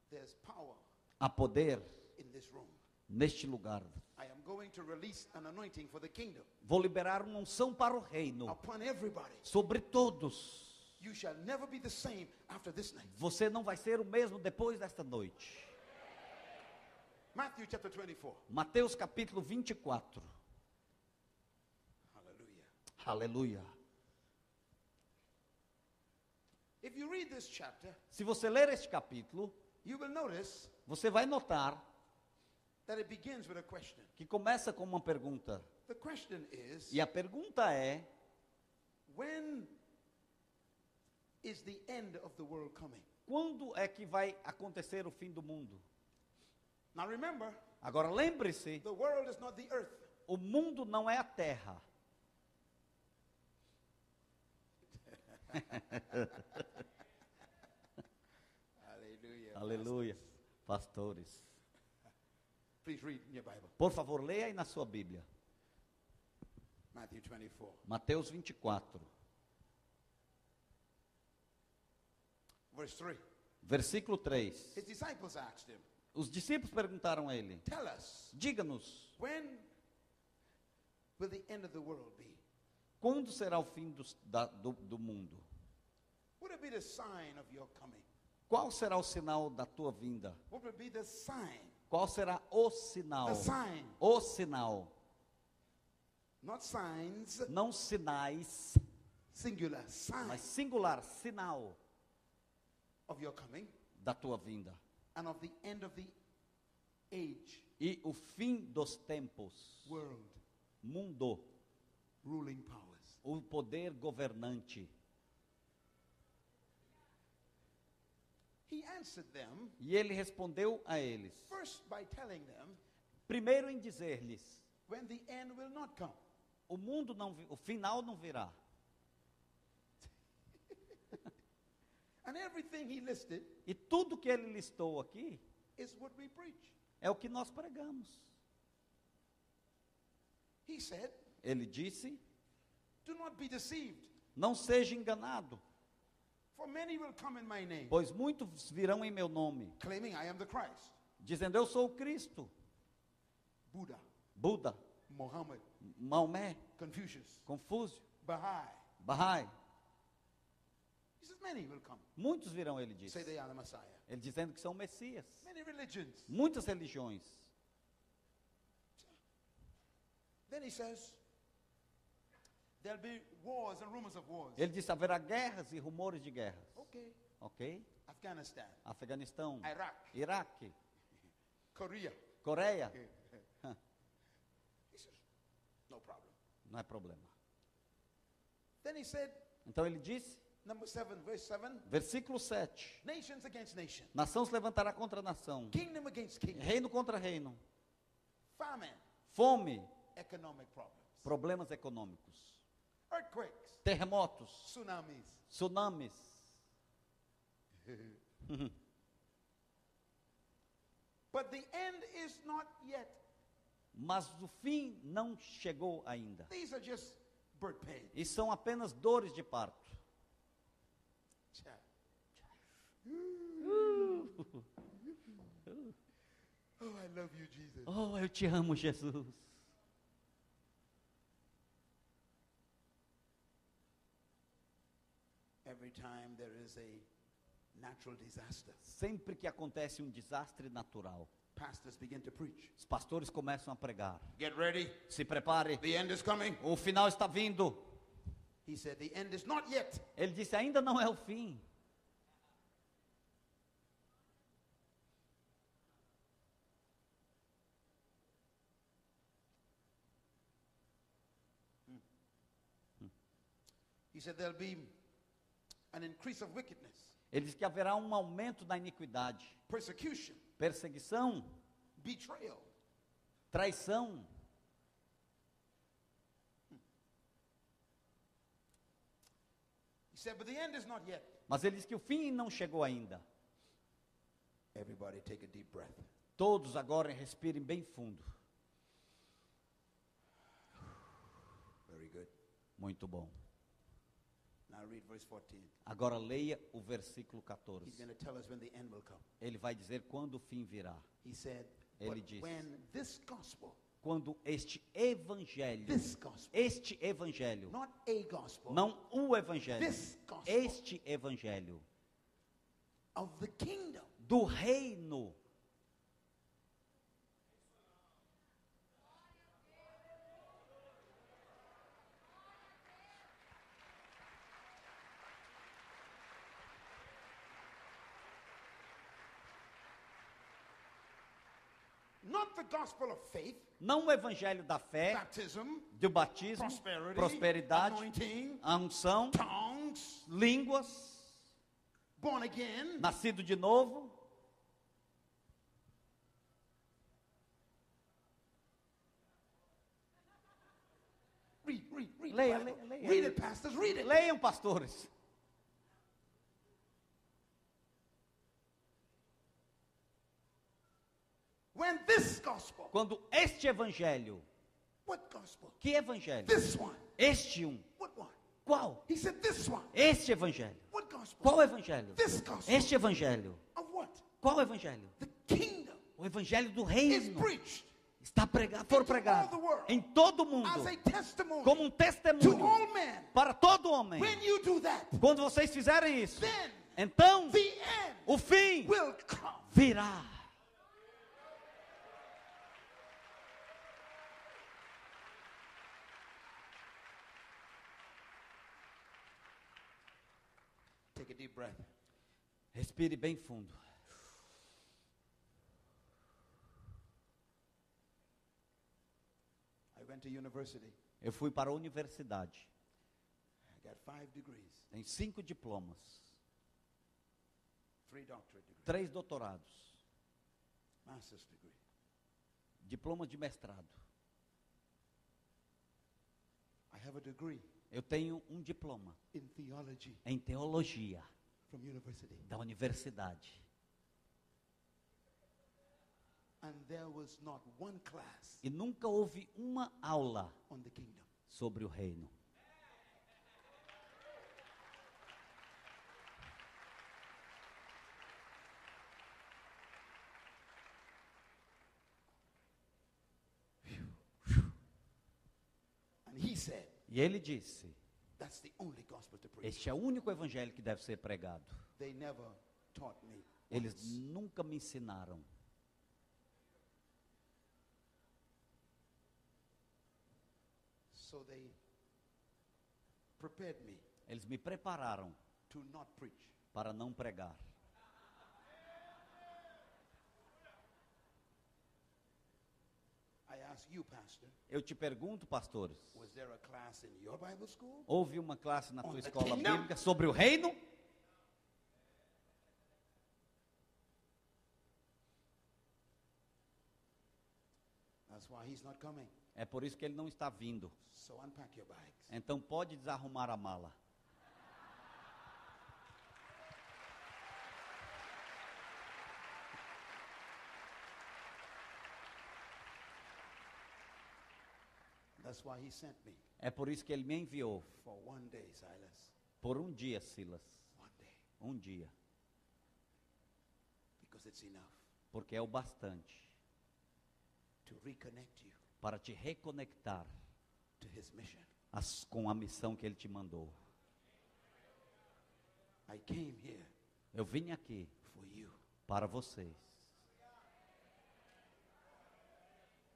[SPEAKER 2] There's power
[SPEAKER 1] Há poder
[SPEAKER 2] in this room.
[SPEAKER 1] neste lugar.
[SPEAKER 2] I am going to release an anointing for the kingdom
[SPEAKER 1] Vou liberar uma unção para o reino
[SPEAKER 2] upon everybody.
[SPEAKER 1] sobre todos.
[SPEAKER 2] You shall never be the same after this night.
[SPEAKER 1] Você não vai ser o mesmo depois desta noite.
[SPEAKER 2] Matthew chapter 24.
[SPEAKER 1] Mateus capítulo 24.
[SPEAKER 2] Hallelujah.
[SPEAKER 1] Aleluia.
[SPEAKER 2] If you read this chapter,
[SPEAKER 1] Se você ler este capítulo,
[SPEAKER 2] you will notice
[SPEAKER 1] você vai notar
[SPEAKER 2] that it begins with a question.
[SPEAKER 1] que começa com uma pergunta.
[SPEAKER 2] The question is
[SPEAKER 1] E a pergunta é:
[SPEAKER 2] when is the end of the world coming?
[SPEAKER 1] quando é que vai acontecer o fim do mundo?
[SPEAKER 2] Now remember,
[SPEAKER 1] Agora lembre-se,
[SPEAKER 2] the world is not the earth.
[SPEAKER 1] o mundo não é a terra.
[SPEAKER 2] Hallelujah.
[SPEAKER 1] Aleluia. Pastores.
[SPEAKER 2] Please read in your Bible.
[SPEAKER 1] Por favor, leia aí na sua Bíblia.
[SPEAKER 2] Matthew 24.
[SPEAKER 1] Mateus 24,
[SPEAKER 2] Verse 3.
[SPEAKER 1] versículo 3.
[SPEAKER 2] His disciples asked him,
[SPEAKER 1] Os discípulos perguntaram a ele:
[SPEAKER 2] Tell us,
[SPEAKER 1] Diga-nos,
[SPEAKER 2] when will the end of the world be?
[SPEAKER 1] quando será o fim dos- da- do, do mundo?
[SPEAKER 2] What will be the sign of your coming?
[SPEAKER 1] Qual será o sinal da tua vinda?
[SPEAKER 2] What will be the sign?
[SPEAKER 1] Qual será o sinal?
[SPEAKER 2] The sign.
[SPEAKER 1] O sinal.
[SPEAKER 2] Not signs,
[SPEAKER 1] Não sinais,
[SPEAKER 2] singular, sign
[SPEAKER 1] mas singular, sinal
[SPEAKER 2] of your coming
[SPEAKER 1] da tua vinda.
[SPEAKER 2] and of the end of the age,
[SPEAKER 1] E o fim dos tempos.
[SPEAKER 2] world,
[SPEAKER 1] Mundo.
[SPEAKER 2] ruling powers.
[SPEAKER 1] O poder governante.
[SPEAKER 2] He answered them
[SPEAKER 1] E ele respondeu a eles:
[SPEAKER 2] first by telling them
[SPEAKER 1] primeiro em dizer-lhes,
[SPEAKER 2] when the end will not come.
[SPEAKER 1] o mundo não, vi- o final não virá.
[SPEAKER 2] And everything he listed
[SPEAKER 1] E tudo que ele listou aqui
[SPEAKER 2] is what we preach.
[SPEAKER 1] é o que nós pregamos.
[SPEAKER 2] He said,
[SPEAKER 1] Ele disse:
[SPEAKER 2] Do not be deceived,
[SPEAKER 1] Não seja enganado,
[SPEAKER 2] for many will come in my name,
[SPEAKER 1] pois muitos virão em meu nome,
[SPEAKER 2] claiming I am the Christ,
[SPEAKER 1] dizendo: Eu sou o Cristo,
[SPEAKER 2] Buddha,
[SPEAKER 1] Buda,
[SPEAKER 2] Mohammed,
[SPEAKER 1] Maomé,
[SPEAKER 2] Confucius,
[SPEAKER 1] Confúcio,
[SPEAKER 2] Baha'i.
[SPEAKER 1] Bahá'í.
[SPEAKER 2] He says, Many will come,
[SPEAKER 1] Muitos virão, ele disse.
[SPEAKER 2] say they are the Messiah.
[SPEAKER 1] Ele dizendo que são Messias.
[SPEAKER 2] Many religions.
[SPEAKER 1] Muitas religiões.
[SPEAKER 2] Then he says, There'll be wars and rumors of wars.
[SPEAKER 1] Ele disse: haverá guerras e rumores de guerras.
[SPEAKER 2] Okay.
[SPEAKER 1] Ok?
[SPEAKER 2] Afghanistan,
[SPEAKER 1] Afeganistão,
[SPEAKER 2] Iraq,
[SPEAKER 1] Iraque,
[SPEAKER 2] Korea.
[SPEAKER 1] Coreia,
[SPEAKER 2] He says, No problem.
[SPEAKER 1] não é problema.
[SPEAKER 2] Then he said,
[SPEAKER 1] Então ele disse,
[SPEAKER 2] Number 7, verse 7
[SPEAKER 1] versículo 7:
[SPEAKER 2] Nations against nation,
[SPEAKER 1] Nação se levantará contra nação,
[SPEAKER 2] kingdom against kingdom,
[SPEAKER 1] reino contra reino,
[SPEAKER 2] famine,
[SPEAKER 1] fome,
[SPEAKER 2] economic problems,
[SPEAKER 1] problemas econômicos,
[SPEAKER 2] earthquakes,
[SPEAKER 1] terremotos,
[SPEAKER 2] tsunamis.
[SPEAKER 1] tsunamis.
[SPEAKER 2] But the end is not yet.
[SPEAKER 1] Mas o fim não chegou ainda.
[SPEAKER 2] These are just birth
[SPEAKER 1] *laughs*
[SPEAKER 2] pains.
[SPEAKER 1] E são apenas dores de parto.
[SPEAKER 2] Child. Oh, I love you, Jesus.
[SPEAKER 1] Oh, eu te amo, Jesus.
[SPEAKER 2] Every time there is a natural disaster,
[SPEAKER 1] Sempre que acontece um desastre natural,
[SPEAKER 2] pastors begin to preach.
[SPEAKER 1] os pastores começam a pregar.
[SPEAKER 2] Get ready.
[SPEAKER 1] Se prepare,
[SPEAKER 2] The end is coming.
[SPEAKER 1] o final está vindo.
[SPEAKER 2] He said, The end is not yet.
[SPEAKER 1] Ele disse: ainda não é o fim.
[SPEAKER 2] He said, There'll be an increase of wickedness,
[SPEAKER 1] Ele disse que haverá um aumento da iniquidade,
[SPEAKER 2] persecution,
[SPEAKER 1] perseguição,
[SPEAKER 2] betrayal.
[SPEAKER 1] traição.
[SPEAKER 2] He said, But the end is not yet.
[SPEAKER 1] Mas ele disse que o fim não chegou ainda.
[SPEAKER 2] Everybody take a deep breath.
[SPEAKER 1] Todos agora respirem bem fundo.
[SPEAKER 2] Very good.
[SPEAKER 1] Muito bom.
[SPEAKER 2] Now read verse 14.
[SPEAKER 1] Agora leia o versículo
[SPEAKER 2] He's
[SPEAKER 1] 14.
[SPEAKER 2] going to tell us when the end will come.
[SPEAKER 1] Ele vai dizer quando o fim virá.
[SPEAKER 2] He said,
[SPEAKER 1] Ele
[SPEAKER 2] But
[SPEAKER 1] disse:
[SPEAKER 2] when this gospel,
[SPEAKER 1] quando este evangelho,
[SPEAKER 2] this gospel,
[SPEAKER 1] este evangelho,
[SPEAKER 2] not a gospel,
[SPEAKER 1] não o evangelho,
[SPEAKER 2] this gospel
[SPEAKER 1] este evangelho
[SPEAKER 2] of the kingdom
[SPEAKER 1] do reino
[SPEAKER 2] Not the gospel of faith,
[SPEAKER 1] Não o evangelho da fé,
[SPEAKER 2] baptism,
[SPEAKER 1] do batismo,
[SPEAKER 2] prosperity,
[SPEAKER 1] prosperidade,
[SPEAKER 2] anointing,
[SPEAKER 1] a unção,
[SPEAKER 2] tongues,
[SPEAKER 1] línguas,
[SPEAKER 2] born again,
[SPEAKER 1] nascido de novo,
[SPEAKER 2] Read, read, read.
[SPEAKER 1] Leia,
[SPEAKER 2] Bible.
[SPEAKER 1] leia, leia.
[SPEAKER 2] Read it, pastors, read it.
[SPEAKER 1] Leiam, pastores.
[SPEAKER 2] When this gospel,
[SPEAKER 1] Quando este evangelho,
[SPEAKER 2] what gospel?
[SPEAKER 1] que evangelho?
[SPEAKER 2] This one.
[SPEAKER 1] Este um.
[SPEAKER 2] What one?
[SPEAKER 1] Qual?
[SPEAKER 2] He said this one.
[SPEAKER 1] Este evangelho.
[SPEAKER 2] What gospel?
[SPEAKER 1] Qual evangelho?
[SPEAKER 2] This gospel.
[SPEAKER 1] Este evangelho.
[SPEAKER 2] Of what?
[SPEAKER 1] Qual evangelho?
[SPEAKER 2] The kingdom
[SPEAKER 1] O evangelho do
[SPEAKER 2] is
[SPEAKER 1] reino
[SPEAKER 2] preached
[SPEAKER 1] está pregado, for pregado em todo o mundo
[SPEAKER 2] as a testimony
[SPEAKER 1] como um
[SPEAKER 2] to
[SPEAKER 1] testemunho
[SPEAKER 2] all men.
[SPEAKER 1] para todo homem.
[SPEAKER 2] When you do that,
[SPEAKER 1] Quando vocês fizerem isso,
[SPEAKER 2] then
[SPEAKER 1] então
[SPEAKER 2] the end
[SPEAKER 1] o fim
[SPEAKER 2] will come.
[SPEAKER 1] virá.
[SPEAKER 2] Take a deep breath.
[SPEAKER 1] Respire bem fundo.
[SPEAKER 2] I went to university.
[SPEAKER 1] Eu fui para a universidade.
[SPEAKER 2] I got five degrees,
[SPEAKER 1] Tenho cinco diplomas,
[SPEAKER 2] three doctorate degrees,
[SPEAKER 1] três doutorados,
[SPEAKER 2] master's degree.
[SPEAKER 1] diploma de mestrado.
[SPEAKER 2] I have a degree
[SPEAKER 1] Eu tenho um diploma
[SPEAKER 2] in theology
[SPEAKER 1] em teologia
[SPEAKER 2] from university.
[SPEAKER 1] da universidade.
[SPEAKER 2] And there was not one class
[SPEAKER 1] E nunca houve uma aula
[SPEAKER 2] on the kingdom.
[SPEAKER 1] sobre o reino.
[SPEAKER 2] And he said,
[SPEAKER 1] E ele disse:
[SPEAKER 2] that's the only gospel to preach.
[SPEAKER 1] Este é o único evangelho que deve ser pregado.
[SPEAKER 2] They never taught me.
[SPEAKER 1] Eles
[SPEAKER 2] once.
[SPEAKER 1] nunca me ensinaram.
[SPEAKER 2] So they prepared me
[SPEAKER 1] Eles me prepararam
[SPEAKER 2] to not preach.
[SPEAKER 1] para não pregar.
[SPEAKER 2] I ask you, Pastor,
[SPEAKER 1] Eu te pergunto, pastores:
[SPEAKER 2] was there a class in your Bible school?
[SPEAKER 1] houve uma classe na tua
[SPEAKER 2] On the
[SPEAKER 1] escola
[SPEAKER 2] kingdom?
[SPEAKER 1] bíblica sobre o reino?
[SPEAKER 2] That's why he's not coming.
[SPEAKER 1] É por isso que ele não está vindo.
[SPEAKER 2] So unpack your bags.
[SPEAKER 1] Então pode desarrumar a mala.
[SPEAKER 2] That's why he sent me
[SPEAKER 1] É por isso que ele me enviou.
[SPEAKER 2] for one day, Silas.
[SPEAKER 1] Por um dia, Silas.
[SPEAKER 2] One day.
[SPEAKER 1] Um dia.
[SPEAKER 2] Because it's enough
[SPEAKER 1] Porque é o bastante
[SPEAKER 2] to reconnect you
[SPEAKER 1] para te reconectar
[SPEAKER 2] to his mission.
[SPEAKER 1] as- com a missão que ele te mandou.
[SPEAKER 2] I came here
[SPEAKER 1] Eu vim aqui
[SPEAKER 2] for you.
[SPEAKER 1] para vocês.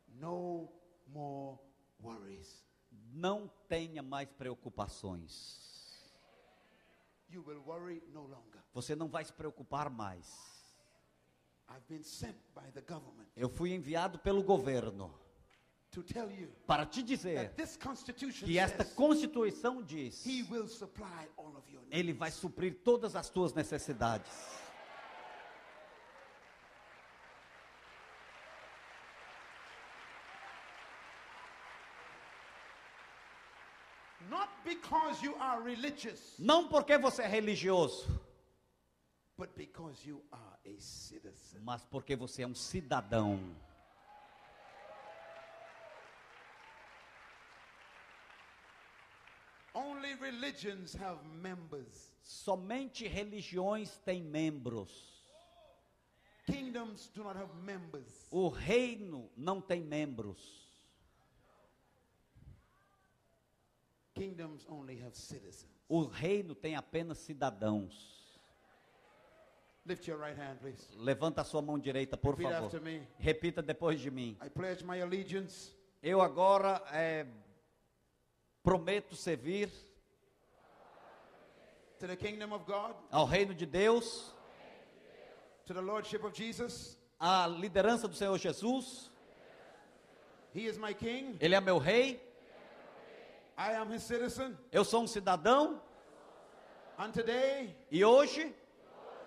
[SPEAKER 2] No more worries.
[SPEAKER 1] Não tenha mais preocupações.
[SPEAKER 2] You will worry no longer.
[SPEAKER 1] Você não vai se preocupar mais.
[SPEAKER 2] I've been sent by the government
[SPEAKER 1] Eu fui enviado pelo governo
[SPEAKER 2] to tell you
[SPEAKER 1] para te dizer
[SPEAKER 2] that this constitution
[SPEAKER 1] que esta
[SPEAKER 2] says
[SPEAKER 1] Constituição diz:
[SPEAKER 2] he will supply all of your needs.
[SPEAKER 1] Ele vai suprir todas as tuas necessidades.
[SPEAKER 2] Not because you are religious,
[SPEAKER 1] Não porque você é religioso,
[SPEAKER 2] but because you are a citizen.
[SPEAKER 1] mas porque você é um cidadão.
[SPEAKER 2] Only religions have members.
[SPEAKER 1] Somente religiões têm membros.
[SPEAKER 2] kingdoms do not have members.
[SPEAKER 1] O reino não tem membros.
[SPEAKER 2] Kingdoms only have citizens.
[SPEAKER 1] O reino tem apenas cidadãos.
[SPEAKER 2] Lift your right hand, please.
[SPEAKER 1] Levanta a sua mão direita, por
[SPEAKER 2] Repeat
[SPEAKER 1] favor.
[SPEAKER 2] after me.
[SPEAKER 1] Repita depois de mim.
[SPEAKER 2] I pledge my allegiance
[SPEAKER 1] Eu agora eh, prometo servir
[SPEAKER 2] to the kingdom of God,
[SPEAKER 1] ao reino de Deus,
[SPEAKER 2] to the lordship of Jesus.
[SPEAKER 1] à liderança do Senhor Jesus.
[SPEAKER 2] He is my king.
[SPEAKER 1] Ele é meu rei.
[SPEAKER 2] I am his citizen.
[SPEAKER 1] Eu sou um cidadão.
[SPEAKER 2] And today
[SPEAKER 1] E hoje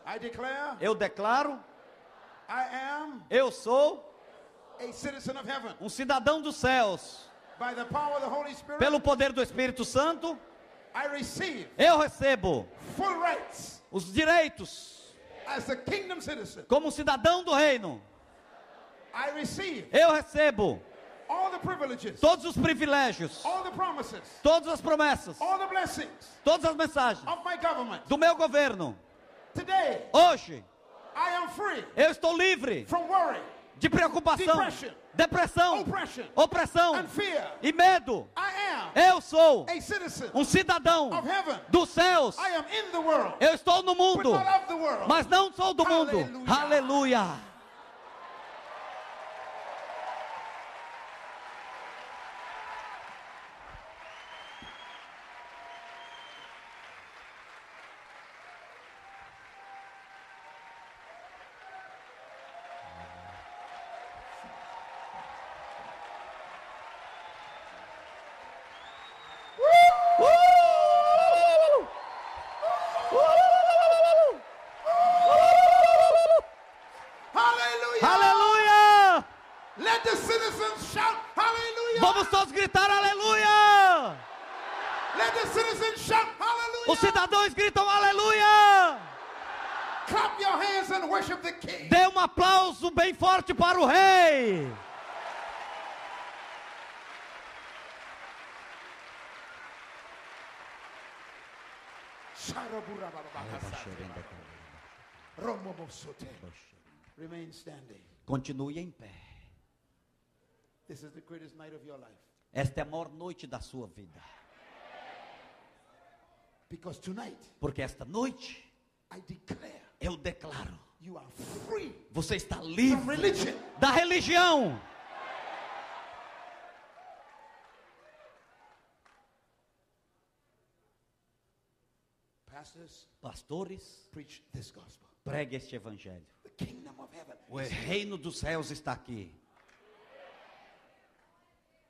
[SPEAKER 2] I declare
[SPEAKER 1] eu declaro:
[SPEAKER 2] I am
[SPEAKER 1] eu sou
[SPEAKER 2] a citizen of heaven.
[SPEAKER 1] um cidadão dos céus.
[SPEAKER 2] By the power of the Holy Spirit,
[SPEAKER 1] Pelo poder do Espírito Santo,
[SPEAKER 2] I receive
[SPEAKER 1] eu recebo
[SPEAKER 2] full rights
[SPEAKER 1] os direitos
[SPEAKER 2] as a kingdom citizen.
[SPEAKER 1] como um cidadão do reino.
[SPEAKER 2] I receive
[SPEAKER 1] Eu recebo
[SPEAKER 2] all the privileges,
[SPEAKER 1] todos os privilégios,
[SPEAKER 2] all the promises,
[SPEAKER 1] todas as promessas,
[SPEAKER 2] all the blessings
[SPEAKER 1] todas as mensagens
[SPEAKER 2] of my government.
[SPEAKER 1] do meu governo.
[SPEAKER 2] Today,
[SPEAKER 1] Hoje
[SPEAKER 2] I am free
[SPEAKER 1] eu estou livre
[SPEAKER 2] from worry
[SPEAKER 1] de preocupação,
[SPEAKER 2] Depression.
[SPEAKER 1] depressão,
[SPEAKER 2] Oppression.
[SPEAKER 1] opressão
[SPEAKER 2] and fear.
[SPEAKER 1] e medo.
[SPEAKER 2] I am
[SPEAKER 1] Eu sou
[SPEAKER 2] a citizen
[SPEAKER 1] um cidadão
[SPEAKER 2] of heaven.
[SPEAKER 1] dos céus.
[SPEAKER 2] I am in the world,
[SPEAKER 1] Eu estou no
[SPEAKER 2] but
[SPEAKER 1] mundo,
[SPEAKER 2] not of the world.
[SPEAKER 1] mas não sou do mundo. Aleluia. Uh! Uh!
[SPEAKER 2] Hallelujah!
[SPEAKER 1] Aleluia!
[SPEAKER 2] Let the citizens shout hallelujah!
[SPEAKER 1] Vamos todos gritar aleluia!
[SPEAKER 2] Let the citizens shout
[SPEAKER 1] Os
[SPEAKER 2] hallelujah!
[SPEAKER 1] cidadãos gritam aleluia!
[SPEAKER 2] Clap your hands and worship the King.
[SPEAKER 1] Dê um aplauso bem forte para o rei!
[SPEAKER 2] Sharaburababakasate. Romomosote. Remain standing.
[SPEAKER 1] Continue em pé.
[SPEAKER 2] This is the greatest night of your life.
[SPEAKER 1] Esta é a maior noite da sua vida.
[SPEAKER 2] Because tonight,
[SPEAKER 1] Porque esta noite
[SPEAKER 2] I declare
[SPEAKER 1] eu declaro:
[SPEAKER 2] you are free
[SPEAKER 1] você está
[SPEAKER 2] from
[SPEAKER 1] livre
[SPEAKER 2] religion.
[SPEAKER 1] da religião.
[SPEAKER 2] Pastors,
[SPEAKER 1] Pastores,
[SPEAKER 2] preach this gospel.
[SPEAKER 1] pregue este evangelho.
[SPEAKER 2] The kingdom of heaven.
[SPEAKER 1] O reino dos céus está aqui.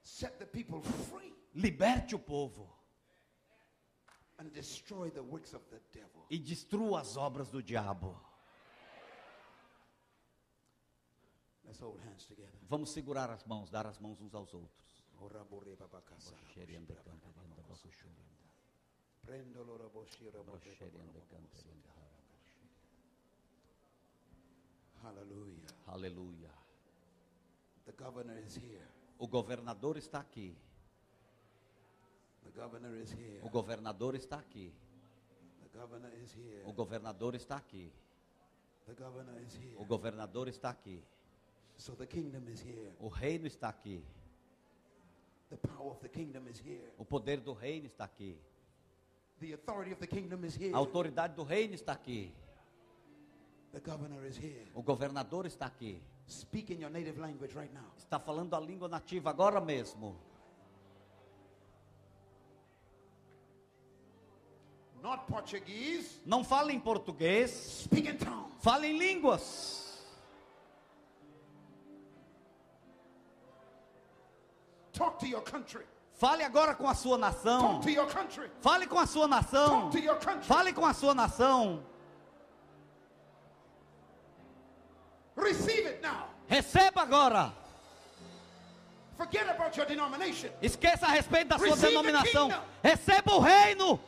[SPEAKER 2] Set the people free
[SPEAKER 1] Liberte o povo
[SPEAKER 2] and destroy the works of the devil.
[SPEAKER 1] e destrua as obras do diabo.
[SPEAKER 2] Let's hold hands together.
[SPEAKER 1] Vamos segurar as mãos, dar as mãos uns aos outros.
[SPEAKER 2] Oraborebabakasara. Prendoloroboshiraborebabakasara. Hallelujah.
[SPEAKER 1] Aleluia.
[SPEAKER 2] The governor is here.
[SPEAKER 1] O governador está aqui.
[SPEAKER 2] The governor is here.
[SPEAKER 1] O governador está aqui.
[SPEAKER 2] The governor is here.
[SPEAKER 1] O governador está aqui.
[SPEAKER 2] The governor is
[SPEAKER 1] O
[SPEAKER 2] here.
[SPEAKER 1] governador está aqui.
[SPEAKER 2] So the kingdom is here.
[SPEAKER 1] O reino está aqui.
[SPEAKER 2] The power of the kingdom is here.
[SPEAKER 1] O poder do reino está aqui.
[SPEAKER 2] The authority of the kingdom is here.
[SPEAKER 1] A autoridade do reino está aqui.
[SPEAKER 2] The governor is here.
[SPEAKER 1] O governador está aqui.
[SPEAKER 2] Speak in your native language right now.
[SPEAKER 1] Está falando a língua nativa agora mesmo.
[SPEAKER 2] Not Portuguese.
[SPEAKER 1] Não fale em português.
[SPEAKER 2] Speak in tongues.
[SPEAKER 1] Fale em línguas.
[SPEAKER 2] Talk to your country.
[SPEAKER 1] Fale agora com a sua
[SPEAKER 2] Talk
[SPEAKER 1] nação.
[SPEAKER 2] to your country.
[SPEAKER 1] Fale com a sua nação.
[SPEAKER 2] Talk to your country.
[SPEAKER 1] Fale com a sua nação.
[SPEAKER 2] Receive it now.
[SPEAKER 1] Receba agora.
[SPEAKER 2] Forget about your denomination.
[SPEAKER 1] Esqueça a respeito da sua
[SPEAKER 2] Receive the
[SPEAKER 1] denominação.
[SPEAKER 2] kingdom.
[SPEAKER 1] Receba o reino.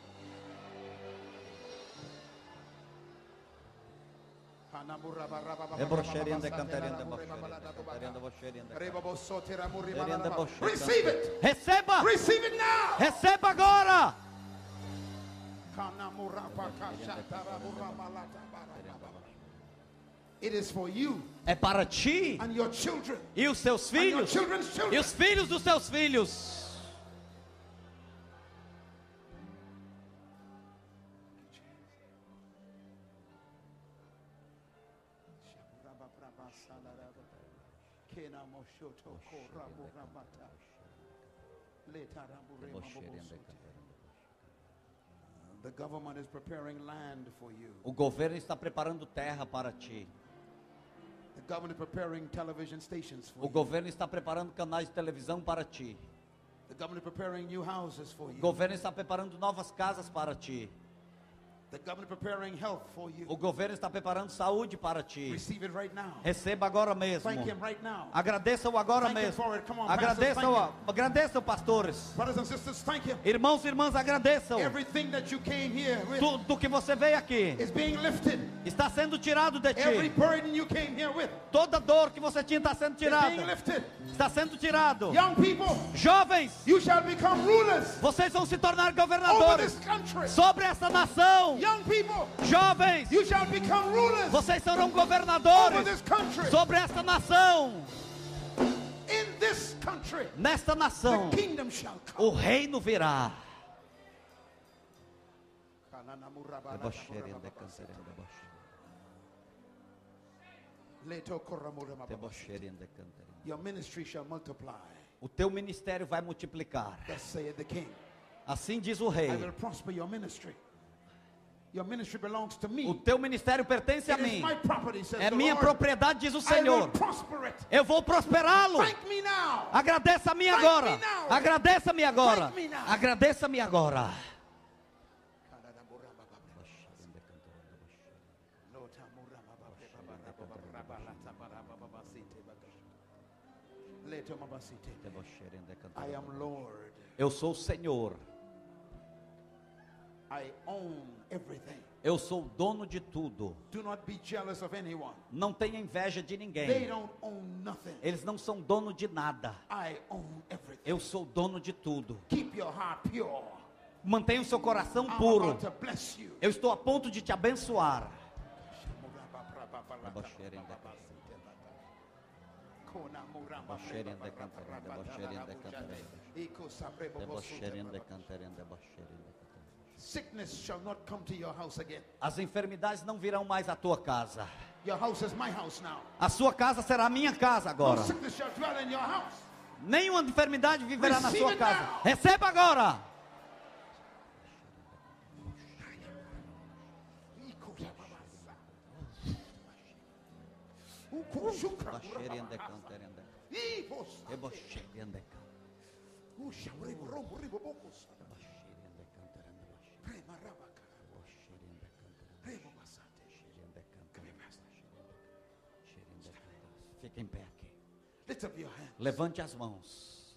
[SPEAKER 1] É
[SPEAKER 2] Receive it.
[SPEAKER 1] Receba.
[SPEAKER 2] Receive it now.
[SPEAKER 1] Receba agora.
[SPEAKER 2] Kanamurapakashataraburabalatabarabaraba. It is for you
[SPEAKER 1] é para ti
[SPEAKER 2] and your children
[SPEAKER 1] e os seus
[SPEAKER 2] and your
[SPEAKER 1] filhos
[SPEAKER 2] children's
[SPEAKER 1] e
[SPEAKER 2] children.
[SPEAKER 1] os filhos dos seus filhos.
[SPEAKER 2] The government is preparing land for you.
[SPEAKER 1] O governo está preparando terra para ti.
[SPEAKER 2] The government is preparing television stations for
[SPEAKER 1] O
[SPEAKER 2] you.
[SPEAKER 1] governo está preparando canais de televisão para ti.
[SPEAKER 2] The government is preparing new houses for
[SPEAKER 1] O
[SPEAKER 2] you.
[SPEAKER 1] governo está preparando novas casas para ti.
[SPEAKER 2] The government is preparing health for
[SPEAKER 1] O
[SPEAKER 2] you.
[SPEAKER 1] governo está preparando saúde para ti.
[SPEAKER 2] Receive it right now.
[SPEAKER 1] Receba agora mesmo.
[SPEAKER 2] Thank him right now.
[SPEAKER 1] Agradeça-o agora
[SPEAKER 2] Thank him
[SPEAKER 1] mesmo.
[SPEAKER 2] for it. Come on, pastors,
[SPEAKER 1] Agradeça-o,
[SPEAKER 2] thank
[SPEAKER 1] agradeçam, pastores.
[SPEAKER 2] Brothers and sisters, thank him.
[SPEAKER 1] Irmãos e irmãs, agradeçam.
[SPEAKER 2] Everything that you came here with
[SPEAKER 1] Tudo do que você veio aqui
[SPEAKER 2] is being lifted.
[SPEAKER 1] está sendo tirado de
[SPEAKER 2] Every
[SPEAKER 1] ti.
[SPEAKER 2] burden you came here with
[SPEAKER 1] Toda dor que você tinha está sendo
[SPEAKER 2] is being
[SPEAKER 1] tirada.
[SPEAKER 2] lifted.
[SPEAKER 1] Está sendo tirado.
[SPEAKER 2] Young people,
[SPEAKER 1] Jovens,
[SPEAKER 2] you shall become rulers
[SPEAKER 1] vocês vão se
[SPEAKER 2] over
[SPEAKER 1] tornar
[SPEAKER 2] this
[SPEAKER 1] governadores
[SPEAKER 2] country.
[SPEAKER 1] sobre essa nação.
[SPEAKER 2] Young people,
[SPEAKER 1] Jovens,
[SPEAKER 2] you shall become rulers
[SPEAKER 1] vocês serão
[SPEAKER 2] over
[SPEAKER 1] governadores
[SPEAKER 2] this country.
[SPEAKER 1] sobre essa nação.
[SPEAKER 2] In this country,
[SPEAKER 1] Nesta
[SPEAKER 2] the
[SPEAKER 1] nação,
[SPEAKER 2] kingdom shall come.
[SPEAKER 1] o reino virá.
[SPEAKER 2] Your ministry shall multiply.
[SPEAKER 1] O teu ministério vai multiplicar.
[SPEAKER 2] Thus saith the king.
[SPEAKER 1] Assim diz o
[SPEAKER 2] I
[SPEAKER 1] rei.
[SPEAKER 2] will prosper your ministry. Your ministry belongs to
[SPEAKER 1] O
[SPEAKER 2] me.
[SPEAKER 1] teu ministério pertence a
[SPEAKER 2] It is
[SPEAKER 1] mim.
[SPEAKER 2] my property, says
[SPEAKER 1] É
[SPEAKER 2] the
[SPEAKER 1] minha
[SPEAKER 2] Lord.
[SPEAKER 1] propriedade, diz o
[SPEAKER 2] I will
[SPEAKER 1] Senhor.
[SPEAKER 2] prosper it.
[SPEAKER 1] Eu vou prosperá-lo.
[SPEAKER 2] Thank me now.
[SPEAKER 1] Agradeça-me agora. Agradeça-me agora. Agradeça-me agora.
[SPEAKER 2] I am Lord.
[SPEAKER 1] Eu sou o Senhor.
[SPEAKER 2] I own everything.
[SPEAKER 1] Eu sou o dono de tudo.
[SPEAKER 2] Do not be jealous of anyone.
[SPEAKER 1] Não tenha inveja de
[SPEAKER 2] They
[SPEAKER 1] ninguém.
[SPEAKER 2] don't own nothing.
[SPEAKER 1] Eles não são dono de nada.
[SPEAKER 2] I own everything.
[SPEAKER 1] Eu sou dono de tudo.
[SPEAKER 2] Keep your heart pure.
[SPEAKER 1] Mantenha o seu coração
[SPEAKER 2] I'm
[SPEAKER 1] puro.
[SPEAKER 2] about to bless you.
[SPEAKER 1] Eu estou a ponto de te abençoar. É
[SPEAKER 2] Sickness shall not come to your house again.
[SPEAKER 1] As enfermidades não virão mais à tua casa.
[SPEAKER 2] Your house is my house now.
[SPEAKER 1] A sua casa será a minha casa agora.
[SPEAKER 2] No sickness shall dwell in your house.
[SPEAKER 1] Nenhuma enfermidade viverá na
[SPEAKER 2] Receive
[SPEAKER 1] sua
[SPEAKER 2] it
[SPEAKER 1] casa.
[SPEAKER 2] now.
[SPEAKER 1] Receba agora. É Fique em pé aqui.
[SPEAKER 2] Lift up your hand.
[SPEAKER 1] Levante as mãos.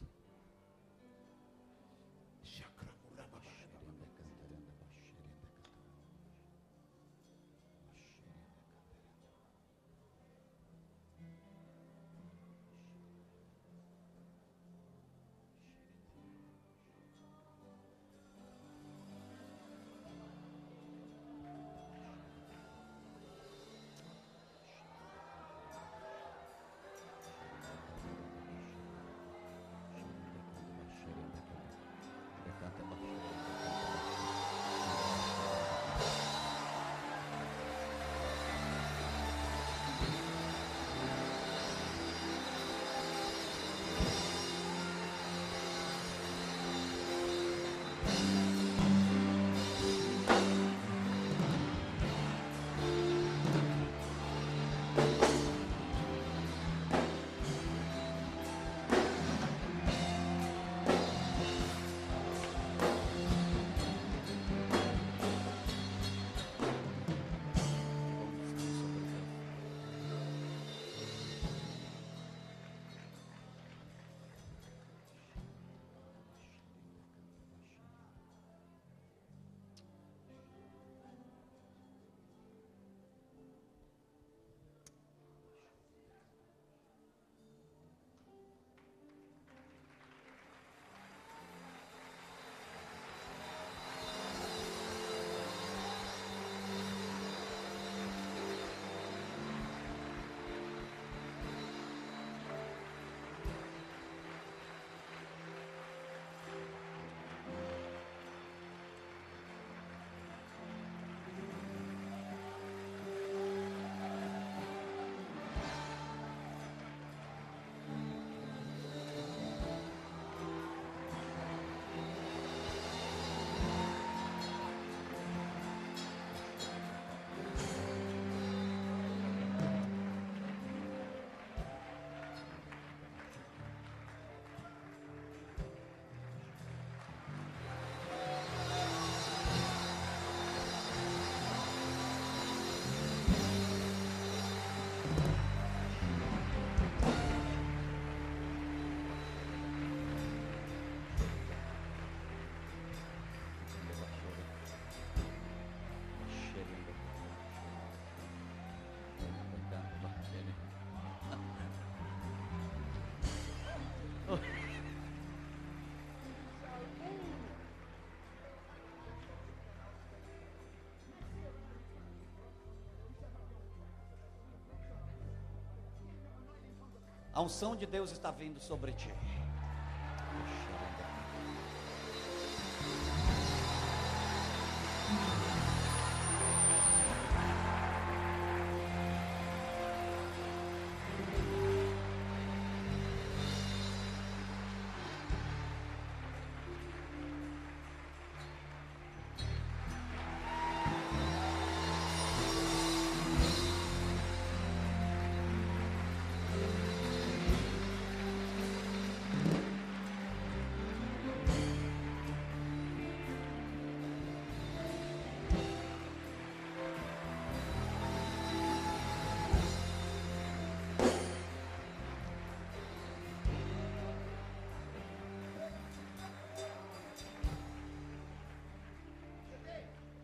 [SPEAKER 1] A unção de Deus está vindo sobre ti.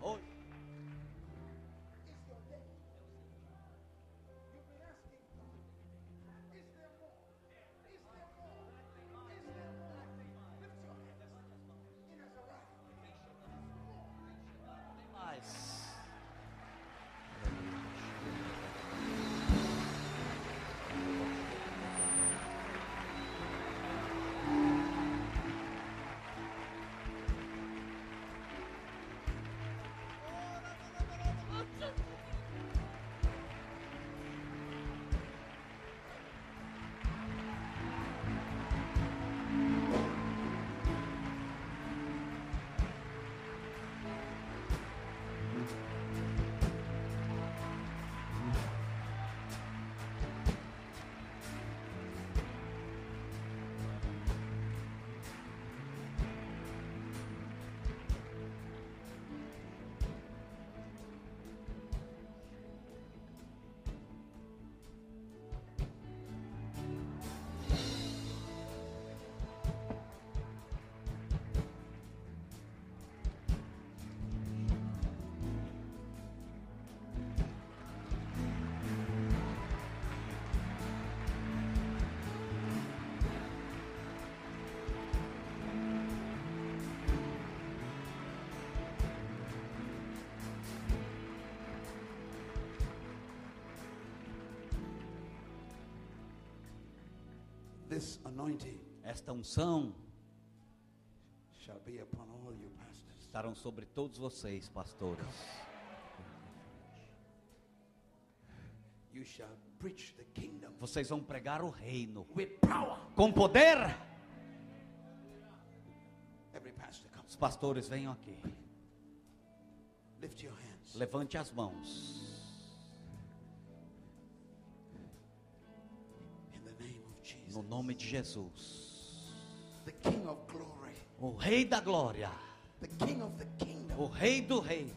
[SPEAKER 1] Hoje. Tem mais.
[SPEAKER 2] This anointing
[SPEAKER 1] Esta unção
[SPEAKER 2] shall be upon all you pastors.
[SPEAKER 1] estarão sobre todos vocês, pastores.
[SPEAKER 2] You shall preach the kingdom
[SPEAKER 1] Vocês vão pregar o reino
[SPEAKER 2] with power.
[SPEAKER 1] com poder.
[SPEAKER 2] Every pastor comes.
[SPEAKER 1] Os pastores venham aqui.
[SPEAKER 2] Lift your hands.
[SPEAKER 1] Levante as mãos.
[SPEAKER 2] In the name of Jesus.
[SPEAKER 1] No nome de Jesus.
[SPEAKER 2] The King of glory.
[SPEAKER 1] O Rei da Glória.
[SPEAKER 2] The King of the kingdom.
[SPEAKER 1] O Rei do Rei.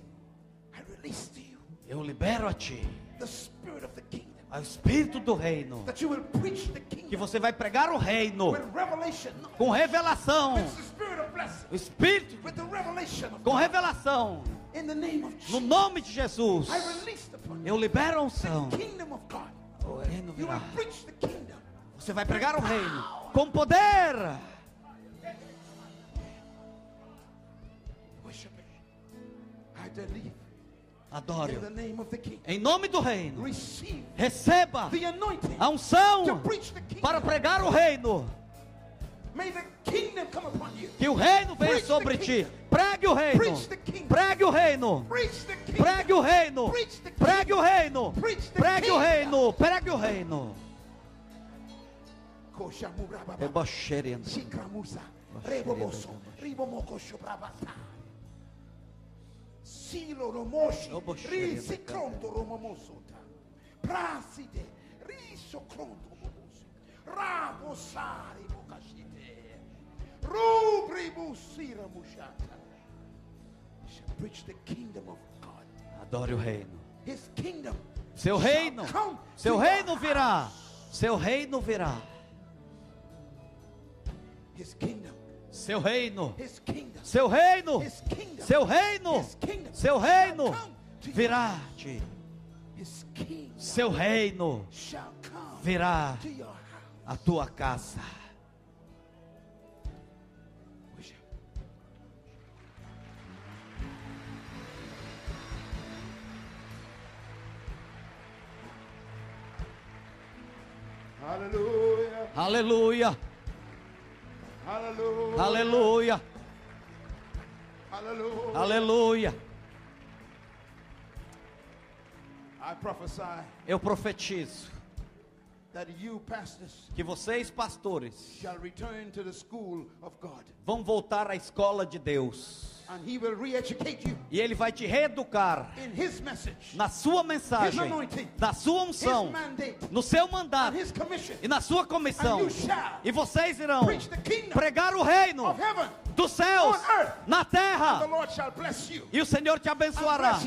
[SPEAKER 2] I release to you
[SPEAKER 1] Eu libero a ti.
[SPEAKER 2] the spirit of the kingdom.
[SPEAKER 1] O Espírito do Reino.
[SPEAKER 2] That you will preach the
[SPEAKER 1] Que
[SPEAKER 2] kingdom
[SPEAKER 1] você vai pregar o reino.
[SPEAKER 2] with revelation. No,
[SPEAKER 1] Com revelação.
[SPEAKER 2] It's the spirit of blessing.
[SPEAKER 1] O Espírito
[SPEAKER 2] With the revelation of
[SPEAKER 1] com
[SPEAKER 2] God.
[SPEAKER 1] revelação.
[SPEAKER 2] In the name of
[SPEAKER 1] No
[SPEAKER 2] Jesus.
[SPEAKER 1] nome de Jesus.
[SPEAKER 2] I release upon you
[SPEAKER 1] Eu libero a
[SPEAKER 2] the
[SPEAKER 1] unção.
[SPEAKER 2] kingdom of God.
[SPEAKER 1] O reino
[SPEAKER 2] You
[SPEAKER 1] virá.
[SPEAKER 2] will preach the kingdom.
[SPEAKER 1] Você vai pregar o reino. Com poder.
[SPEAKER 2] Worship it. I believe in the
[SPEAKER 1] Adore.
[SPEAKER 2] name of the King.
[SPEAKER 1] Em nome do reino.
[SPEAKER 2] Receive
[SPEAKER 1] Receba
[SPEAKER 2] the anointing
[SPEAKER 1] a
[SPEAKER 2] to
[SPEAKER 1] unção
[SPEAKER 2] preach the kingdom.
[SPEAKER 1] para pregar o reino.
[SPEAKER 2] May the kingdom come upon you.
[SPEAKER 1] Que o reino venha sobre ti. Pregue o reino. Pregue o reino.
[SPEAKER 2] Preach the kingdom.
[SPEAKER 1] Pregue o reino. Pregue o reino. Pregue o reino. Pregue o reino.
[SPEAKER 2] Koshamurababa.
[SPEAKER 1] Reboxerendo.
[SPEAKER 2] Shikramusa. Reboboso. Ribomokoshobrabata. Silo romoshi.
[SPEAKER 1] Obo shereba.
[SPEAKER 2] Risikronto romomosota. Praside. Risokronto romomoso. Rabosari bokashite. Rubribusiramushata. You shall Preach the kingdom of God.
[SPEAKER 1] Adore o reino.
[SPEAKER 2] His kingdom.
[SPEAKER 1] Seu
[SPEAKER 2] shall
[SPEAKER 1] reino.
[SPEAKER 2] come
[SPEAKER 1] Seu
[SPEAKER 2] to
[SPEAKER 1] reino
[SPEAKER 2] your
[SPEAKER 1] virá.
[SPEAKER 2] house.
[SPEAKER 1] Seu reino virá.
[SPEAKER 2] His kingdom.
[SPEAKER 1] Seu reino.
[SPEAKER 2] His kingdom.
[SPEAKER 1] Seu reino.
[SPEAKER 2] His kingdom.
[SPEAKER 1] Seu reino.
[SPEAKER 2] His kingdom.
[SPEAKER 1] Seu reino.
[SPEAKER 2] shall come to you.
[SPEAKER 1] Virá-te.
[SPEAKER 2] His kingdom
[SPEAKER 1] Seu reino
[SPEAKER 2] shall come
[SPEAKER 1] virá
[SPEAKER 2] to your house.
[SPEAKER 1] à tua casa.
[SPEAKER 2] We shall- Hallelujah. Hallelujah.
[SPEAKER 1] Aleluia,
[SPEAKER 2] Hallelujah.
[SPEAKER 1] aleluia,
[SPEAKER 2] Hallelujah.
[SPEAKER 1] aleluia.
[SPEAKER 2] I prophesy
[SPEAKER 1] Eu profetizo
[SPEAKER 2] that you, pastors,
[SPEAKER 1] que vocês, pastores,
[SPEAKER 2] shall return to the school of God.
[SPEAKER 1] vão voltar à escola de Deus.
[SPEAKER 2] And he will re educate you
[SPEAKER 1] E Ele vai te reeducar
[SPEAKER 2] in his message,
[SPEAKER 1] na sua mensagem, na sua
[SPEAKER 2] his
[SPEAKER 1] unção,
[SPEAKER 2] mandate,
[SPEAKER 1] no seu
[SPEAKER 2] and
[SPEAKER 1] mandato
[SPEAKER 2] his commission
[SPEAKER 1] e na sua comissão. E vocês irão
[SPEAKER 2] preach the kingdom
[SPEAKER 1] pregar o reino
[SPEAKER 2] of heaven.
[SPEAKER 1] dos céus na
[SPEAKER 2] The
[SPEAKER 1] terra.
[SPEAKER 2] Lord shall bless you.
[SPEAKER 1] E o Senhor te abençoará.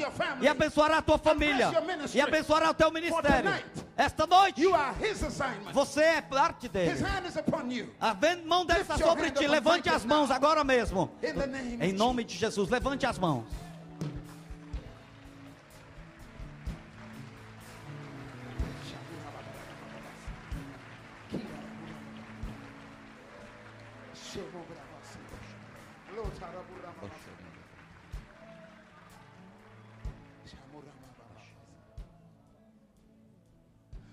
[SPEAKER 1] E abençoará a tua família. E abençoará o teu ministério. Esta noite,
[SPEAKER 2] You are his assignment.
[SPEAKER 1] você é parte
[SPEAKER 2] His
[SPEAKER 1] dele.
[SPEAKER 2] hand is upon you.
[SPEAKER 1] A ven- mão dele está sobre ti. Levante as mãos agora mesmo.
[SPEAKER 2] In the name
[SPEAKER 1] Em
[SPEAKER 2] of
[SPEAKER 1] nome de Jesus, levante as mãos.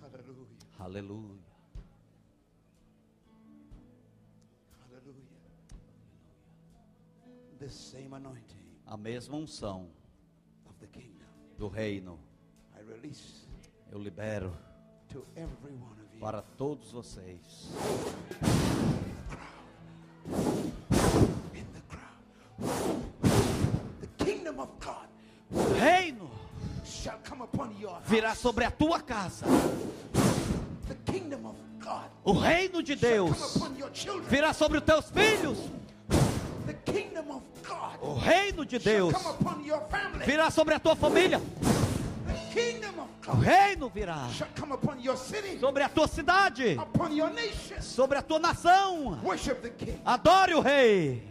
[SPEAKER 2] Hallelujah.
[SPEAKER 1] Aleluia.
[SPEAKER 2] Hallelujah. This same anointing
[SPEAKER 1] A mesma unção
[SPEAKER 2] of the kingdom
[SPEAKER 1] do reino
[SPEAKER 2] I release
[SPEAKER 1] eu libero
[SPEAKER 2] to every one of you.
[SPEAKER 1] para todos vocês.
[SPEAKER 2] in the crowd. The kingdom of God
[SPEAKER 1] O reino
[SPEAKER 2] shall come upon your house.
[SPEAKER 1] virá sobre a tua casa.
[SPEAKER 2] The kingdom of God
[SPEAKER 1] O reino de
[SPEAKER 2] shall
[SPEAKER 1] Deus
[SPEAKER 2] come upon your children.
[SPEAKER 1] virá sobre os teus filhos.
[SPEAKER 2] The kingdom of God
[SPEAKER 1] O reino de
[SPEAKER 2] shall
[SPEAKER 1] Deus
[SPEAKER 2] come upon your family.
[SPEAKER 1] virá sobre a tua família.
[SPEAKER 2] The kingdom of
[SPEAKER 1] O
[SPEAKER 2] God
[SPEAKER 1] reino virá
[SPEAKER 2] shall come upon your city,
[SPEAKER 1] sobre a tua cidade,
[SPEAKER 2] upon your nation.
[SPEAKER 1] sobre a tua nação.
[SPEAKER 2] Worship the king.
[SPEAKER 1] Adore o rei.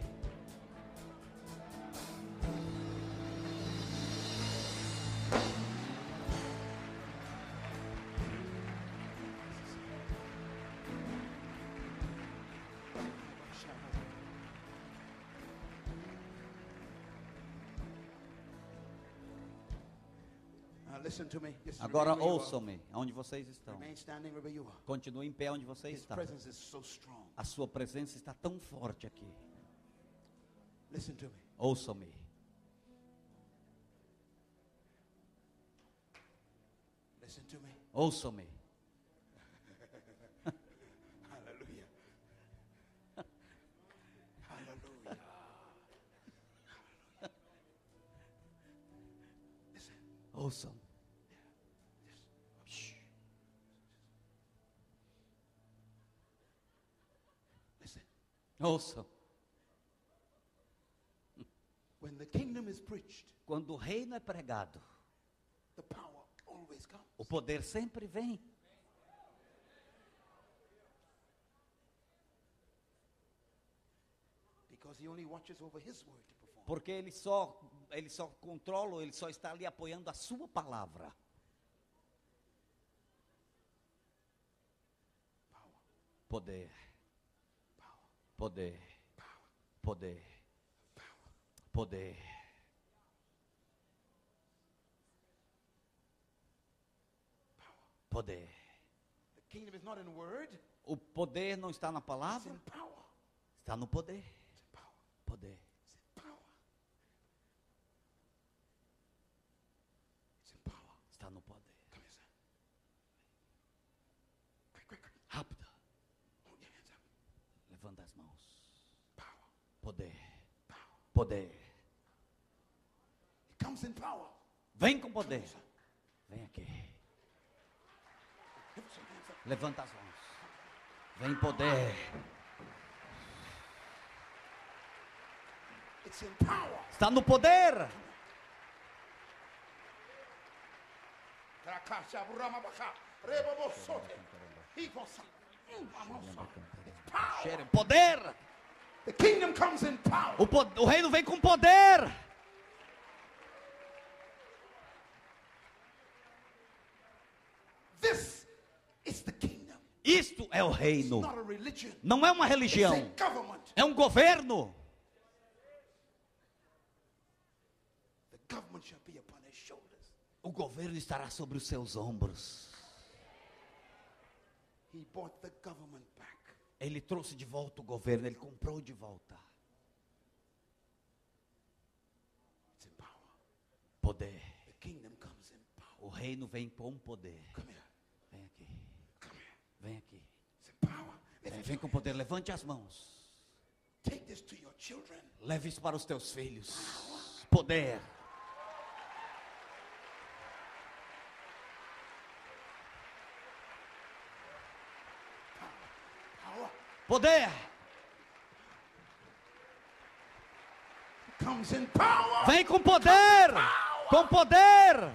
[SPEAKER 2] Now listen to me. Just
[SPEAKER 1] Agora
[SPEAKER 2] remain where you are.
[SPEAKER 1] ouçam-me, onde vocês estão.
[SPEAKER 2] Remain standing wherever you are.
[SPEAKER 1] Continue em pé onde você
[SPEAKER 2] His
[SPEAKER 1] está.
[SPEAKER 2] presence is so strong.
[SPEAKER 1] A sua presença está tão forte aqui.
[SPEAKER 2] Listen to me.
[SPEAKER 1] Ouçam-me.
[SPEAKER 2] Listen to me. *laughs*
[SPEAKER 1] Ouçam-me.
[SPEAKER 2] Hallelujah. Hallelujah.
[SPEAKER 1] Ouçam.
[SPEAKER 2] Listen.
[SPEAKER 1] Ouçam.
[SPEAKER 2] When the kingdom is preached,
[SPEAKER 1] Quando o reino é pregado,
[SPEAKER 2] the power always comes.
[SPEAKER 1] o poder sempre vem.
[SPEAKER 2] Because he only watches over his word to perform.
[SPEAKER 1] Porque ele só, ele só controla, ele só está ali apoiando a sua palavra. Poder. Poder. Poder. Poder. Poder.
[SPEAKER 2] The kingdom is not in word,
[SPEAKER 1] O poder não está na
[SPEAKER 2] it's in
[SPEAKER 1] palavra,
[SPEAKER 2] power.
[SPEAKER 1] está no poder.
[SPEAKER 2] It's in power.
[SPEAKER 1] Poder.
[SPEAKER 2] It's in power. It's in power.
[SPEAKER 1] Está no poder.
[SPEAKER 2] Come here, son. Quick, quick, quick.
[SPEAKER 1] Rápido.
[SPEAKER 2] Hold your hands up.
[SPEAKER 1] Levanta as mãos.
[SPEAKER 2] Power.
[SPEAKER 1] Poder. Poder.
[SPEAKER 2] It comes in power.
[SPEAKER 1] Vem com poder. Vem aqui.
[SPEAKER 2] Lift your hands up.
[SPEAKER 1] Levanta as mãos. Vem poder.
[SPEAKER 2] It's in power.
[SPEAKER 1] Está no poder.
[SPEAKER 2] Rakasha, Buramabaka, Rebobosote, Ikosa, Umamosa. It's power.
[SPEAKER 1] Cheiro, Poder.
[SPEAKER 2] The kingdom comes in power.
[SPEAKER 1] O, po- o reino vem com poder.
[SPEAKER 2] This is the kingdom.
[SPEAKER 1] Isto é o reino.
[SPEAKER 2] Not a religion.
[SPEAKER 1] Não é uma
[SPEAKER 2] It's a
[SPEAKER 1] religião.
[SPEAKER 2] government.
[SPEAKER 1] É um governo.
[SPEAKER 2] The government shall be upon his shoulders.
[SPEAKER 1] O governo estará sobre os seus ombros.
[SPEAKER 2] He bought the government back.
[SPEAKER 1] Ele trouxe de volta o governo, ele comprou de volta
[SPEAKER 2] It's in power.
[SPEAKER 1] poder.
[SPEAKER 2] The kingdom comes in power.
[SPEAKER 1] O reino vem com poder.
[SPEAKER 2] Come here.
[SPEAKER 1] Vem aqui,
[SPEAKER 2] Come here.
[SPEAKER 1] vem aqui.
[SPEAKER 2] It's in power. Let
[SPEAKER 1] Vem,
[SPEAKER 2] me
[SPEAKER 1] vem com poder, levante as mãos.
[SPEAKER 2] take this to your children.
[SPEAKER 1] Leve isso para os teus filhos. Poder.
[SPEAKER 2] Power
[SPEAKER 1] Poder
[SPEAKER 2] comes in power.
[SPEAKER 1] vem com poder. Com poder.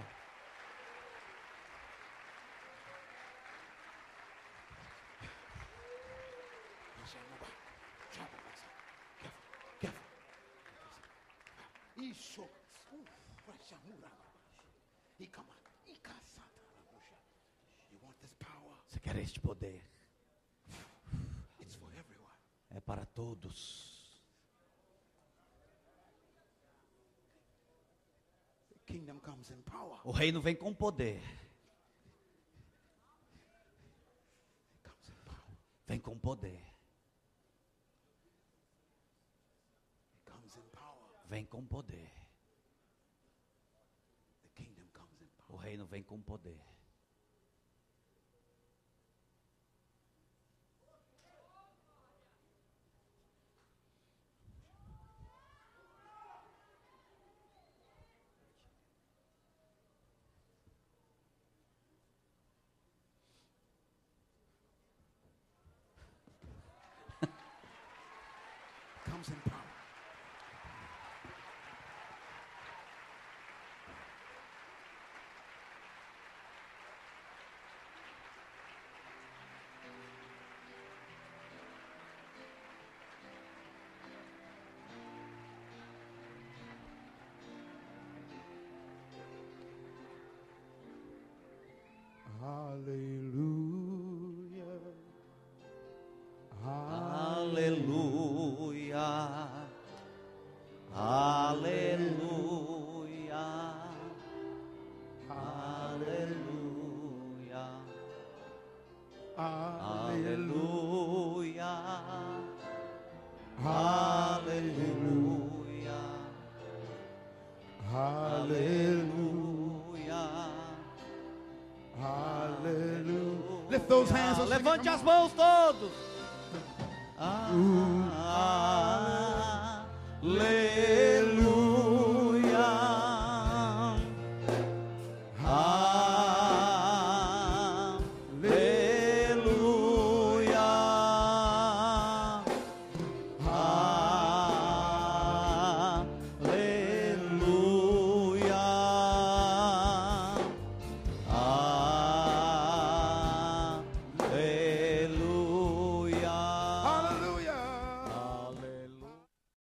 [SPEAKER 2] You shall know why. Trouble myself. Careful. Careful. He shook. Ooh, fresh amuraba. He come on. He kasata rabusha. You want this power?
[SPEAKER 1] Você quer este poder?
[SPEAKER 2] It's for everyone.
[SPEAKER 1] É para todos.
[SPEAKER 2] The kingdom comes in power.
[SPEAKER 1] O reino vem com poder.
[SPEAKER 2] It comes in power.
[SPEAKER 1] Vem com poder.
[SPEAKER 2] It comes in power.
[SPEAKER 1] Vem com poder.
[SPEAKER 2] The kingdom comes in power.
[SPEAKER 1] O reino vem com poder.
[SPEAKER 2] It comes in power. Hallelujah. Ah,
[SPEAKER 1] Aleluia. Aleluia.
[SPEAKER 2] ah,
[SPEAKER 1] Aleluia.
[SPEAKER 2] ah.
[SPEAKER 1] Aleluia. Aleluia. Aleluia.
[SPEAKER 2] Hallelujah. Lift those hands. let's sing it,
[SPEAKER 1] Levante
[SPEAKER 2] come
[SPEAKER 1] as
[SPEAKER 2] on.
[SPEAKER 1] mãos todos. Aleluia.